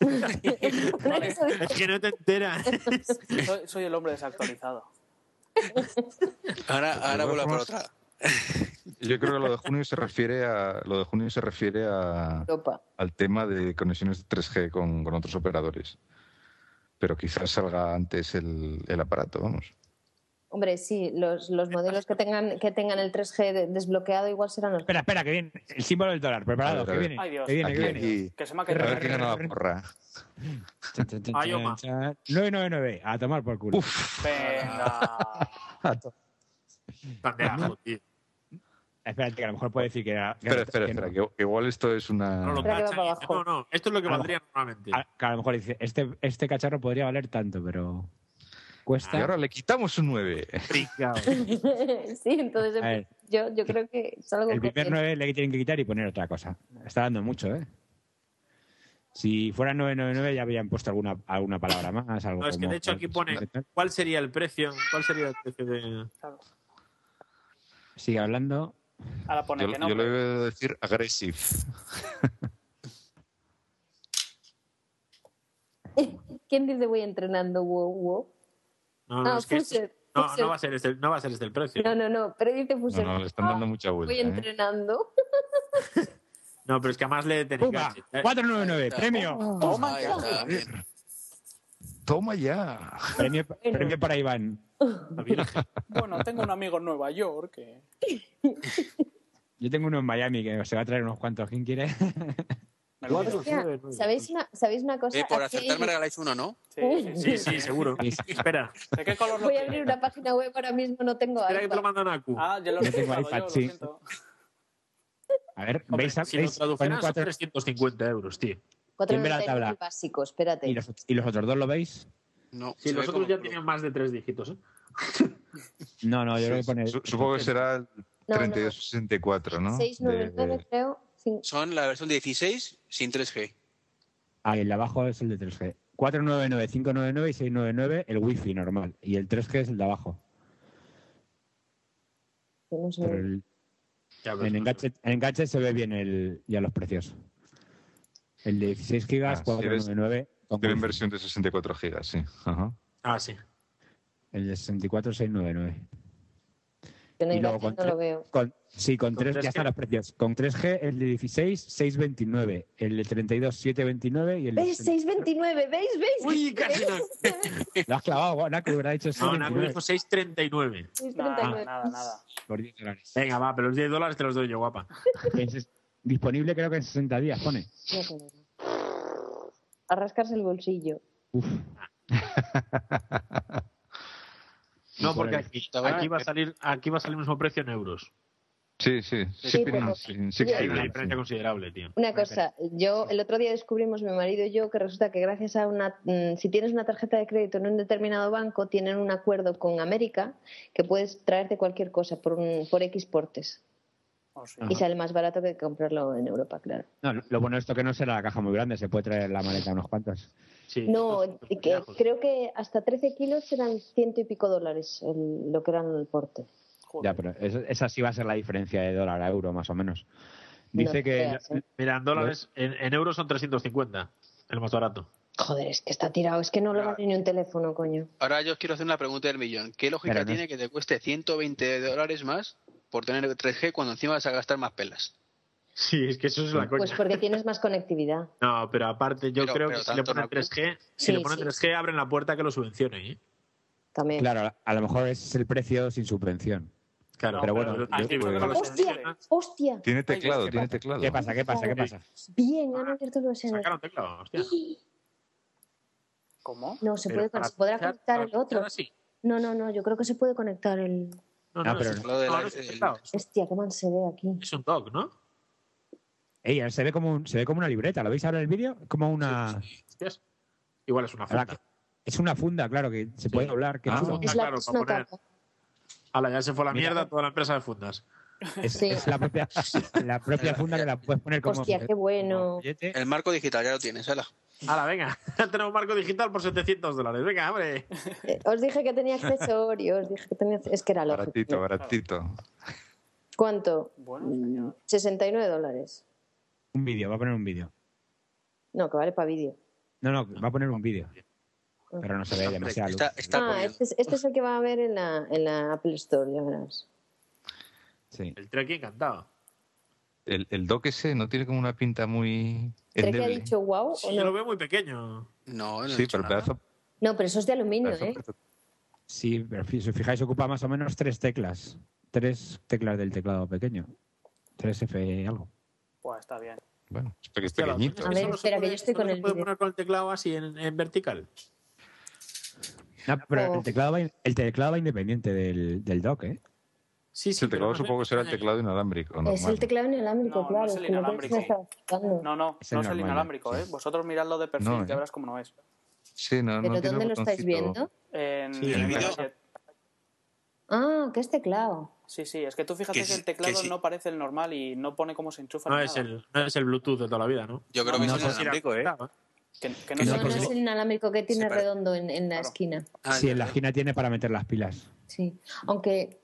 Por eso digo,
Es que no te enteras.
Soy, soy el hombre desactualizado.
Pues
Ahora, ahora
todas
vuelvo a por
formas-
otra.
Yo creo que lo de junio se refiere a lo de junio se refiere a,
Europa.
al tema de conexiones 3G con, con otros operadores. Pero quizás salga antes el, el aparato, vamos.
Hombre, sí, los, los modelos que tengan, que tengan el 3G de- desbloqueado igual serán los...
Espera, espera, que viene. El símbolo del dólar,
A
preparado,
ver,
que
a ver.
viene.
Ay, Dios.
Que viene, que
Aquí,
viene.
aquí.
Que se me ha
A
caído.
ver quién gana la porra.
Chan, chan, chan,
Ay,
chan,
Oma.
chan. 999, a tomar por culo.
Venga.
Pandeazo, tío.
Espérate, que a lo mejor puede decir que era. que
Espera,
no-
espera,
que no.
espera, que que igual esto es
No lo
una...
Espera que va
tachan
para
y
abajo.
dicen, No, no, esto es lo que
A lo
valdría normalmente.
A, Ah, que a lo mejor dice, este, este cacharro podría valer tanto, pero. Cuesta.
Y ahora le quitamos un 9.
sí, entonces
A ver.
yo, yo creo que salgo
El
con
primer
él.
9 le tienen que quitar y poner otra cosa. Está dando mucho, ¿eh? Si fuera 999 ya habrían puesto alguna, alguna palabra más. Algo
No, es que
como-
de hecho aquí pone cuál sería el precio, cuál sería el precio de...
Sigue hablando.
Ahora pone
Yo,
que no.
yo le voy a decir aggressive.
¿Quién dice voy entrenando? Wow, wow.
No, no,
Ah,
es que esto-
Fuser,
no,
Fuser.
no va a ser este, no va a ser este el precio.
No, no, no, pero dice
No,
Fuser,
no, le están dando mucha vuelta.
voy
¿eh?
entrenando.
No, pero es que además le tenéis
¡Pumba!
¿eh?
499, premio.
Oh
Toma
Ahí
ya.
está, bien.
Toma ya.
premio. Premio para Iván.
Bueno, tengo un amigo en Nueva York que.
Yo tengo uno en Miami que se va a traer unos cuantos. ¿Quién quiere?
Me lo pido.
Hostia, ¿sabéis una, ¿sabéis una cosa?
Eh, por
Aquí-
acertar me regaláis uno, ¿no?
Sí, sí,
Sí,
sí.
sí, seguro. Espera,
¿De qué color lo
Voy
quiere?
a abrir una página web ahora mismo, no tengo
espera que te lo
algo.
manda Naku.
Ah, ya lo he
Yo tengo
escuchado
iPad,
yo, lo
sí.
siento.
A ver,
Hombre,
veis. a-
si lo
veis ponen
tradujeras son
cuatro-
350 euros, tío.
¿Quién ve la
499
tabla?
el básico, espérate.
¿Y, los, ¿Y los otros dos lo veis?
No.
Si
se
los
ve
otros
como-
ya tienen más de tres dígitos, ¿eh?
No, no, yo creo que pone.
Su- Supongo que será el
no.
3264, ¿no?
699
De-
creo. Sí.
Son la versión 16 sin 3G.
Ah, y el de abajo es el de 3G. 499, 599 y 699 el wifi normal. Y el 3G es el de abajo.
que no sé.
Pero el-
Ya, pero
en,
no sé.
enganche, en enganche se ve bien el, ya los precios. El de 16
Ah,
gigas,
sí,
499. con
Tienen
wifi.
versión de 64 gigas, sí. Ajá.
Ah, sí.
El de 64, 699.
Yo no,
y luego con
no lo veo.
Con, sí, con,
Con
3, ya
3G.
están los precios. Con 3G, el de 16, 629. El de 32, 729. Y el de
¿Veis?
60.
629, ¿veis? ¿Veis?
Uy, casi Naku.
Lo has clavado, guau, Naku, hubiera dicho
No, Naku
629
dijo 639.
639.
Nada, nada, nada.
por 10 dólares.
Venga, va, pero los 10 dólares te los doy yo, guapa.
En ses- Disponible creo que en 60 días, pone.
Ya te digo. A rascarse el bolsillo.
No, porque
Joder.
aquí, aquí va a salir, aquí va a salir el mismo precio en euros.
Sí, sí. Shipping
pero-
in six
Sí,
Hay una
gigas.
diferencia considerable, tío.
Una cosa, yo el otro día descubrimos, mi marido y yo, que resulta que gracias a una, mm, si tienes una tarjeta de crédito en un determinado banco, tienen un acuerdo con América que puedes traerte cualquier cosa por, un, por X portes.
Oh, sí.
Y sale más barato que comprarlo en Europa, claro.
No, lo- lo bueno de esto que no será la caja muy grande, se puede traer la maleta unos cuantos.
Sí.
No,
Entonces,
que-
pues,
creo que hasta 13 kilos eran ciento y pico dólares el- lo que eran el porte.
Ya,
Joder.
pero eso- esa sí va a ser la diferencia de dólar a euro, más o menos. Dice
No,
que
veas, ¿eh?
Mira, en dólares, en, en euros son 350, el más barato.
Joder, es que está tirado, es que no lo vale ni un teléfono, coño.
Ahora yo os quiero hacer una pregunta del millón. ¿Qué lógica
Pero no-
tiene que te cueste 120 dólares más por tener 3G cuando encima vas a gastar más pelas?
Sí, es que eso es la coña.
Pues porque tienes más conectividad.
No, pero aparte, yo
Pero-
creo
pero
que si le
tanto
ponen
no-
3G, si
Sí,
le ponen
sí.
3G, abren la puerta que lo subvencionen, ¿eh?
También.
Claro, a lo mejor ese es el precio sin subvención.
Claro,
Pero bueno, yo-
al nivel
pues-
de los
¡Hostia!
subvencionan,
¡Hostia!
Tiene teclado,
¿qué
tiene
pasa?
teclado.
¿Qué pasa? ¿Qué pasa? ¿Qué pasa?
Bien, han abierto los años.
Sacaron teclado, hostia.
¿Cómo?
No, se,
Pero
puede,
para
se podrá
pinchar-
conectar
para
el otro.
pinchar así.
No, no, no, yo creo que se puede conectar el...
No,
Ah,
no,
pero
es un-
no. Lo de la-
no, no es un
el-
teclado,
Hostia, qué mal se ve aquí.
es un dock, ¿no?
Ey, se ve como un- se ve como una libreta, ¿lo veis ahora en el vídeo? Como
Ah.
una
Hostias. Igual es una
ahora
funda.
que- es una funda, claro, que se puede doblar, qué
Ah,
chulo.
Es
Ah,
la
claro,
misma
para poner-
tapa.
Ala, ya se fue a la
Mira.
mierda toda la empresa de fundas.
Es,
Sí.
es la propia la propia funda que la puedes poner como
Hostia, qué bueno.
billete.
El marco digital ya lo tienes, ala.
Ala, venga, ya tenemos marco digital por 700 dólares. Venga, hombre.
Eh, Os dije que tenía accesorios, dije que tenía... Es que era
Baratito,
lógico.
baratito.
¿Cuánto?
Bueno,
Mm, 69 dólares.
un vídeo, va a poner un vídeo.
No, que vale para vídeo.
No, no, va a poner un vídeo. Pero no se ve demasiado.
Está, está
Ah,
poniendo-
este es, este es el que va a haber en la, en la Apple Store, ya verás.
Sí.
El trekking encantado.
El, el dock ese no tiene como una pinta muy
¿Pero que ha
endeble.
dicho wow o
Sí, yo lo
no?
veo muy pequeño.
No, no he
Sí,
dicho
pero
nada.
pedazo,
No, pero eso es de aluminio,
pedazo,
¿eh?
Sí, pero si os fijáis, ocupa más o menos tres teclas. Tres teclas del teclado pequeño. 3F algo.
Pues está bien.
Bueno, es pe- es
Hostia, la-
pequeñito.
A ver,
¿solo se
espera, que
puede-
yo estoy
solo
con
se
el
puede
vídeo.
poner con el teclado así en, en vertical?
No, pero
Oh.
el teclado va, in- el teclado va independiente del, del dock, ¿eh?
Sí, sí.
El teclado
pero no me-
supongo que será el
extraña
teclado inalámbrico.
Es el
normal.
teclado inalámbrico,
No, no
claro.
es el
es que lo que
inalámbrico.
me estaba explicando.
No, no,
Es el
no es el
normal,
inalámbrico, ¿eh? Vosotros miradlo de perfil,
No,
que
¿eh?
verás cómo no es.
Sí, no,
¿Pero
no tiene
dónde lo estáis
botoncito.
viendo?
En,
Sí,
en
el
la
vídeo.
gadget.
Ah, que es teclado.
Sí, sí, es que tú fíjate
Que
que
sí,
el teclado
que sí.
no parece el normal y no pone cómo se enchufa.
No
ni
es,
nada.
el, no es el Bluetooth de toda la vida, ¿no?
Yo creo que
No,
es
no,
el inalámbrico, ¿eh?
Que, que
Que
no
No,
sé
no
cómo-
es el inalámbrico que tiene
Se pare-
redondo en, en la
Claro.
esquina.
Ah,
sí, en la
ya.
esquina tiene para meter las pilas.
Sí. Aunque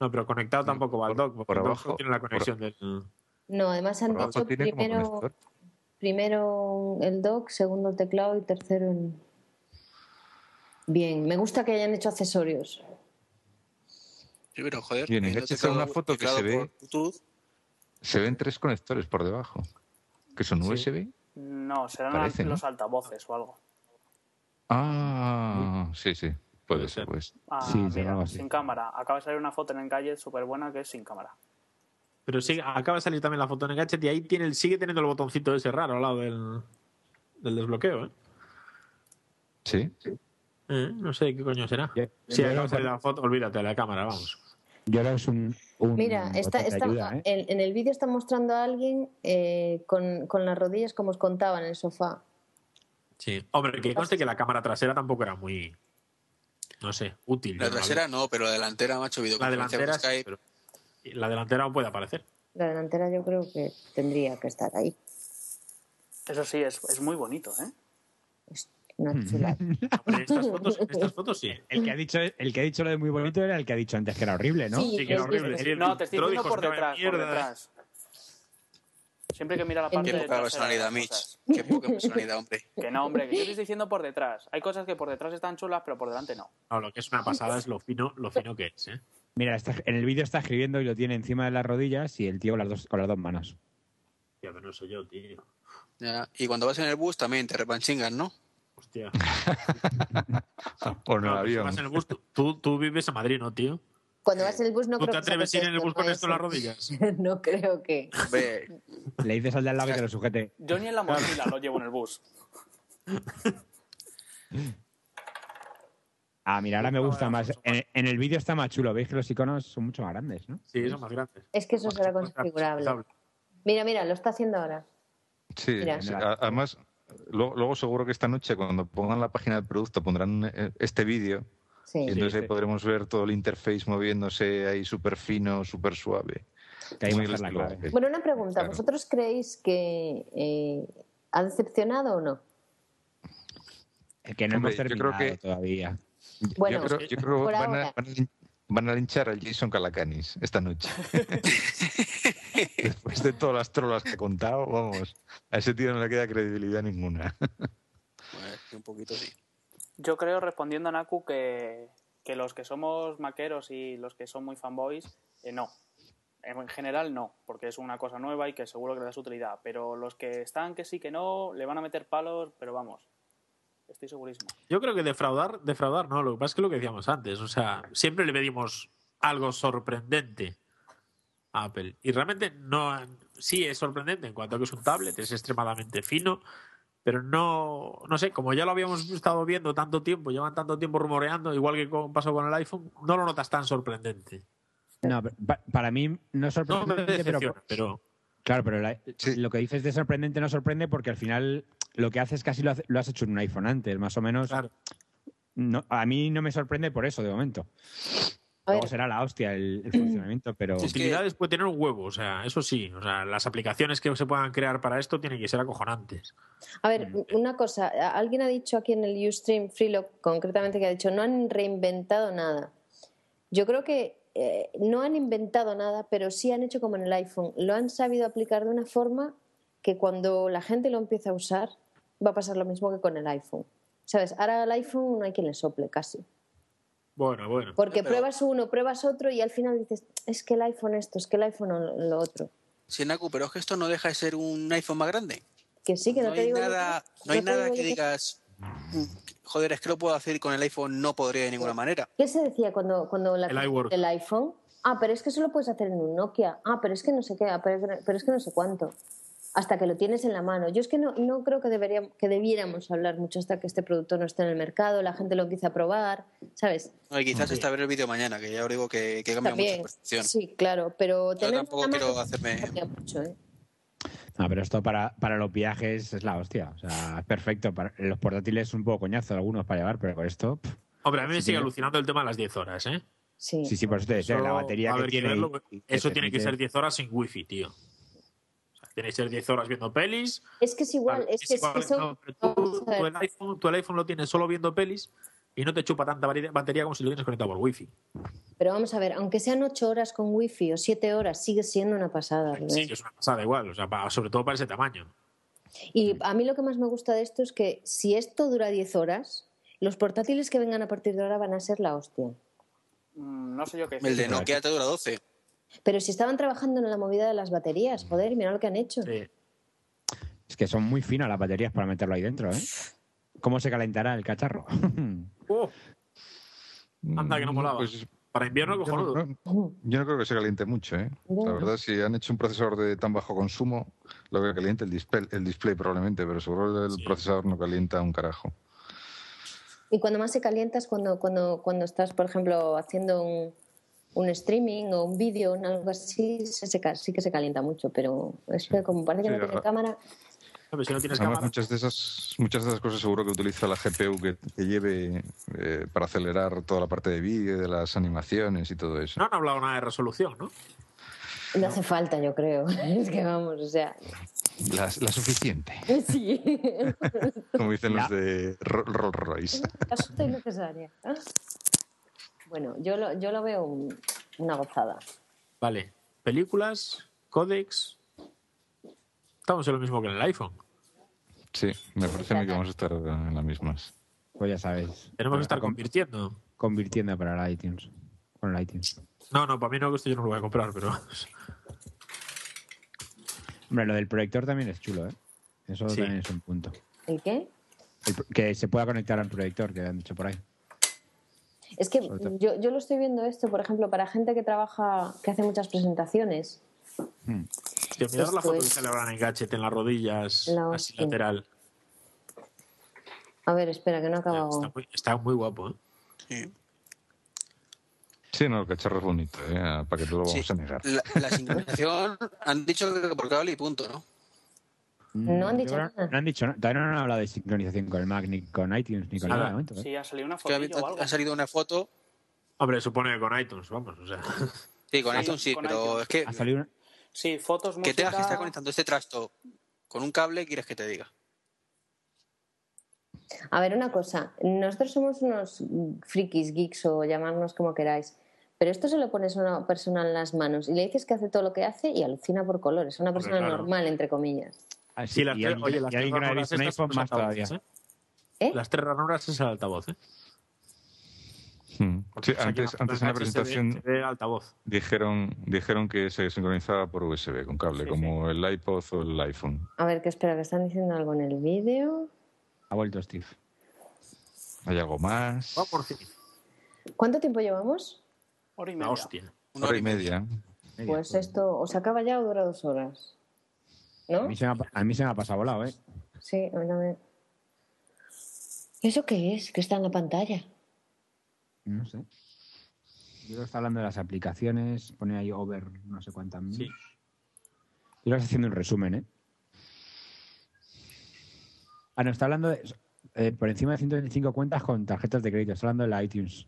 No, pero conectado tampoco va al
Por-
dock, porque
por
el dock
abajo,
no tiene la
por-
conexión del...
No, además han
Por abajo
dicho
tiene como
primero,
conector.
primero el dock, segundo el teclado y tercero el... Bien, me gusta que hayan hecho accesorios.
Sí, pero joder.
Y en
viendo
enganches
teclado-
a una foto que se
teclado
ve.
por Bluetooth,
Se ven tres conectores por debajo. ¿Que son USB?
No, serán
Parece, ¿no?
los altavoces o algo.
Ah, sí, sí.
Puede
Puede ser,
ser.
pues.
Ah,
Sí, será
mira,
algo así.
sin cámara. Acaba de salir una foto en el gadget súper buena que es sin cámara.
Pero sí, acaba de salir también la foto en el gadget y ahí tiene, el- sigue teniendo el botoncito ese raro al lado del, del desbloqueo, ¿eh?
Sí.
Eh, No sé qué coño será.
Yo-
Sí,
yo
acaba de
creo-
salir la foto, olvídate de la cámara, vamos.
Yo creo que es un, un
Mira, está,
botón de
está-
ayuda, ¿eh?
en, en el vídeo están mostrando a alguien eh, con, con las rodillas, como os contaba, en el sofá.
Sí. Hombre, que conste que la cámara trasera tampoco era muy, no sé, útil.
La
¿no?
trasera no, pero la delantera, macho,
La
videoconferencia
delantera,
por Skype.
pero- la delantera aún puede aparecer.
La delantera yo creo que tendría que estar ahí.
Eso sí, es, es muy bonito, ¿eh?
Es una chulada.
Hombre, en estas fotos, en estas fotos sí.
El que, ha dicho, el que ha dicho lo de muy bonito era el que ha dicho antes que era horrible, ¿no?
Sí.
Sí, que pues era horrible.
sí,
Sí, el
No, te estoy
otro
diciendo
dijo,
por
"Estaba de
detrás, por
mierda".
detrás. Siempre hay que mira la parte
Qué
de
poca
trasera de
personalidad,
las
Mitch.
cosas.
Qué poca personalidad, hombre.
Que no, hombre, que yo estoy diciendo por detrás. Hay cosas que por detrás están chulas, pero por delante no.
No, lo que es una pasada es lo fino, lo fino que es, ¿eh?
Mira, está- en el vídeo está escribiendo y lo tiene encima de las rodillas y el tío con las dos, con las dos manos.
Tío, que no soy yo, tío.
Ya. Y cuando vas en el bus también te repanchingas, ¿no?
Hostia.
O
No, pero pues
en el
si
avión.
vas en el bus, tú- tú, tú vives en Madrid, ¿no, tío?
Cuando vas en el bus no
¿Tú
creo
te
que se
atreves a ir en el
apetezca,
bus con
¿no?
esto en las rodillas?
Eso- No creo que...
Hombre,
Le dices al de al lado que te lo sujete.
Yo ni en la mochila lo llevo en el bus.
Ah, mira, ahora me gusta más. En, en el vídeo está más chulo. Veis que los iconos son mucho más grandes, ¿no?
Sí, son más grandes.
Es que eso será
pues,
configurable. Mira, mira, lo está haciendo ahora.
Sí,
Mira.
sí. A- además, luego, luego seguro que esta noche cuando pongan la página del producto pondrán eh, este vídeo
Sí.
y entonces
Sí,
ahí
sí.
podremos ver todo el interface moviéndose ahí súper fino, súper suave.
Que ahí va a
Muy
estar la
estilo
clave.
Apple.
Bueno, una pregunta.
Claro.
¿Vosotros creéis que eh, ha decepcionado o no?
El que no
Hombre,
hemos
yo creo
terminado
que-
todavía.
Yo-
Bueno,
yo creo, yo creo
por
van,
ahora.
A, van a lin- van a linchar al Jason Calacanis esta noche. Después de todas las trolas que ha contado, vamos, a ese tío no le queda credibilidad ninguna.
Bueno, Pues, un poquito sí.
Yo creo, respondiendo a Naku, que, que los que somos maqueros y los que son muy fanboys, eh, no. En general no, porque es una cosa nueva y que seguro que le das utilidad. Pero los que están que sí que no, le van a meter palos, pero vamos, estoy segurísimo.
Yo creo que defraudar, defraudar no. Lo que pasa es que lo que decíamos antes, o sea, siempre le pedimos algo sorprendente a Apple. Y realmente no. Sí, es sorprendente en cuanto a que es un tablet, es extremadamente fino, pero no. No sé, como ya lo habíamos estado viendo tanto tiempo, llevan tanto tiempo rumoreando, igual que con- pasó con el iPhone, no lo notas tan sorprendente.
No, pero pa- para mí no es
Pues
No me
sorprendente, pero,
decepciona, pero.
claro, pero la-
Sí.
lo que dices de sorprendente no sorprende porque al final lo que haces casi lo, hace- lo has hecho en un iPhone antes, más o
Pues
menos.
Claro.
No, a mí no me sorprende por eso de momento.
A ver,
Luego será la hostia el, el funcionamiento, pero
Sí, Es que-
Utilidades puede tener un huevo, o sea, eso sí. O sea, las aplicaciones que se puedan crear para esto tienen que ser acojonantes.
a ver, una cosa. a- Alguien ha dicho aquí en el Ustream Freelock, concretamente, que ha dicho no han reinventado nada. Yo creo que eh, no han inventado nada, pero sí han hecho como en el iPhone. Lo han sabido aplicar de una forma que cuando la gente lo empieza a usar va a pasar lo mismo que con el iPhone. ¿Sabes? Ahora el iPhone no hay quien le sople casi.
Bueno, bueno.
Porque
Pero-
pruebas uno, pruebas otro y al final dices, es que el iPhone esto, es que el iPhone lo- lo otro.
Sí, Naku, pero es que esto no deja de ser un iPhone más grande.
Que sí, que no,
no
te
hay
digo. yo
nada,
que-
no hay
te
nada
digo
que
yo
digas, "Mm, Joder, es que lo puedo hacer con el iPhone, no podría de ninguna manera.
¿Qué se decía cuando, cuando la
El
gente
iWork.
del iPhone? Ah, pero es que eso lo puedes hacer en un Nokia. Ah, pero es que no sé qué, ah, pero, es- pero es que no sé cuánto. Hasta que lo tienes en la mano. Yo es que no, no creo que, deberíamos, que debiéramos hablar mucho hasta que este producto no esté en el mercado, la gente lo empiece a probar, ¿sabes?
No, y quizás está ver el vídeo mañana, que ya os digo que, que cambia mucho la
También.
percepción.
Sí, claro, pero
Yo
tener
tampoco
en la mano
quiero hacerme-
cambia mucho, ¿eh?
No, pero esto para, para los viajes es la hostia. O sea, es perfecto. Para, los portátiles un poco coñazo algunos para llevar, pero con esto. pff.
Hombre, a mí me
Sí,
sigue
tiene-
alucinando el tema de las 10 horas, ¿eh?
Sí.
Sí, sí, por eso te decía,
Eso
la
va a
batería
haber
que
que
tiene.
verlo,
y- y
Eso
te
tiene que
permite-
ser 10 horas sin wifi, tío. O sea, tiene que ser 10 horas viendo pelis.
Es que es igual,
Vale,
es que, es
igual,
que son-
no, pero tú,
vamos a ver.
tú el iPhone, tú el iPhone lo tienes solo viendo pelis y no te chupa tanta vari- batería como si lo tienes conectado por wifi.
Pero vamos a ver, aunque sean ocho horas con wifi o siete horas, sigue siendo una pasada. Rubén.
Sí, que es una pasada igual, o sea, pa- sobre todo para ese tamaño.
Y a mí lo que más me gusta de esto es que si esto dura 10 horas, los portátiles que vengan a partir de ahora van a ser la hostia.
Mm, No sé yo qué
El de
decir.
Nokia te dura 12.
Pero si estaban trabajando en la movida de las baterías, joder, mira lo que han hecho.
Sí.
Es que son muy finas las baterías para meterlo ahí dentro, ¿eh? ¿Cómo se calentará el cacharro?
Oh, Anda, que no molaba.
Pues,
para invierno,
yo, no,
cojonudo.
no- yo no creo que se caliente mucho, ¿eh?
Ya.
La verdad, si han hecho un procesador de tan bajo consumo, lo que caliente el display, el display probablemente, pero seguro el
Sí.
procesador no calienta un carajo.
Y cuando más se calientas, cuando, cuando, cuando estás, por ejemplo, haciendo un, un streaming o un vídeo o algo así, se- se ca- sí que se calienta mucho, pero es que como parece que
Sí,
no tiene
ajá.
cámara,
Hombre, Si no tienes
Además,
cámara.
muchas de esas muchas de esas cosas seguro que utiliza la GPU que, que lleve eh, para acelerar toda la parte de vídeo, de las animaciones y todo eso.
No han hablado nada de resolución, ¿no?
no hace falta, yo creo. Es que vamos, o sea,
La, la suficiente,
sí,
como dicen
La-
los de Ro- Rolls Royce.
asusta innecesaria. Bueno, yo lo, yo lo veo un- una gozada.
Vale. Películas, códex. Estamos en lo mismo que en el iPhone.
Sí, me parece a mí que vamos a estar en las mismas.
pues ya sabéis.
Tenemos que estar
Con-
convirtiendo.
convirtiendo para el iTunes. Con el iTunes.
No, no, para mí no, que esto yo no lo voy a comprar, pero.
Hombre, lo del proyector también es chulo, ¿eh? Eso
Sí.
también es un punto.
¿El qué?
El pro- que se pueda conectar al proyector, que han dicho por ahí.
Es que
Sobre todo.
yo, yo lo estoy viendo esto, por ejemplo, para gente que trabaja, que hace muchas presentaciones.
Hostia, mirad la
Esto
foto que
es-
se le habrán en gadget en las rodillas,
La
así
hostia.
lateral.
A ver, espera, que no acabo.
Está muy, está muy guapo, ¿eh?
Sí.
Sí, no, el cacharro es bonito, ¿eh? para que tú lo vamos
Sí.
a negar.
La, la sincronización han dicho que por cable y punto, ¿no?
No han
yo
dicho
creo-
nada.
No han dicho nada. Todavía no han hablado de sincronización con el Mac, ni con iTunes, ni con
Nada.
nada. de momento, ¿eh?
Sí, ha salido una
Que ha,
fotillo o algo.
ha salido una foto.
Hombre, supone que con iTunes, vamos, o sea.
Sí, con
Sí,
iTunes sí,
con
pero
iTunes.
es que
Ha salido una-
Sí, fotos,
que te
música...
hagas está conectando este trasto con un cable, quieres que te diga.
A ver, una cosa. Nosotros somos unos frikis, geeks o llamarnos como queráis. Pero esto se lo pones a una persona en las manos y le dices que hace todo lo que hace y alucina por colores. Una persona
claro.
normal, entre comillas.
ah, sí,
Sí, las
y
tres,
alguien-
oye, las
y
tres
alguien que no ha
ranuras
visto un
estas son
iPhone
los
más todavía.
altavoces,
¿Eh?
¿eh? Las tres ranuras es el altavoz, ¿eh?
Mm. Sí,
O sea, que
antes, antes en la
Mac se ve-
presentación
se ve el altavoz.
dijeron, dijeron que se sincronizaba por USB con cable,
Sí,
como el iPod o el iPhone.
A ver, que espera, que están diciendo algo en el vídeo.
Ha vuelto Steve.
¿Hay algo más?
Va por fin.
¿Cuánto tiempo llevamos?
Hora y
Ah,
La
media.
hostia.
Una
Hora y media.
Media,
Pues esto, ¿o se acaba ya o dura dos horas? ¿No?
A mí, se me ha, pa- a mí se me ha pasado volado, ¿eh?
Sí, a mí también. ¿Eso qué es? Que está en la pantalla.
No sé. Yo creo que está hablando de las aplicaciones, pone ahí over no sé cuántas mil.
Sí.
Yo lo estoy haciendo un resumen, ¿eh? Ah, no, está hablando de, eh, por encima de 125 cuentas con tarjetas de crédito. Está hablando de la iTunes.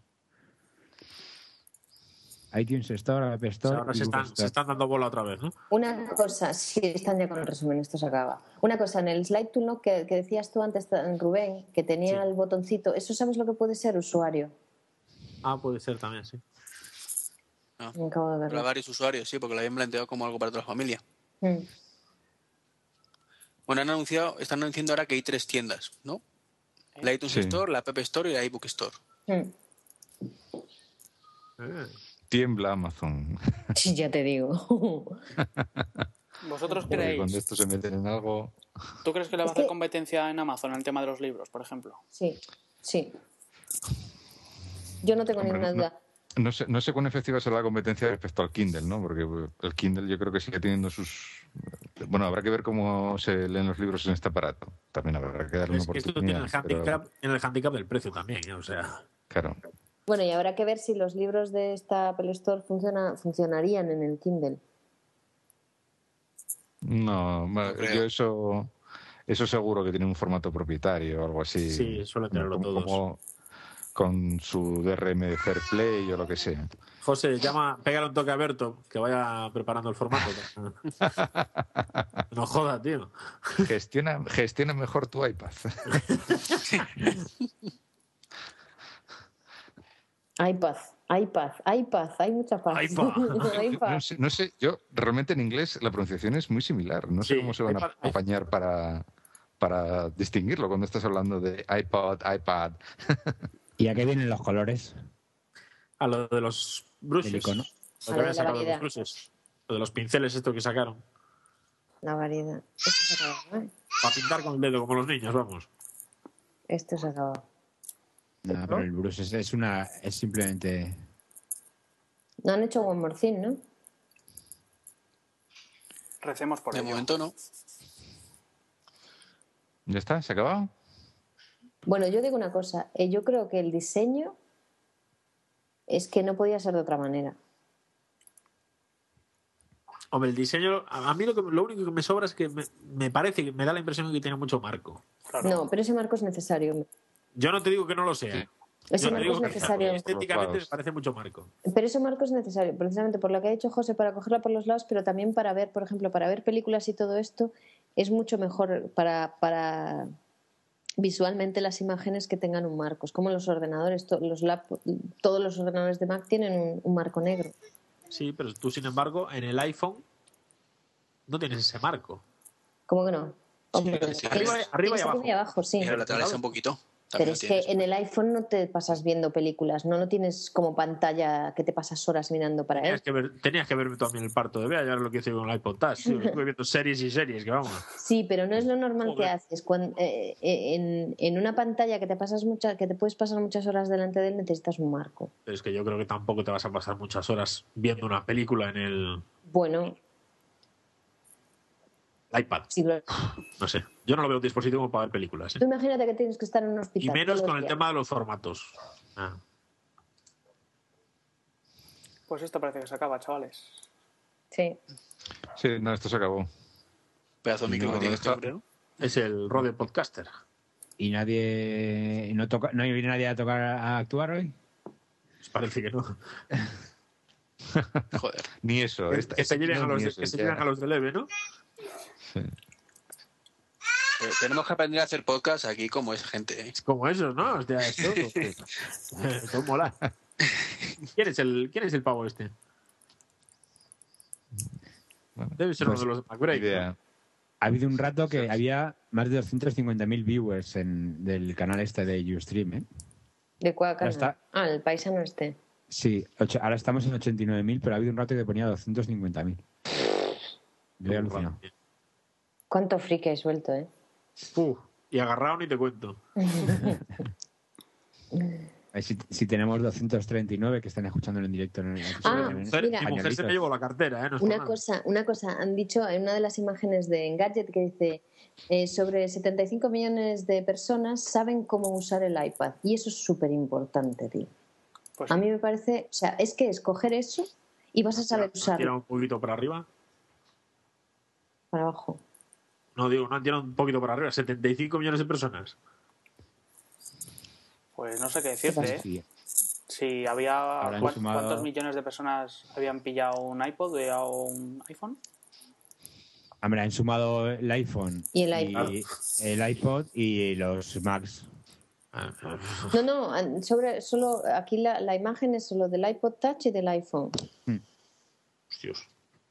iTunes Store, App
O sea,
Store.
ahora
y
se
Google
están, se
Store.
están dando bola otra vez, ¿no?
Una cosa, sí, están ya con el resumen, esto se acaba. Una cosa, en el slide to lock que, que decías tú antes, Rubén, que tenía
Sí.
el botoncito, ¿eso sabes lo que puede ser usuario?
Ah, puede ser también, sí.
Me acabo de
Para
verlo.
varios usuarios, sí, porque lo habían planteado como algo para toda la familia.
Mm.
Bueno, han anunciado, están anunciando ahora que hay tres tiendas, ¿no? La iTunes
Sí.
Store, la App Store y la iBook Store.
Mm.
Eh,
Tiembla Amazon.
Sí, ya te digo.
¿Vosotros
Porque
creéis?
cuando esto se meten en algo.
¿Tú crees que le va a
Es
hacer
que-
competencia en Amazon en el tema de los libros, por ejemplo?
Sí, sí. Yo no tengo
Hombre,
ninguna
no-
duda.
No sé, no sé cuán efectiva será la competencia respecto al Kindle, ¿no? Porque eh, el Kindle yo creo que sigue teniendo sus. Bueno, habrá que ver cómo se leen los libros en este aparato. También habrá que darle una
Es que esto tiene
oportunidad.
el
pero,
handicap, en el handicap del precio también, ¿eh? o sea.
claro.
Bueno, y habrá que ver si los libros de esta Apple Store funciona, funcionarían en el Kindle.
No, bueno,
creo.
yo eso. Eso seguro que tiene un formato propietario o algo así.
Sí, suelen tenerlo todos.
con su DRM de Fair Play o lo que sea.
José, llama, pégale un toque a Berto, que vaya preparando el formato. no jodas, tío.
Gestiona, gestiona mejor tu iPad.
iPad, iPad, iPad, hay muchas paz.
iPad.
iPad.
No sé, no sé, yo realmente en inglés la pronunciación es muy similar. No sé
Sí,
cómo se van
iPad,
a apañar para, para distinguirlo cuando estás hablando de iPod, iPad.
¿Y a qué vienen los colores?
A lo de los brushes.
Del icono.
Lo
A
que habían
lo de la
sacado de los
variedad.
brushes. Lo de los pinceles, esto que sacaron.
La variedad. Esto se acabó, ¿eh?
Para pintar con el dedo, como los niños, vamos.
Esto se acabó.
No, pero el Bruce es, es una. Es simplemente.
No han hecho One More Thing, ¿no?
Recemos por
De
ello.
momento no.
¿Ya está? ¿Se ha acabado?
Bueno, yo digo una cosa. eh, Yo creo que el diseño es que no podía ser de otra manera.
Hombre, el diseño. A a mí lo, que, lo único que me sobra es que me, me parece, que me da la impresión de que tiene mucho marco.
Claro.
No, pero ese marco es necesario.
Yo no te digo que no lo sea.
Ese
Yo te
marco
digo
es
que
necesario.
estéticamente me parece mucho marco.
Pero ese marco es necesario, precisamente por lo que ha dicho José, para cogerla por los lados, pero también para ver, por ejemplo, para ver películas y todo esto, es mucho mejor para, para visualmente las imágenes que tengan un marco. Es como los ordenadores, to- los lap- todos los ordenadores de Mac tienen un, un marco negro.
Sí, pero tú, sin embargo, en el iPhone no tienes ese marco.
¿Cómo que no? Hombre,
sí,
tienes-
arriba y- arriba y
tienes
abajo.
sí.
Mira, la lateraliza un poquito.
Pero
También
es
lo
que
tienes.
en el iPhone no te pasas viendo películas, no lo tienes como pantalla que te pasas horas mirando para él.
Tenías que, ver, tenías que verme también el parto de Bea, ya lo que hice con el iPod Touch. tío. Estuve viendo series y series, que vamos.
Sí, pero no es lo normal que
Joder.
haces. Cuando, eh, eh, en, en una pantalla que te pasas muchas, que te puedes pasar muchas horas delante de él, necesitas un marco.
Pero es que yo creo que tampoco te vas a pasar muchas horas viendo una película en el
Bueno,
iPad.
si lo-
No sé. Yo no lo veo un dispositivo para ver películas. ¿eh?
tú imagínate que tienes que estar en un hospital.
Y menos
todos
con
los
el
días.
tema de los formatos. Ah.
Pues esto parece que se acaba, chavales.
Sí.
Sí, no, esto se acabó.
Pedazo de micro
No,
que tienes,
está-
tú, creo.
Es el Rode Podcaster.
¿Y nadie. y No, toca, no viene nadie a tocar a actuar hoy?
Pues Parece que no.
Joder.
Ni eso. esta-
Que se
esta-
lleven
este no,
a los,
ni
de-
eso,
que se
ya.
lleven a los de leve, ¿no?
Sí.
Pero Eh, tenemos que aprender a hacer podcast aquí como es gente. ¿eh?
Es como eso, ¿no? O sea, es todo. Eso mola. ¿Quién es, el, ¿Quién es el pavo este?
Bueno,
Debe ser
pues,
uno de los de McBride. ¿no?
idea.
Ha habido un rato que había más de 250.000 viewers en, del canal este de Ustream, ¿eh?
¿De cuál
Ya está.
Ah, el paisano este.
Sí, ocho- ahora estamos en 89.000, pero ha habido un rato que ponía 250.000. Yo he alucinado.
Cuánto friki he suelto, ¿eh?
Uf, y agarrado ni te cuento.
Eh, Si, si tenemos 239 que están escuchándolo en directo. En el,
Ah,
Mi mujer,
mira.
mi mujer se me llevó la cartera, ¿eh? No es por
Una
nada.
cosa, una cosa, han dicho en una de las imágenes de Engadget que dice eh, sobre 75 millones de personas saben cómo usar el iPad. Y eso es súper importante, tío.
Pues
A mí me parece, o sea, es que escoger eso y vas a saber
Tira- Tira
usarlo
un poquito para arriba.
para abajo.
No digo, no han tirado un poquito para arriba. 75 millones de personas.
Pues no sé qué decirte, ¿eh?
Sí.
Si había...
Habrán
¿cuán-
sumado-
¿Cuántos millones de personas habían pillado un iPod o un iPhone?
Hombre, han sumado el iPhone
Y el iPod.
el iPod y los Macs.
Ah,
No, no, an- sobre, solo aquí la, la imagen es solo del iPod Touch y del iPhone.
Hostios.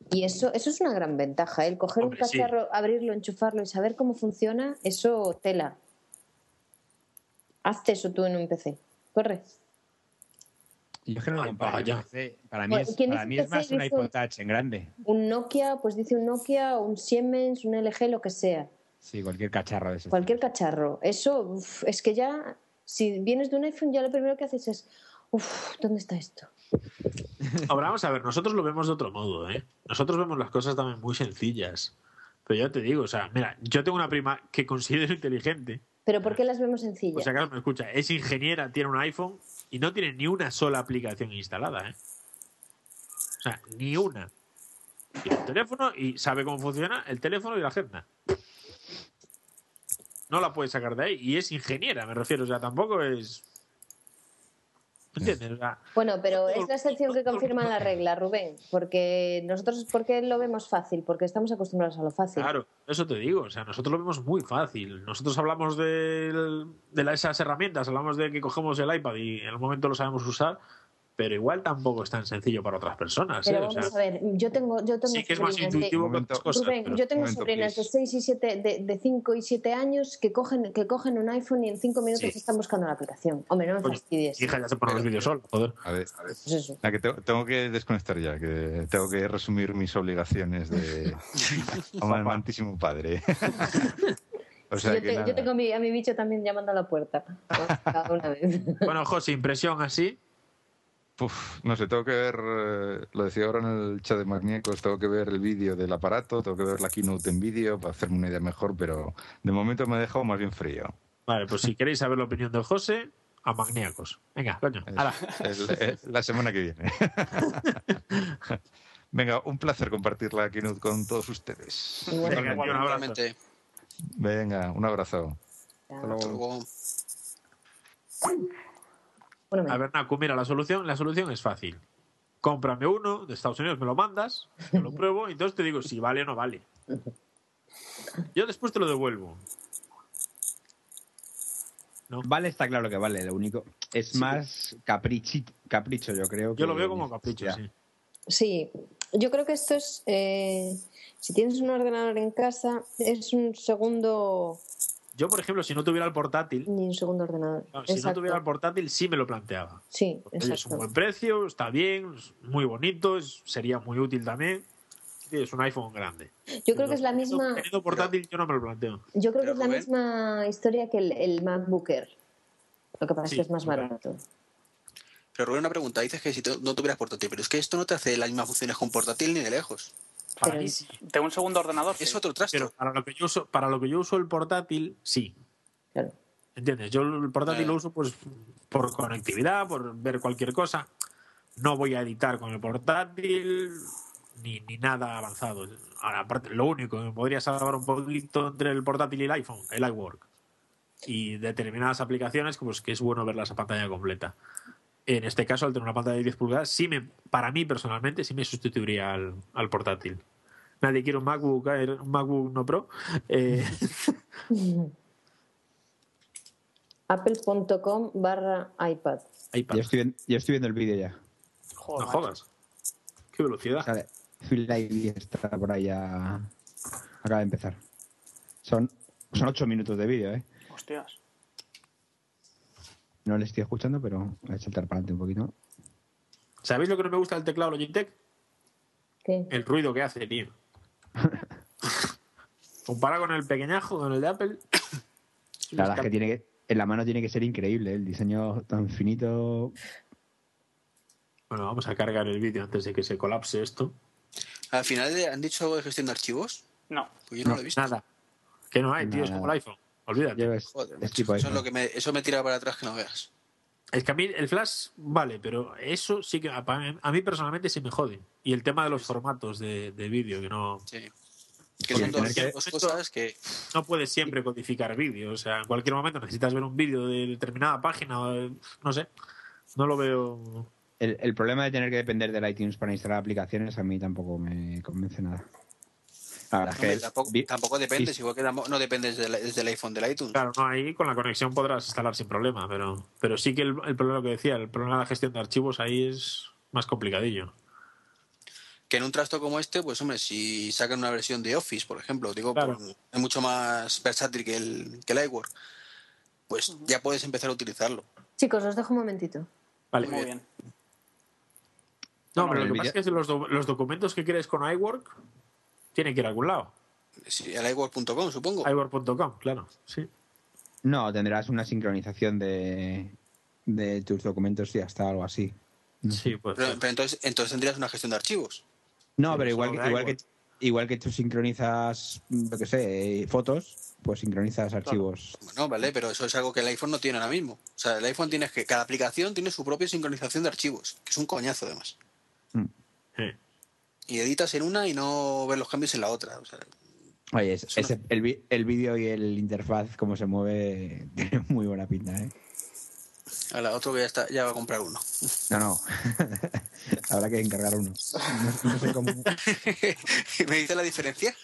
Y eso, eso es una gran ventaja, ¿eh? el coger
Hombre,
un
sí.
cacharro, abrirlo, enchufarlo y saber cómo funciona, eso tela. Hazte eso tú en un PC. Corre.
Yo es que no lo
Ay,
comparo.
vaya.
yo qué sé. Para mí
Bueno,
es,
¿quién
para
dice
mí
que
es más
sí?
una
Dice-
iPod Touch en grande.
Un Nokia, pues dice un Nokia, un Siemens, un LG, lo que sea.
Sí, cualquier cacharro de esos.
Cualquier cacharro. Eso uf, es que ya, si vienes de un iPhone, ya lo primero que haces es, uff, ¿dónde está esto?
Ahora vamos a ver, nosotros lo vemos de otro modo, ¿eh? Nosotros vemos las cosas también muy sencillas. Pero ya te digo, o sea, mira, yo tengo una prima que considero inteligente.
Pero ¿por qué las vemos sencillas?
Por si acaso me escucha, es ingeniera, tiene un iPhone y no tiene ni una sola aplicación instalada, ¿eh? O sea, ni una. Tiene el teléfono y sabe cómo funciona el teléfono y la agenda. No la puede sacar de ahí. Y es ingeniera, me refiero. O sea, tampoco es. ¿Entiendes? O sea,
Bueno, pero es la excepción que confirma la regla, Rubén, porque nosotros, ¿por qué lo vemos fácil? Porque estamos acostumbrados a lo fácil.
Claro, eso te digo. O sea, nosotros lo vemos muy fácil. Nosotros hablamos del- de la- esas herramientas, hablamos de que cogemos el iPad y en el momento lo sabemos usar, pero igual tampoco es tan sencillo para otras personas. ¿eh?
Pero
O sea,
vamos a ver, yo tengo, yo tengo
sí que es más
sobrinas de-
intuitivo que otras
Momento.
cosas.
Rubén,
pero-
yo tengo
momento,
sobrinas
please.
de 6 y 7, de, de 5 y 7 años que cogen, que cogen un iPhone y en 5 minutos
Sí.
están buscando la aplicación. Hombre, no me
Coño,
fastidies.
mi hija ya se pone los vídeos sola, joder.
A ver,
Pues eso.
la que te- tengo que desconectar ya, que tengo que resumir mis obligaciones de amantísimo padre. o sea
yo,
que
te-
nada.
yo tengo a mi, a mi bicho también llamando a la puerta. Cada una vez.
Bueno, José, impresión así.
Uf, no sé, tengo que ver, eh, lo decía ahora en el chat de Magníacos, tengo que ver el vídeo del aparato, tengo que ver la keynote en vídeo para hacerme una idea mejor, pero de momento me ha dejado más bien frío.
Vale, pues si queréis saber la opinión de José, a magníacos. Venga, coño.
Es-
ala.
el- el- la semana que viene. Venga, un placer compartir la keynote con todos ustedes.
Venga, tío, un abrazo.
Realmente,
Venga, un abrazo.
hasta luego.
Bueno,
A ver, Naku, mira, la solución, la solución es fácil. Cómprame uno de Estados Unidos, me lo mandas, yo lo pruebo y entonces te digo si vale o no vale. Yo después te lo devuelvo.
Vale, está claro que vale. Lo único es más caprichi- capricho, yo creo.
Yo
que
lo veo como capricho,
necesidad.
sí.
Sí, yo creo que esto es, eh, si tienes un ordenador en casa, es un segundo,
Yo, por ejemplo, si no tuviera el portátil,
ni un segundo ordenador.
no, si no
Exacto.
tuviera el portátil, sí me lo planteaba.
Sí,
Porque, oye, es un
exacto.
buen precio, está bien, es muy bonito, es- sería muy útil también. Sí, Es un iPhone grande.
Yo creo que es la misma,
Teniendo portátil, yo no me lo planteo.
yo creo que
Pero,
es la
Rubén.
misma historia que el, el MacBook Air. Lo que pasa es
Sí,
que es más
claro.
barato.
Pero Rubén, una pregunta. Dices que si tú no tuvieras portátil, pero es que esto no te hace las mismas funciones con portátil ni de lejos.
Para
Pero-
mí sí.
De un segundo ordenador. sí.
Es otro trasto.
Pero para lo que yo uso, para lo que yo uso el portátil, sí.
Claro.
¿Entiendes? Yo el portátil
Ya, ya.
lo uso pues por conectividad, por ver cualquier cosa. No voy a editar con el portátil ni, ni nada avanzado. Ahora, aparte, lo único que me podría salvar un poquito entre el portátil y el iPhone, el iWork. Y determinadas aplicaciones, como es que es bueno verlas a pantalla completa. En este caso, al tener una pantalla de 10 pulgadas, sí me, para mí personalmente, sí me sustituiría al, al portátil. Nadie quiere un MacBook, Air, un MacBook no Pro. Eh,
Apple.com barra iPad.
iPad.
Yo estoy, yo estoy viendo el vídeo ya.
Joder,
No
macho.
jodas. Qué velocidad.
Sale. Phil Ivey está por ahí ya. Acaba de empezar. Son, son ocho minutos de vídeo, ¿eh?
Hostias.
No le estoy escuchando, pero voy a saltar para adelante un poquito.
¿Sabéis lo que no me gusta del teclado Logitech?
¿Qué?
El ruido que hace, tío. Comparado con el pequeñajo, con el de Apple. es un
La verdad es que
escándalo.
tiene que. En la mano tiene que ser increíble, ¿eh? el diseño tan finito.
Bueno, vamos a cargar el vídeo antes de que se colapse esto.
Al final eh, han dicho algo de gestión de archivos.
No.
Pues yo no, lo he visto.
Nada. Que no hay, tío. Es
Nada.
como el iPhone. Olvídate.
Yo es,
Joder,
es
macho,
tipo
eso
eso.
es lo que me, eso me tira para atrás que no veas.
Es que a mí el flash vale, pero eso sí que a, pa- a mí personalmente sí me jode. Y el tema de los formatos de, de vídeo, que no,
Sí. Que
Porque
son dos,
tener que-
dos cosas que
no puedes siempre codificar vídeo. O sea, en cualquier momento necesitas ver un vídeo de determinada página. o de- No sé. No lo veo.
El, el problema de tener que depender del iTunes para instalar aplicaciones a mí tampoco me convence nada. La verdad es
hombre,
que
tampoco,
vi-
tampoco dependes,
vi-
igual que tampoco- no dependes del, desde el iPhone del iTunes.
Claro, no, ahí con la conexión podrás instalar sin problema, pero, pero sí que el, el problema que decía, el problema de la gestión de archivos ahí es más complicadillo.
Que en un trasto como este, pues hombre, si sacan una versión de Office, por ejemplo, digo,
Claro.
por- es mucho más versátil que el, que el iWork, pues ya puedes empezar a utilizarlo.
Chicos, os dejo un momentito.
Vale,
Muy bien.
No,
Bueno,
pero lo
el
que pasa
villa-
es que los, do- los documentos que crees con iWork tienen que ir a algún lado.
Sí, el iWork.com,
Oh.
supongo.
iWork.com, claro. Sí.
No, tendrás una sincronización de, de tus documentos y hasta algo así.
Sí, pues.
Pero, pero entonces, entonces tendrías una gestión de archivos.
No,
Sí,
pero
pues
igual,
algo
que-
da
igual, que,
igual.
igual que tú sincronizas, lo que sé, eh, fotos, pues sincronizas archivos.
Bueno, vale, pero eso es algo que el iPhone no tiene ahora mismo. O sea, el iPhone tienes que. Cada aplicación tiene su propia sincronización de archivos, que es un coñazo además.
eh.
Y editas en una y no ves los cambios en la otra. O sea,
Oye, es-
Eso no-
ese- el, vi- el vídeo y el interfaz, cómo se mueve, tiene muy buena pinta, ¿eh?
a la otro que ya, está, ya va a comprar uno.
No, no. Habrá que encargar uno. No, no sé cómo,
¿Me dice la diferencia?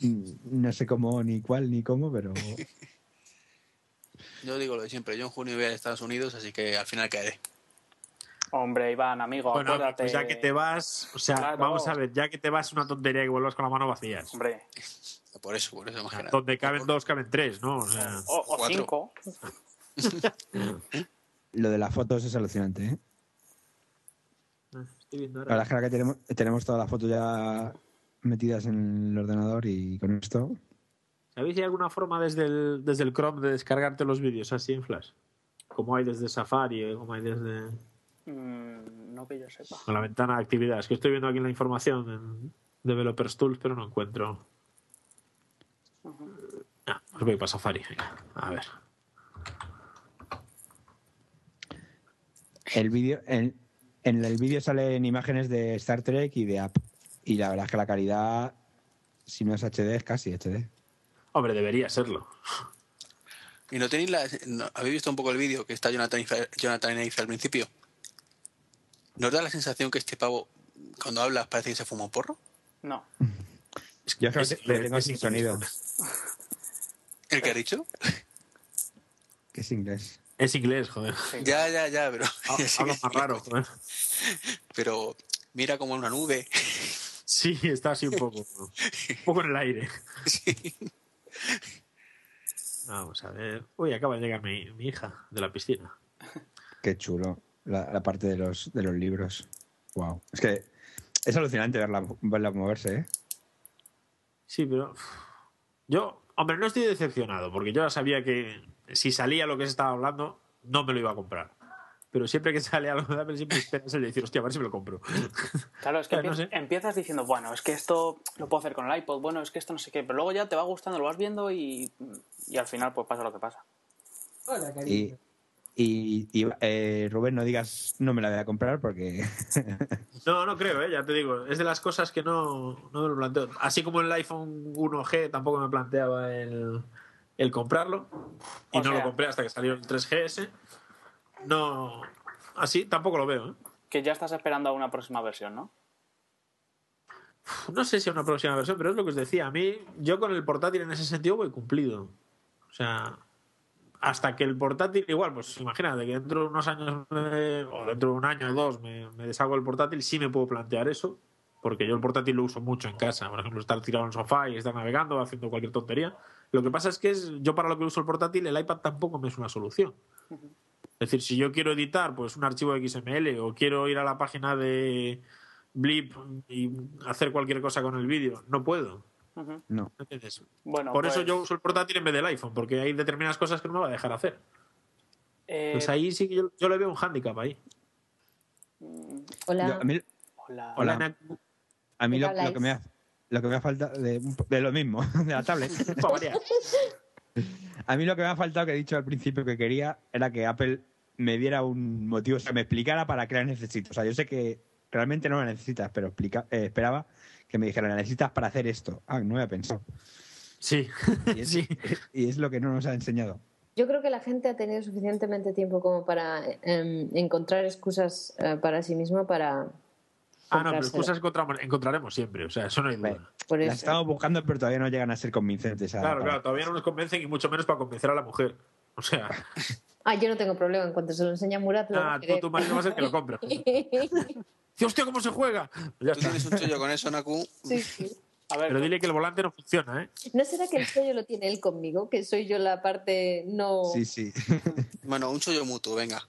no sé cómo, ni cuál, ni cómo, pero.
Yo digo lo de siempre. Yo en junio voy a Estados Unidos, así que al final caeré.
Hombre, Iván, amigo,
Bueno,
acuérdate.
pues ya que te vas, o sea,
Claro.
vamos a ver, ya que te vas una tontería que vuelvas con la mano vacía.
Hombre,
Por eso, por eso más que nada.
Donde caben dos, caben tres, ¿no? O sea,
o, o
Cuatro.
cinco.
Lo de las fotos es alucinante, ¿eh? La verdad es que ahora que tenemos, tenemos todas las fotos ya metidas en el ordenador y con esto.
¿Sabéis si hay alguna forma desde el, desde el Chrome de descargarte los vídeos así en flash? Como hay desde Safari, eh, como hay desde.
Mm, no que yo sepa.
Con la ventana de actividades. Que estoy viendo aquí en la información en Developers Tools, pero no encuentro. Ah, pues voy para Safari. venga, A ver.
El vídeo, en, en el vídeo salen imágenes de Star Trek y de App. Y la verdad es que la calidad, si no es HD, es casi HD.
Hombre, debería serlo.
¿Y no tenéis la... no- ¿Habéis visto un poco el vídeo que está Jonathan Ife- Jonathan Ife al principio? ¿Nos da la sensación que este pavo, cuando hablas, parece que se fuma un porro?
No.
Yo creo
es-
que lo tengo
es
sin
inglés.
sonido,
¿El que ha dicho?
que es inglés.
Es inglés, joder.
Ya, ya, ya, pero...
Ha-
ya sé
Habla
que-
más raro, joder.
Pero mira como en una nube.
Sí, está así un poco. Un poco en el aire.
Sí.
Vamos a ver. Uy, acaba de llegar mi, mi hija de la piscina.
Qué chulo. La, la parte de los, de los libros. Wow. Es que es alucinante verla, verla moverse, ¿eh?
Sí, pero. uf. Yo, hombre, no estoy decepcionado, porque yo ya sabía que si salía lo que se estaba hablando, no me lo iba a comprar. Pero siempre que sale algo de Apple, siempre esperas el decir, hostia, a ver si me lo compro.
Claro, es que
Claro, Eh, no
empie-
sé.
empiezas diciendo, bueno, es que esto lo puedo hacer con el iPod, bueno, es que esto no sé qué, pero luego ya te va gustando, lo vas viendo y, y al final pues pasa lo que pasa.
Y, y, y, eh, Rubén, no digas no me la voy a comprar porque
No, no creo, ¿eh? ya te digo. Es de las cosas que no, no me lo planteo. Así como el iPhone 1G tampoco me planteaba el, el comprarlo. Y
O
no lo
sea-
compré hasta que salió el 3GS. No. Así tampoco lo veo. ¿eh?
Que ya estás esperando a una próxima versión, ¿no?
No sé si a una próxima versión, pero es lo que os decía. A mí, yo con el portátil en ese sentido voy cumplido. O sea, hasta que el portátil, igual, pues imagínate que dentro de unos años me- o dentro de un año o dos me, me deshago el portátil, sí me puedo plantear eso, porque yo el portátil lo uso mucho en casa. Por ejemplo, estar tirado en el sofá y estar navegando, haciendo cualquier tontería. Lo que pasa es que es, yo para lo que uso el portátil, el iPad tampoco me es una solución. Es decir, si yo quiero editar pues un archivo XML o quiero ir a la página de Blip y hacer cualquier cosa con el vídeo, no puedo.
Ujú.
no.
¿me entiendes?
Bueno,
Por eso
pues,
yo uso el portátil en vez del iPhone, porque hay determinadas cosas que no me va a dejar hacer.
eh,
Pues ahí sí que yo, yo le veo un hándicap ahí.
Hola.
Yo- a mí,
hola.
Hola.
Naku,
a
¿De
mí
qué
lo, lo
habláis?
que me ha, lo que me ha faltado de, un po- de lo mismo, de la tablet.
pa' variar.
A mí lo que me ha faltado que he dicho al principio que quería era que Apple me diera un motivo, o sea, me explicara para qué la necesito. O sea, yo sé que realmente no la necesitas, pero explica- eh, esperaba que me dijera, la necesitas para hacer esto. Ah, no había pensado.
Sí,
Y es,
sí.
y es lo que no nos ha enseñado.
Yo creo que la gente ha tenido suficientemente tiempo como para em, encontrar excusas eh, para sí misma para.
Ah, no, pero
comprárselo.
excusas encontramos- encontraremos siempre, o sea, eso no hay duda.
Por
Las
eso.
estamos buscando, pero todavía no llegan a ser convincentes. a-
Claro,
para-
claro, todavía no nos convencen y mucho menos para convencer a la mujer. O sea,
Ah, yo no tengo problema. En cuanto se lo enseña Murat, lo va
ah,
a
tú,
querer.
tu marido va a ser que lo compra. Dice, hostia, ¿cómo se juega? Pues Ya
Tú
está.
tienes un chollo con eso, Naku.
Sí, sí.
A ver,
Pero dile que el volante no funciona, ¿eh?
¿No será que el sueño lo tiene él conmigo? Que soy yo la parte no.
Sí, sí.
Bueno, un chollo mutuo, venga.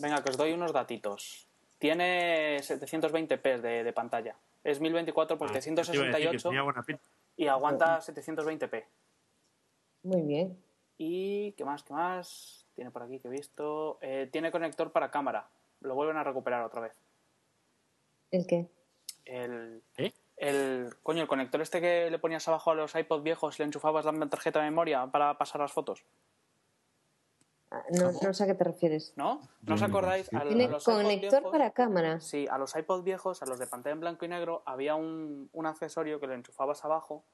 venga, que os doy unos datitos. Tiene 720p de, de pantalla. Es 1024 por
Ah, te iba a decir que
368
Tenía buena pinta.
y aguanta 720p.
Muy bien.
Y qué más, qué más. Tiene por aquí que he visto. Eh, tiene conector para cámara. Lo vuelven a recuperar otra vez.
¿El qué?
El,
¿Eh?
el coño, el conector este que le ponías abajo a los iPod viejos, le enchufabas la tarjeta de memoria para pasar las fotos,
Ah, No, no sé a qué te refieres.
¿no? ¿No os
Yo no
acordáis?
sé.
A, a
Tiene
los iPod
conector
viejos-
para cámara.
Sí, a los iPod viejos, a los de pantalla en blanco y negro, había un, un accesorio que lo enchufabas abajo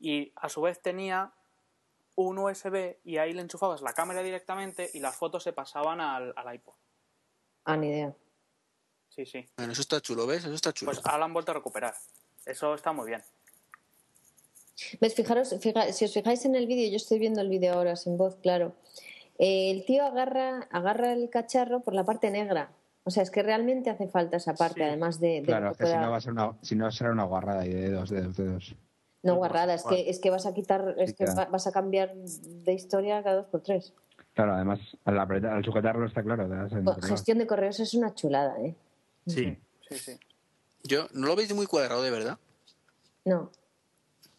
y a su vez tenía un USB y ahí le enchufabas la cámara directamente y las fotos se pasaban al, al iPod.
Ah, ni idea.
Sí, sí.
Bueno, eso está chulo, ¿ves? Eso está chulo.
Pues ahora lo han vuelto a recuperar. Eso está muy bien.
¿Ves? Fijaros, fija- si os fijáis en el vídeo, yo estoy viendo el vídeo ahora sin voz, claro. Eh, el tío agarra, agarra el cacharro por la parte negra. O sea, es que realmente hace falta esa parte,
Sí.
además de, de
Claro,
que
es que si
pueda-
no, va a ser una, si no será una guarrada y de dos, de dos, de dos.
No, guarrada, es que, es que vas a quitar, es
Sí,
que
claro.
va- vas a cambiar de historia cada dos por tres.
Claro, además, al, apretar, al sujetarlo está claro. te das en-
Bueno, Oh, gestión de correos es una chulada, ¿eh?
Sí.
Sí, sí.
Yo no lo veis muy cuadrado, de verdad.
No,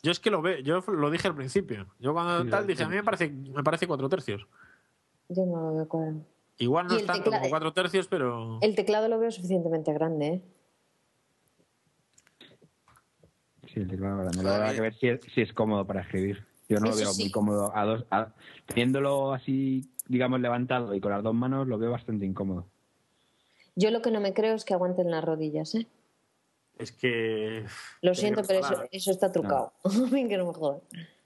Yo es que lo veo, yo lo dije al principio. Yo cuando
Sí,
tal
lo
dije, a mí me parece, me parece cuatro tercios.
yo no lo veo cuadrado.
Igual no
Y
es
el
tanto
tecla-
como cuatro tercios, pero.
El teclado lo veo suficientemente grande, ¿eh?
Sí, el teclado grande. Luego habrá que ver si es, si es cómodo para escribir. Yo no lo
Eso
veo
sí.
muy cómodo. A dos, a- teniéndolo así, digamos, levantado y con las dos manos, lo veo bastante incómodo.
Yo lo que no me creo es que aguanten las rodillas, ¿eh?
Es que.
Lo siento, pero eso,
mejorar.
eso está trucado. A mí que no me jodan.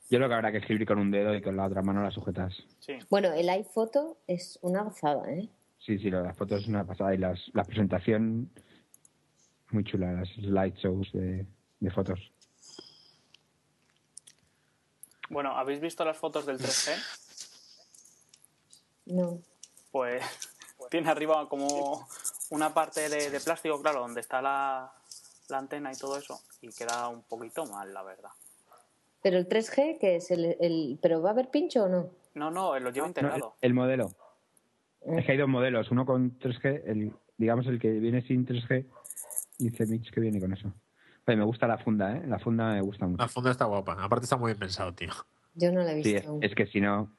Yo creo que habrá que escribir con un dedo y con la otra mano la sujetas.
Sí.
Bueno, el iPhoto es una gozada, ¿eh?
Sí, sí, lo de las fotos es una pasada y las, la presentación muy chula, las slideshows de, de fotos.
Bueno, ¿habéis visto las fotos del 3G?
No.
Pues tiene arriba como una parte de, de plástico, claro, donde está la, la antena y todo eso. Y queda un poquito mal, la verdad.
Pero el 3G, que es el, el- ¿Pero va a haber pincho o no?
No, no, lo llevo
No, el,
integrado.
el modelo. Es que hay dos modelos, uno con 3G, el, digamos el que viene sin 3G, y el Mix que viene con eso. Oye, me gusta la funda, ¿eh? La funda me gusta
Ah,
mucho.
La funda está guapa. Aparte está muy bien pensado, tío.
Yo no la he visto.
Sí, es,
aún.
es que si no...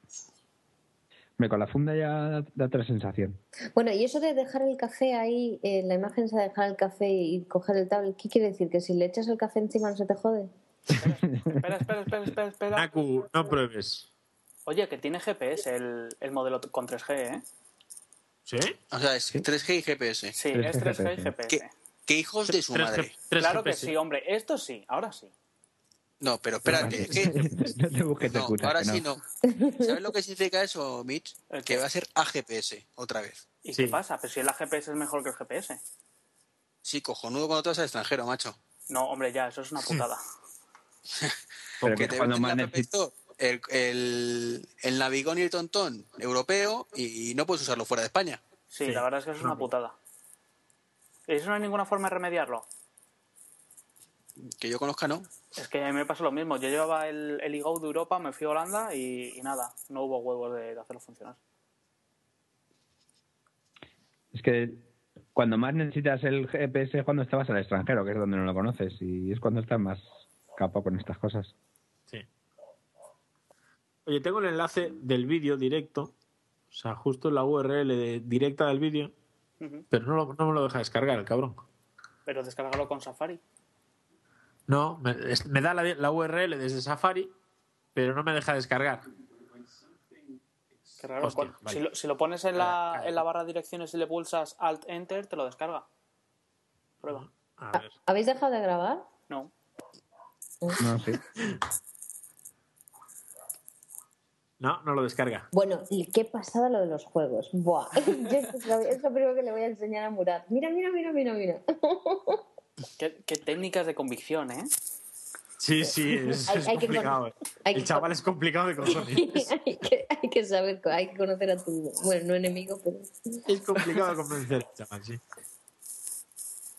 Hombre, con la funda ya da, da otra sensación.
Bueno, y eso de dejar el café ahí, eh, la imagen es de dejar el café y coger el tablet, ¿qué quiere decir? ¿Que si le echas el café encima no se te jode?
Espera, espera, espera, espera, espera.
Naku, no pruebes.
Oye, que tiene GPS el, el modelo t- con 3G, ¿eh?
¿Sí?
O sea, es 3G y GPS.
Sí,
3G
es 3G y
GPS.
GPS.
¿Qué, qué hijos de su
Tres
madre?
G- tres
Claro que
GPS.
sí, hombre. Esto sí, ahora sí.
No, pero espérate. es que-
no te busques
no,
excusas,
ahora
que no.
sí no. ¿Sabes lo que significa eso, Mitch?
¿El
Que
qué?
va a ser AGPS otra vez.
¿Y
Sí.
qué pasa? Pero si el GPS es mejor que el GPS.
Sí, cojonudo cuando te vas al extranjero, macho.
No, hombre, ya, eso es una putada.
Pero
Que
que
te
cuando
venden la
más
App
necesites-
Store, el, el, el navigón y el tontón europeo y, y no puedes usarlo fuera de España.
Sí,
Sí.
la verdad es que eso es una putada. Eso no hay ninguna forma de remediarlo.
Que yo conozca, no.
Es que a mí me pasó lo mismo. Yo llevaba el, el e-go de Europa, me fui a Holanda y, y nada, no hubo huevos de, de hacerlo funcionar.
Es que cuando más necesitas el GPS es cuando estabas al extranjero, que es donde no lo conoces, y es cuando estás más capo con estas cosas.
Sí. Oye, tengo el enlace del vídeo directo, o sea, justo la URL de- directa del vídeo,
Ujú.
pero no, lo- no me lo deja descargar, el cabrón.
Pero descargarlo con Safari.
No, me, es- me da la, la URL desde Safari, pero no me deja descargar.
Qué raro.
Hostia,
Con-
vale.
si, lo, si lo pones en la, en la barra de direcciones y le pulsas Alt Enter, te lo descarga. Prueba.
A ver.
¿Habéis dejado de grabar?
No.
No, sí.
No, no lo descarga.
Bueno, y qué pasada lo de los juegos. Buah, Yo esto es, lo, es lo primero que le voy a enseñar a Murat. Mira, mira, mira, mira, mira.
Qué, qué técnicas de convicción, ¿eh?
Sí, sí, es,
Hay-
es
hay que
complicado.
con-
eh.
hay que
el chaval
con-
es complicado de cojones.
hay, que, hay que saber, co- hay que conocer a tu, bueno, no enemigo, pero...
es complicado de convencer, chaval, sí.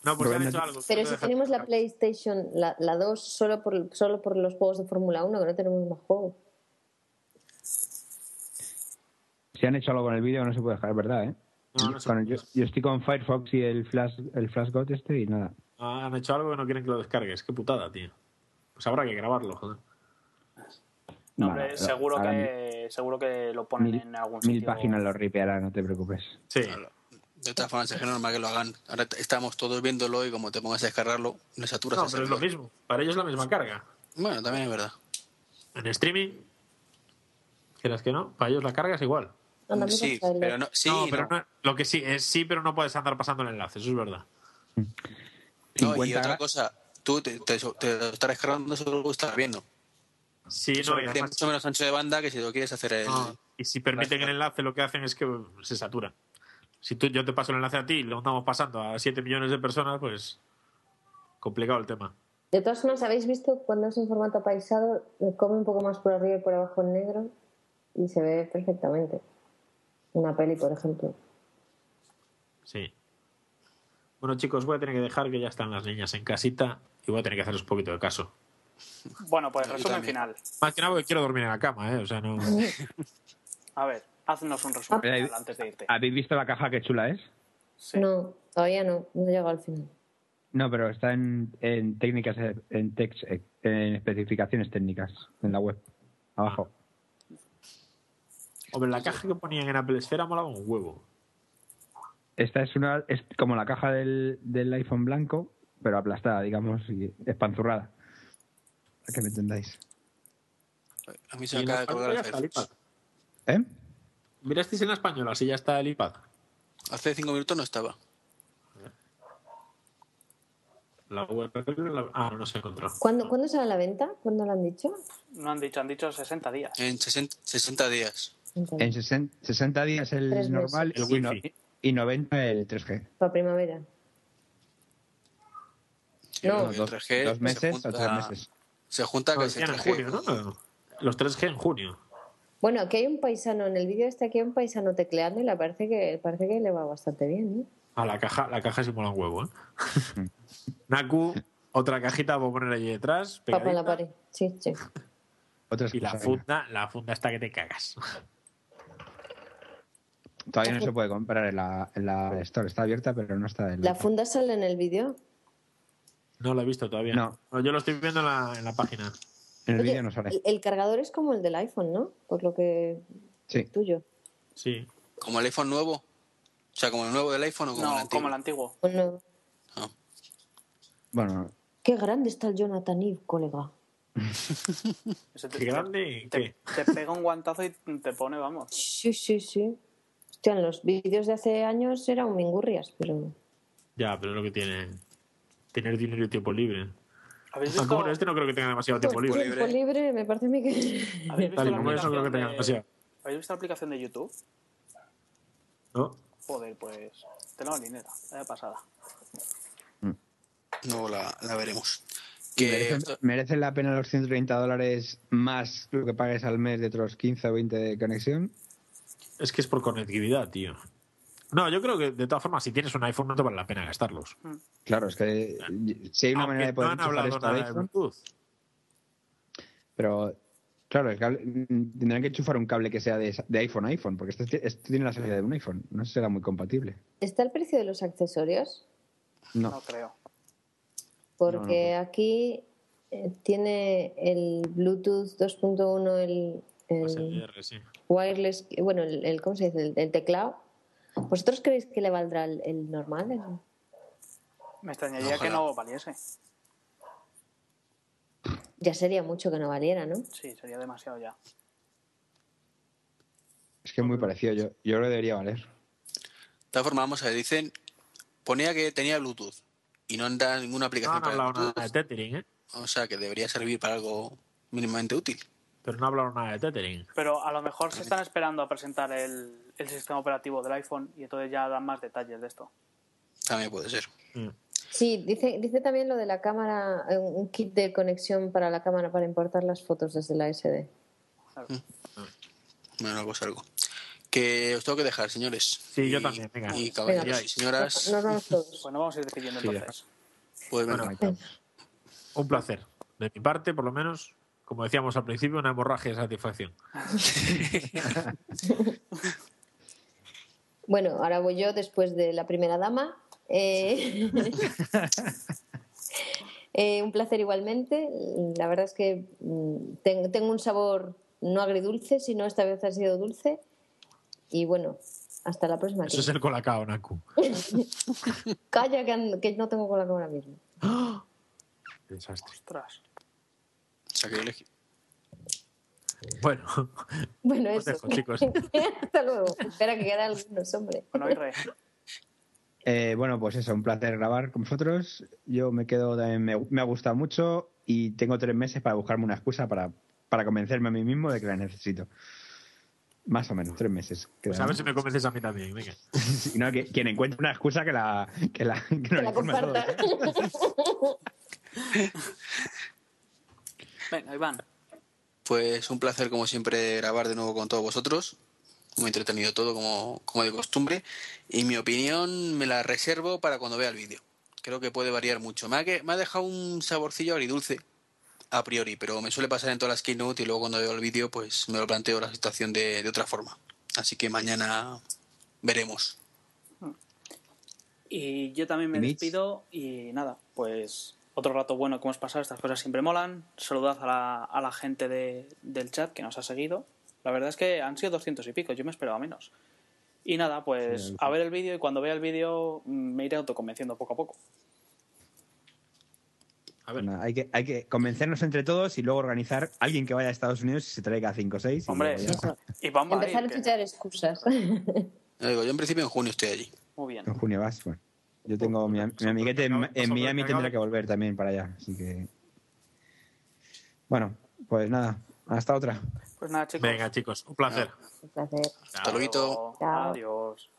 No, pues
Rubén,
han hecho
no-
algo.
Pero
no
si
deja
tenemos la
descargar.
PlayStation, la, la 2, solo por, solo por los juegos de Fórmula 1, que no tenemos más juegos.
Si han hecho algo con el vídeo no se puede dejar, es verdad, ¿eh?
No, no sé.
Con el- yo, yo estoy con Firefox y el Flash, el Flash God este y nada.
Ah, Han hecho algo que no quieren que lo descargues. Qué putada, tío. Pues habrá que grabarlo, joder.
No,
Nada,
hombre,
pero
seguro,
ahora
que, seguro que lo ponen
mil-
en algún
mil,
sitio.
páginas lo ripeará, no te preocupes.
Sí.
De todas formas, es que normal que lo hagan. Ahora t- estamos todos viéndolo y como te pongas a descargarlo, le saturas.
No,
el
pero es lo
servidor.
mismo. Para ellos es la misma carga.
Bueno, también es verdad.
En streaming, quieras que no, para ellos la carga es igual.
Anda, mira,
Mm, Sí,
Skyler.
pero no. Sí,
no, pero
no.
no- lo que sí es sí, pero no puedes andar pasando el enlace, eso es verdad.
No, y
50
otra
gra-
cosa, tú te, te, te lo estás descargando, solo lo estás viendo.
Sí, no, y,
Tiene
además-
mucho menos ancho de banda que si lo quieres hacer el.
Ah.
no, y si permiten el enlace, lo que hacen es que uh, se satura. Si tú, yo te paso el enlace a ti y lo estamos pasando a 7 millones de personas, pues complicado el tema.
De todas formas, ¿habéis visto cuando es en formato paisado, come un poco más por arriba y por abajo en negro y se ve perfectamente? Una peli, por ejemplo.
Sí. Bueno, chicos, voy a tener que dejar que ya están las niñas en casita y voy a tener que hacerles un poquito de caso.
Bueno, pues
Yo
resumen
también.
final.
Más que nada porque quiero dormir en la cama, ¿eh? O sea, no.
A ver, haznos un resumen
Ah,
final antes de irte.
¿Habéis visto la caja que chula es?
Sí.
No, todavía no, no he llegado al final.
No, pero está en, en técnicas, en, text, eh, en especificaciones técnicas en la web. Abajo.
Hombre, la caja que ponían en Apple Esfera molaba un huevo.
Esta es una es como la caja del, del iPhone blanco, pero aplastada, digamos, y espanzurrada. Para que me entendáis.
A mí se
Y
me
en español
acaba de
ya
colgar el
está el
Firefox.
iPad.
¿Eh?
Mirasteis en la española, así ya está el iPad.
Hace cinco minutos no estaba.
La URL, la- Ah, no, no se encontró.
¿Cuándo, ¿Cuándo sale a la venta? ¿Cuándo lo han dicho?
No han dicho, han dicho 60 días.
En 60, 60 días.
En 60, 60 días el
Tres meses.
normal
El
y, no-
wifi.
y 90 el 3G.
Para primavera.
Sí,
No,
porque el
dos,
3G
dos
se
meses o tres
junta-
meses.
Se junta
No,
casi el
decían en
3G.
junio, ¿no? Los 3G en junio.
Bueno, aquí hay un paisano, en el vídeo está aquí hay un paisano tecleando y le parece que, parece que le va bastante bien, ¿eh?
Ah, la caja, la caja se mola un huevo, ¿eh?
Mm.
Naku, otra cajita voy a poner allí detrás.
Papa en la
pegadita,
pared. Sí, sí.
Otras
Y la
cosas.
funda, la funda está que te cagas.
Todavía no se puede comprar en la, en la Store. Está abierta, pero no está en la.
¿La funda sale en el vídeo?
No la he visto todavía.
No.
Yo lo estoy viendo en la, en la página.
En el
Oye,
vídeo no sale.
el, el cargador es como el del iPhone, ¿no? Por lo que
Sí.
tuyo.
Sí.
Como el iPhone nuevo. O sea, como el nuevo del iPhone o como el
No,
antiguo.
como el antiguo.
¿O no?
Ah.
Bueno,
Qué grande está el Jonathan Eve, colega.
Ese te-
Qué grande y
Te,
qué.
te pega un guantazo y te pone, vamos.
Sí, sí, sí. Hostia, en los vídeos de hace años era un mingurrias, pero...
Ya, pero es lo que tiene. Tener dinero y tiempo libre.
¿Habéis
Aunque
visto,
bueno, este no creo que tenga demasiado tiempo
Tiempo
libre.
libre. me parece a mí que...
¿habéis visto
Tal y
la
como es, no creo que tenga
aplicación
demasiado.
de, ¿habéis visto la aplicación de YouTube?
¿No?
Joder, pues te la marinera, la pasada.
Luego la, la veremos.
¿Y
Que
merecen,
esto-
merecen la pena los 130 dólares más lo que pagues al mes de otros 15 o 20 de conexión?
Es que es por conectividad, tío. No, yo creo que de todas formas, si tienes un iPhone, no te vale la pena gastarlos.
Claro, es que si hay una manera
Aunque
de poder
no han
enchufar
hablado
esto al
nada de
iPhone,
Bluetooth.
pero claro, el cable- mm, tendrán que enchufar un cable que sea de, de iPhone a iPhone, porque este, este tiene la salida de un iPhone, no será muy compatible.
¿Está el precio de los accesorios?
No,
No creo.
Porque aquí eh, tiene el Bluetooth 2.1, el,
Va a
el
ser IR, sí.
wireless, bueno, el, el- ¿cómo se dice? El, el teclado. ¿Vosotros creéis que le valdrá el, el normal? el-
Me extrañaría
Ojalá.
que no valiese.
Ya sería mucho que no valiera, ¿no?
Sí, sería demasiado ya.
es que es muy parecido, yo, yo lo debería valer.
De todas formas, vamos a ver, dicen, ponía que tenía Bluetooth y no da ninguna
No
aplicación
han hablado
para
nada de
Bluetooth.
Tethering, ¿eh?
O sea, que debería servir para algo mínimamente útil.
Pero no hablaron nada de Tethering.
Pero a lo mejor se están esperando a presentar el, el sistema operativo del iPhone y entonces ya dan más detalles de esto.
También puede ser.
Mm.
Sí, dice, dice también lo de la cámara, eh, un kit de conexión para la cámara para importar las fotos desde la SD.
Bueno, algo es algo. Que os tengo que dejar, señores.
Sí,
Y-
yo también, venga. pues,
Y caballeros
Venga.
y señoras,
Nos vamos todos.
Pues nos vamos a ir decidiendo
Sí, ya.
entonces.
pues venga.
Bueno, un placer. De mi parte, por lo menos, como decíamos al principio, una hemorragia de satisfacción.
Bueno, ahora voy yo después de la primera dama. Eh, eh, un placer igualmente. La verdad es que mm, ten- tengo un sabor no agridulce, sino esta vez ha sido dulce. Y bueno, hasta la próxima.
Eso es el colacao, Naku.
Calla que, ando- que no tengo con la cámara mismo.
Desastre.
Ostras.
Sacrilegio.
Bueno,
Bueno,
os
eso.
Pues dejo, chicos.
hasta luego. Espera que quedan algunos, hombre.
Bueno, Irre,
Eh, bueno, pues eso, un placer grabar con vosotros. Yo me quedo, también me, me ha gustado mucho y tengo tres meses para buscarme una excusa para, para convencerme a mí mismo de que la necesito. Más o menos, tres meses.
Pues a
creo.
ver si me convences a mí también. Venga.
Si no, que- quien encuentre una excusa que la, que la, que nos
Que la
informe a todos,
comparta.
¿eh?
Venga, Iván.
Pues un placer, como siempre, grabar de nuevo con todos vosotros. Muy entretenido todo, como, como de costumbre. Y mi opinión me la reservo para cuando vea el vídeo. Creo que puede variar mucho. Me ha, que- me ha dejado un saborcillo agridulce a priori, pero me suele pasar en todas las keynote y luego cuando veo el vídeo, pues me lo planteo la situación de, de otra forma. Así que mañana veremos.
Y yo también me
¿Y Mitch?
despido y nada, pues otro rato bueno que hemos pasado, estas cosas siempre molan. Saludad a la, a la gente de- del chat que nos ha seguido. La verdad es que han sido 200 y pico, yo me esperaba menos. Y nada, pues a ver el vídeo y cuando vea el vídeo mm, me iré autoconvenciendo poco a poco.
A ver.
No, hay, que, hay que convencernos entre todos y luego organizar a alguien que vaya a Estados Unidos y se traiga cinco o seis. y
Hombre,
luego ya está.
y vamos a ir,
Empezar a
que-
escuchar excusas.
Ya digo, yo en principio en junio estoy allí.
Muy bien.
en junio vas. Bueno. Yo tengo mi, mi amiguete en, en Miami tendrá que volver también para allá. Así que. Bueno, pues nada, hasta otra.
Pues nada, chicos.
Venga, chicos, un placer.
Un placer.
Hasta luego.
Chao.
Adiós.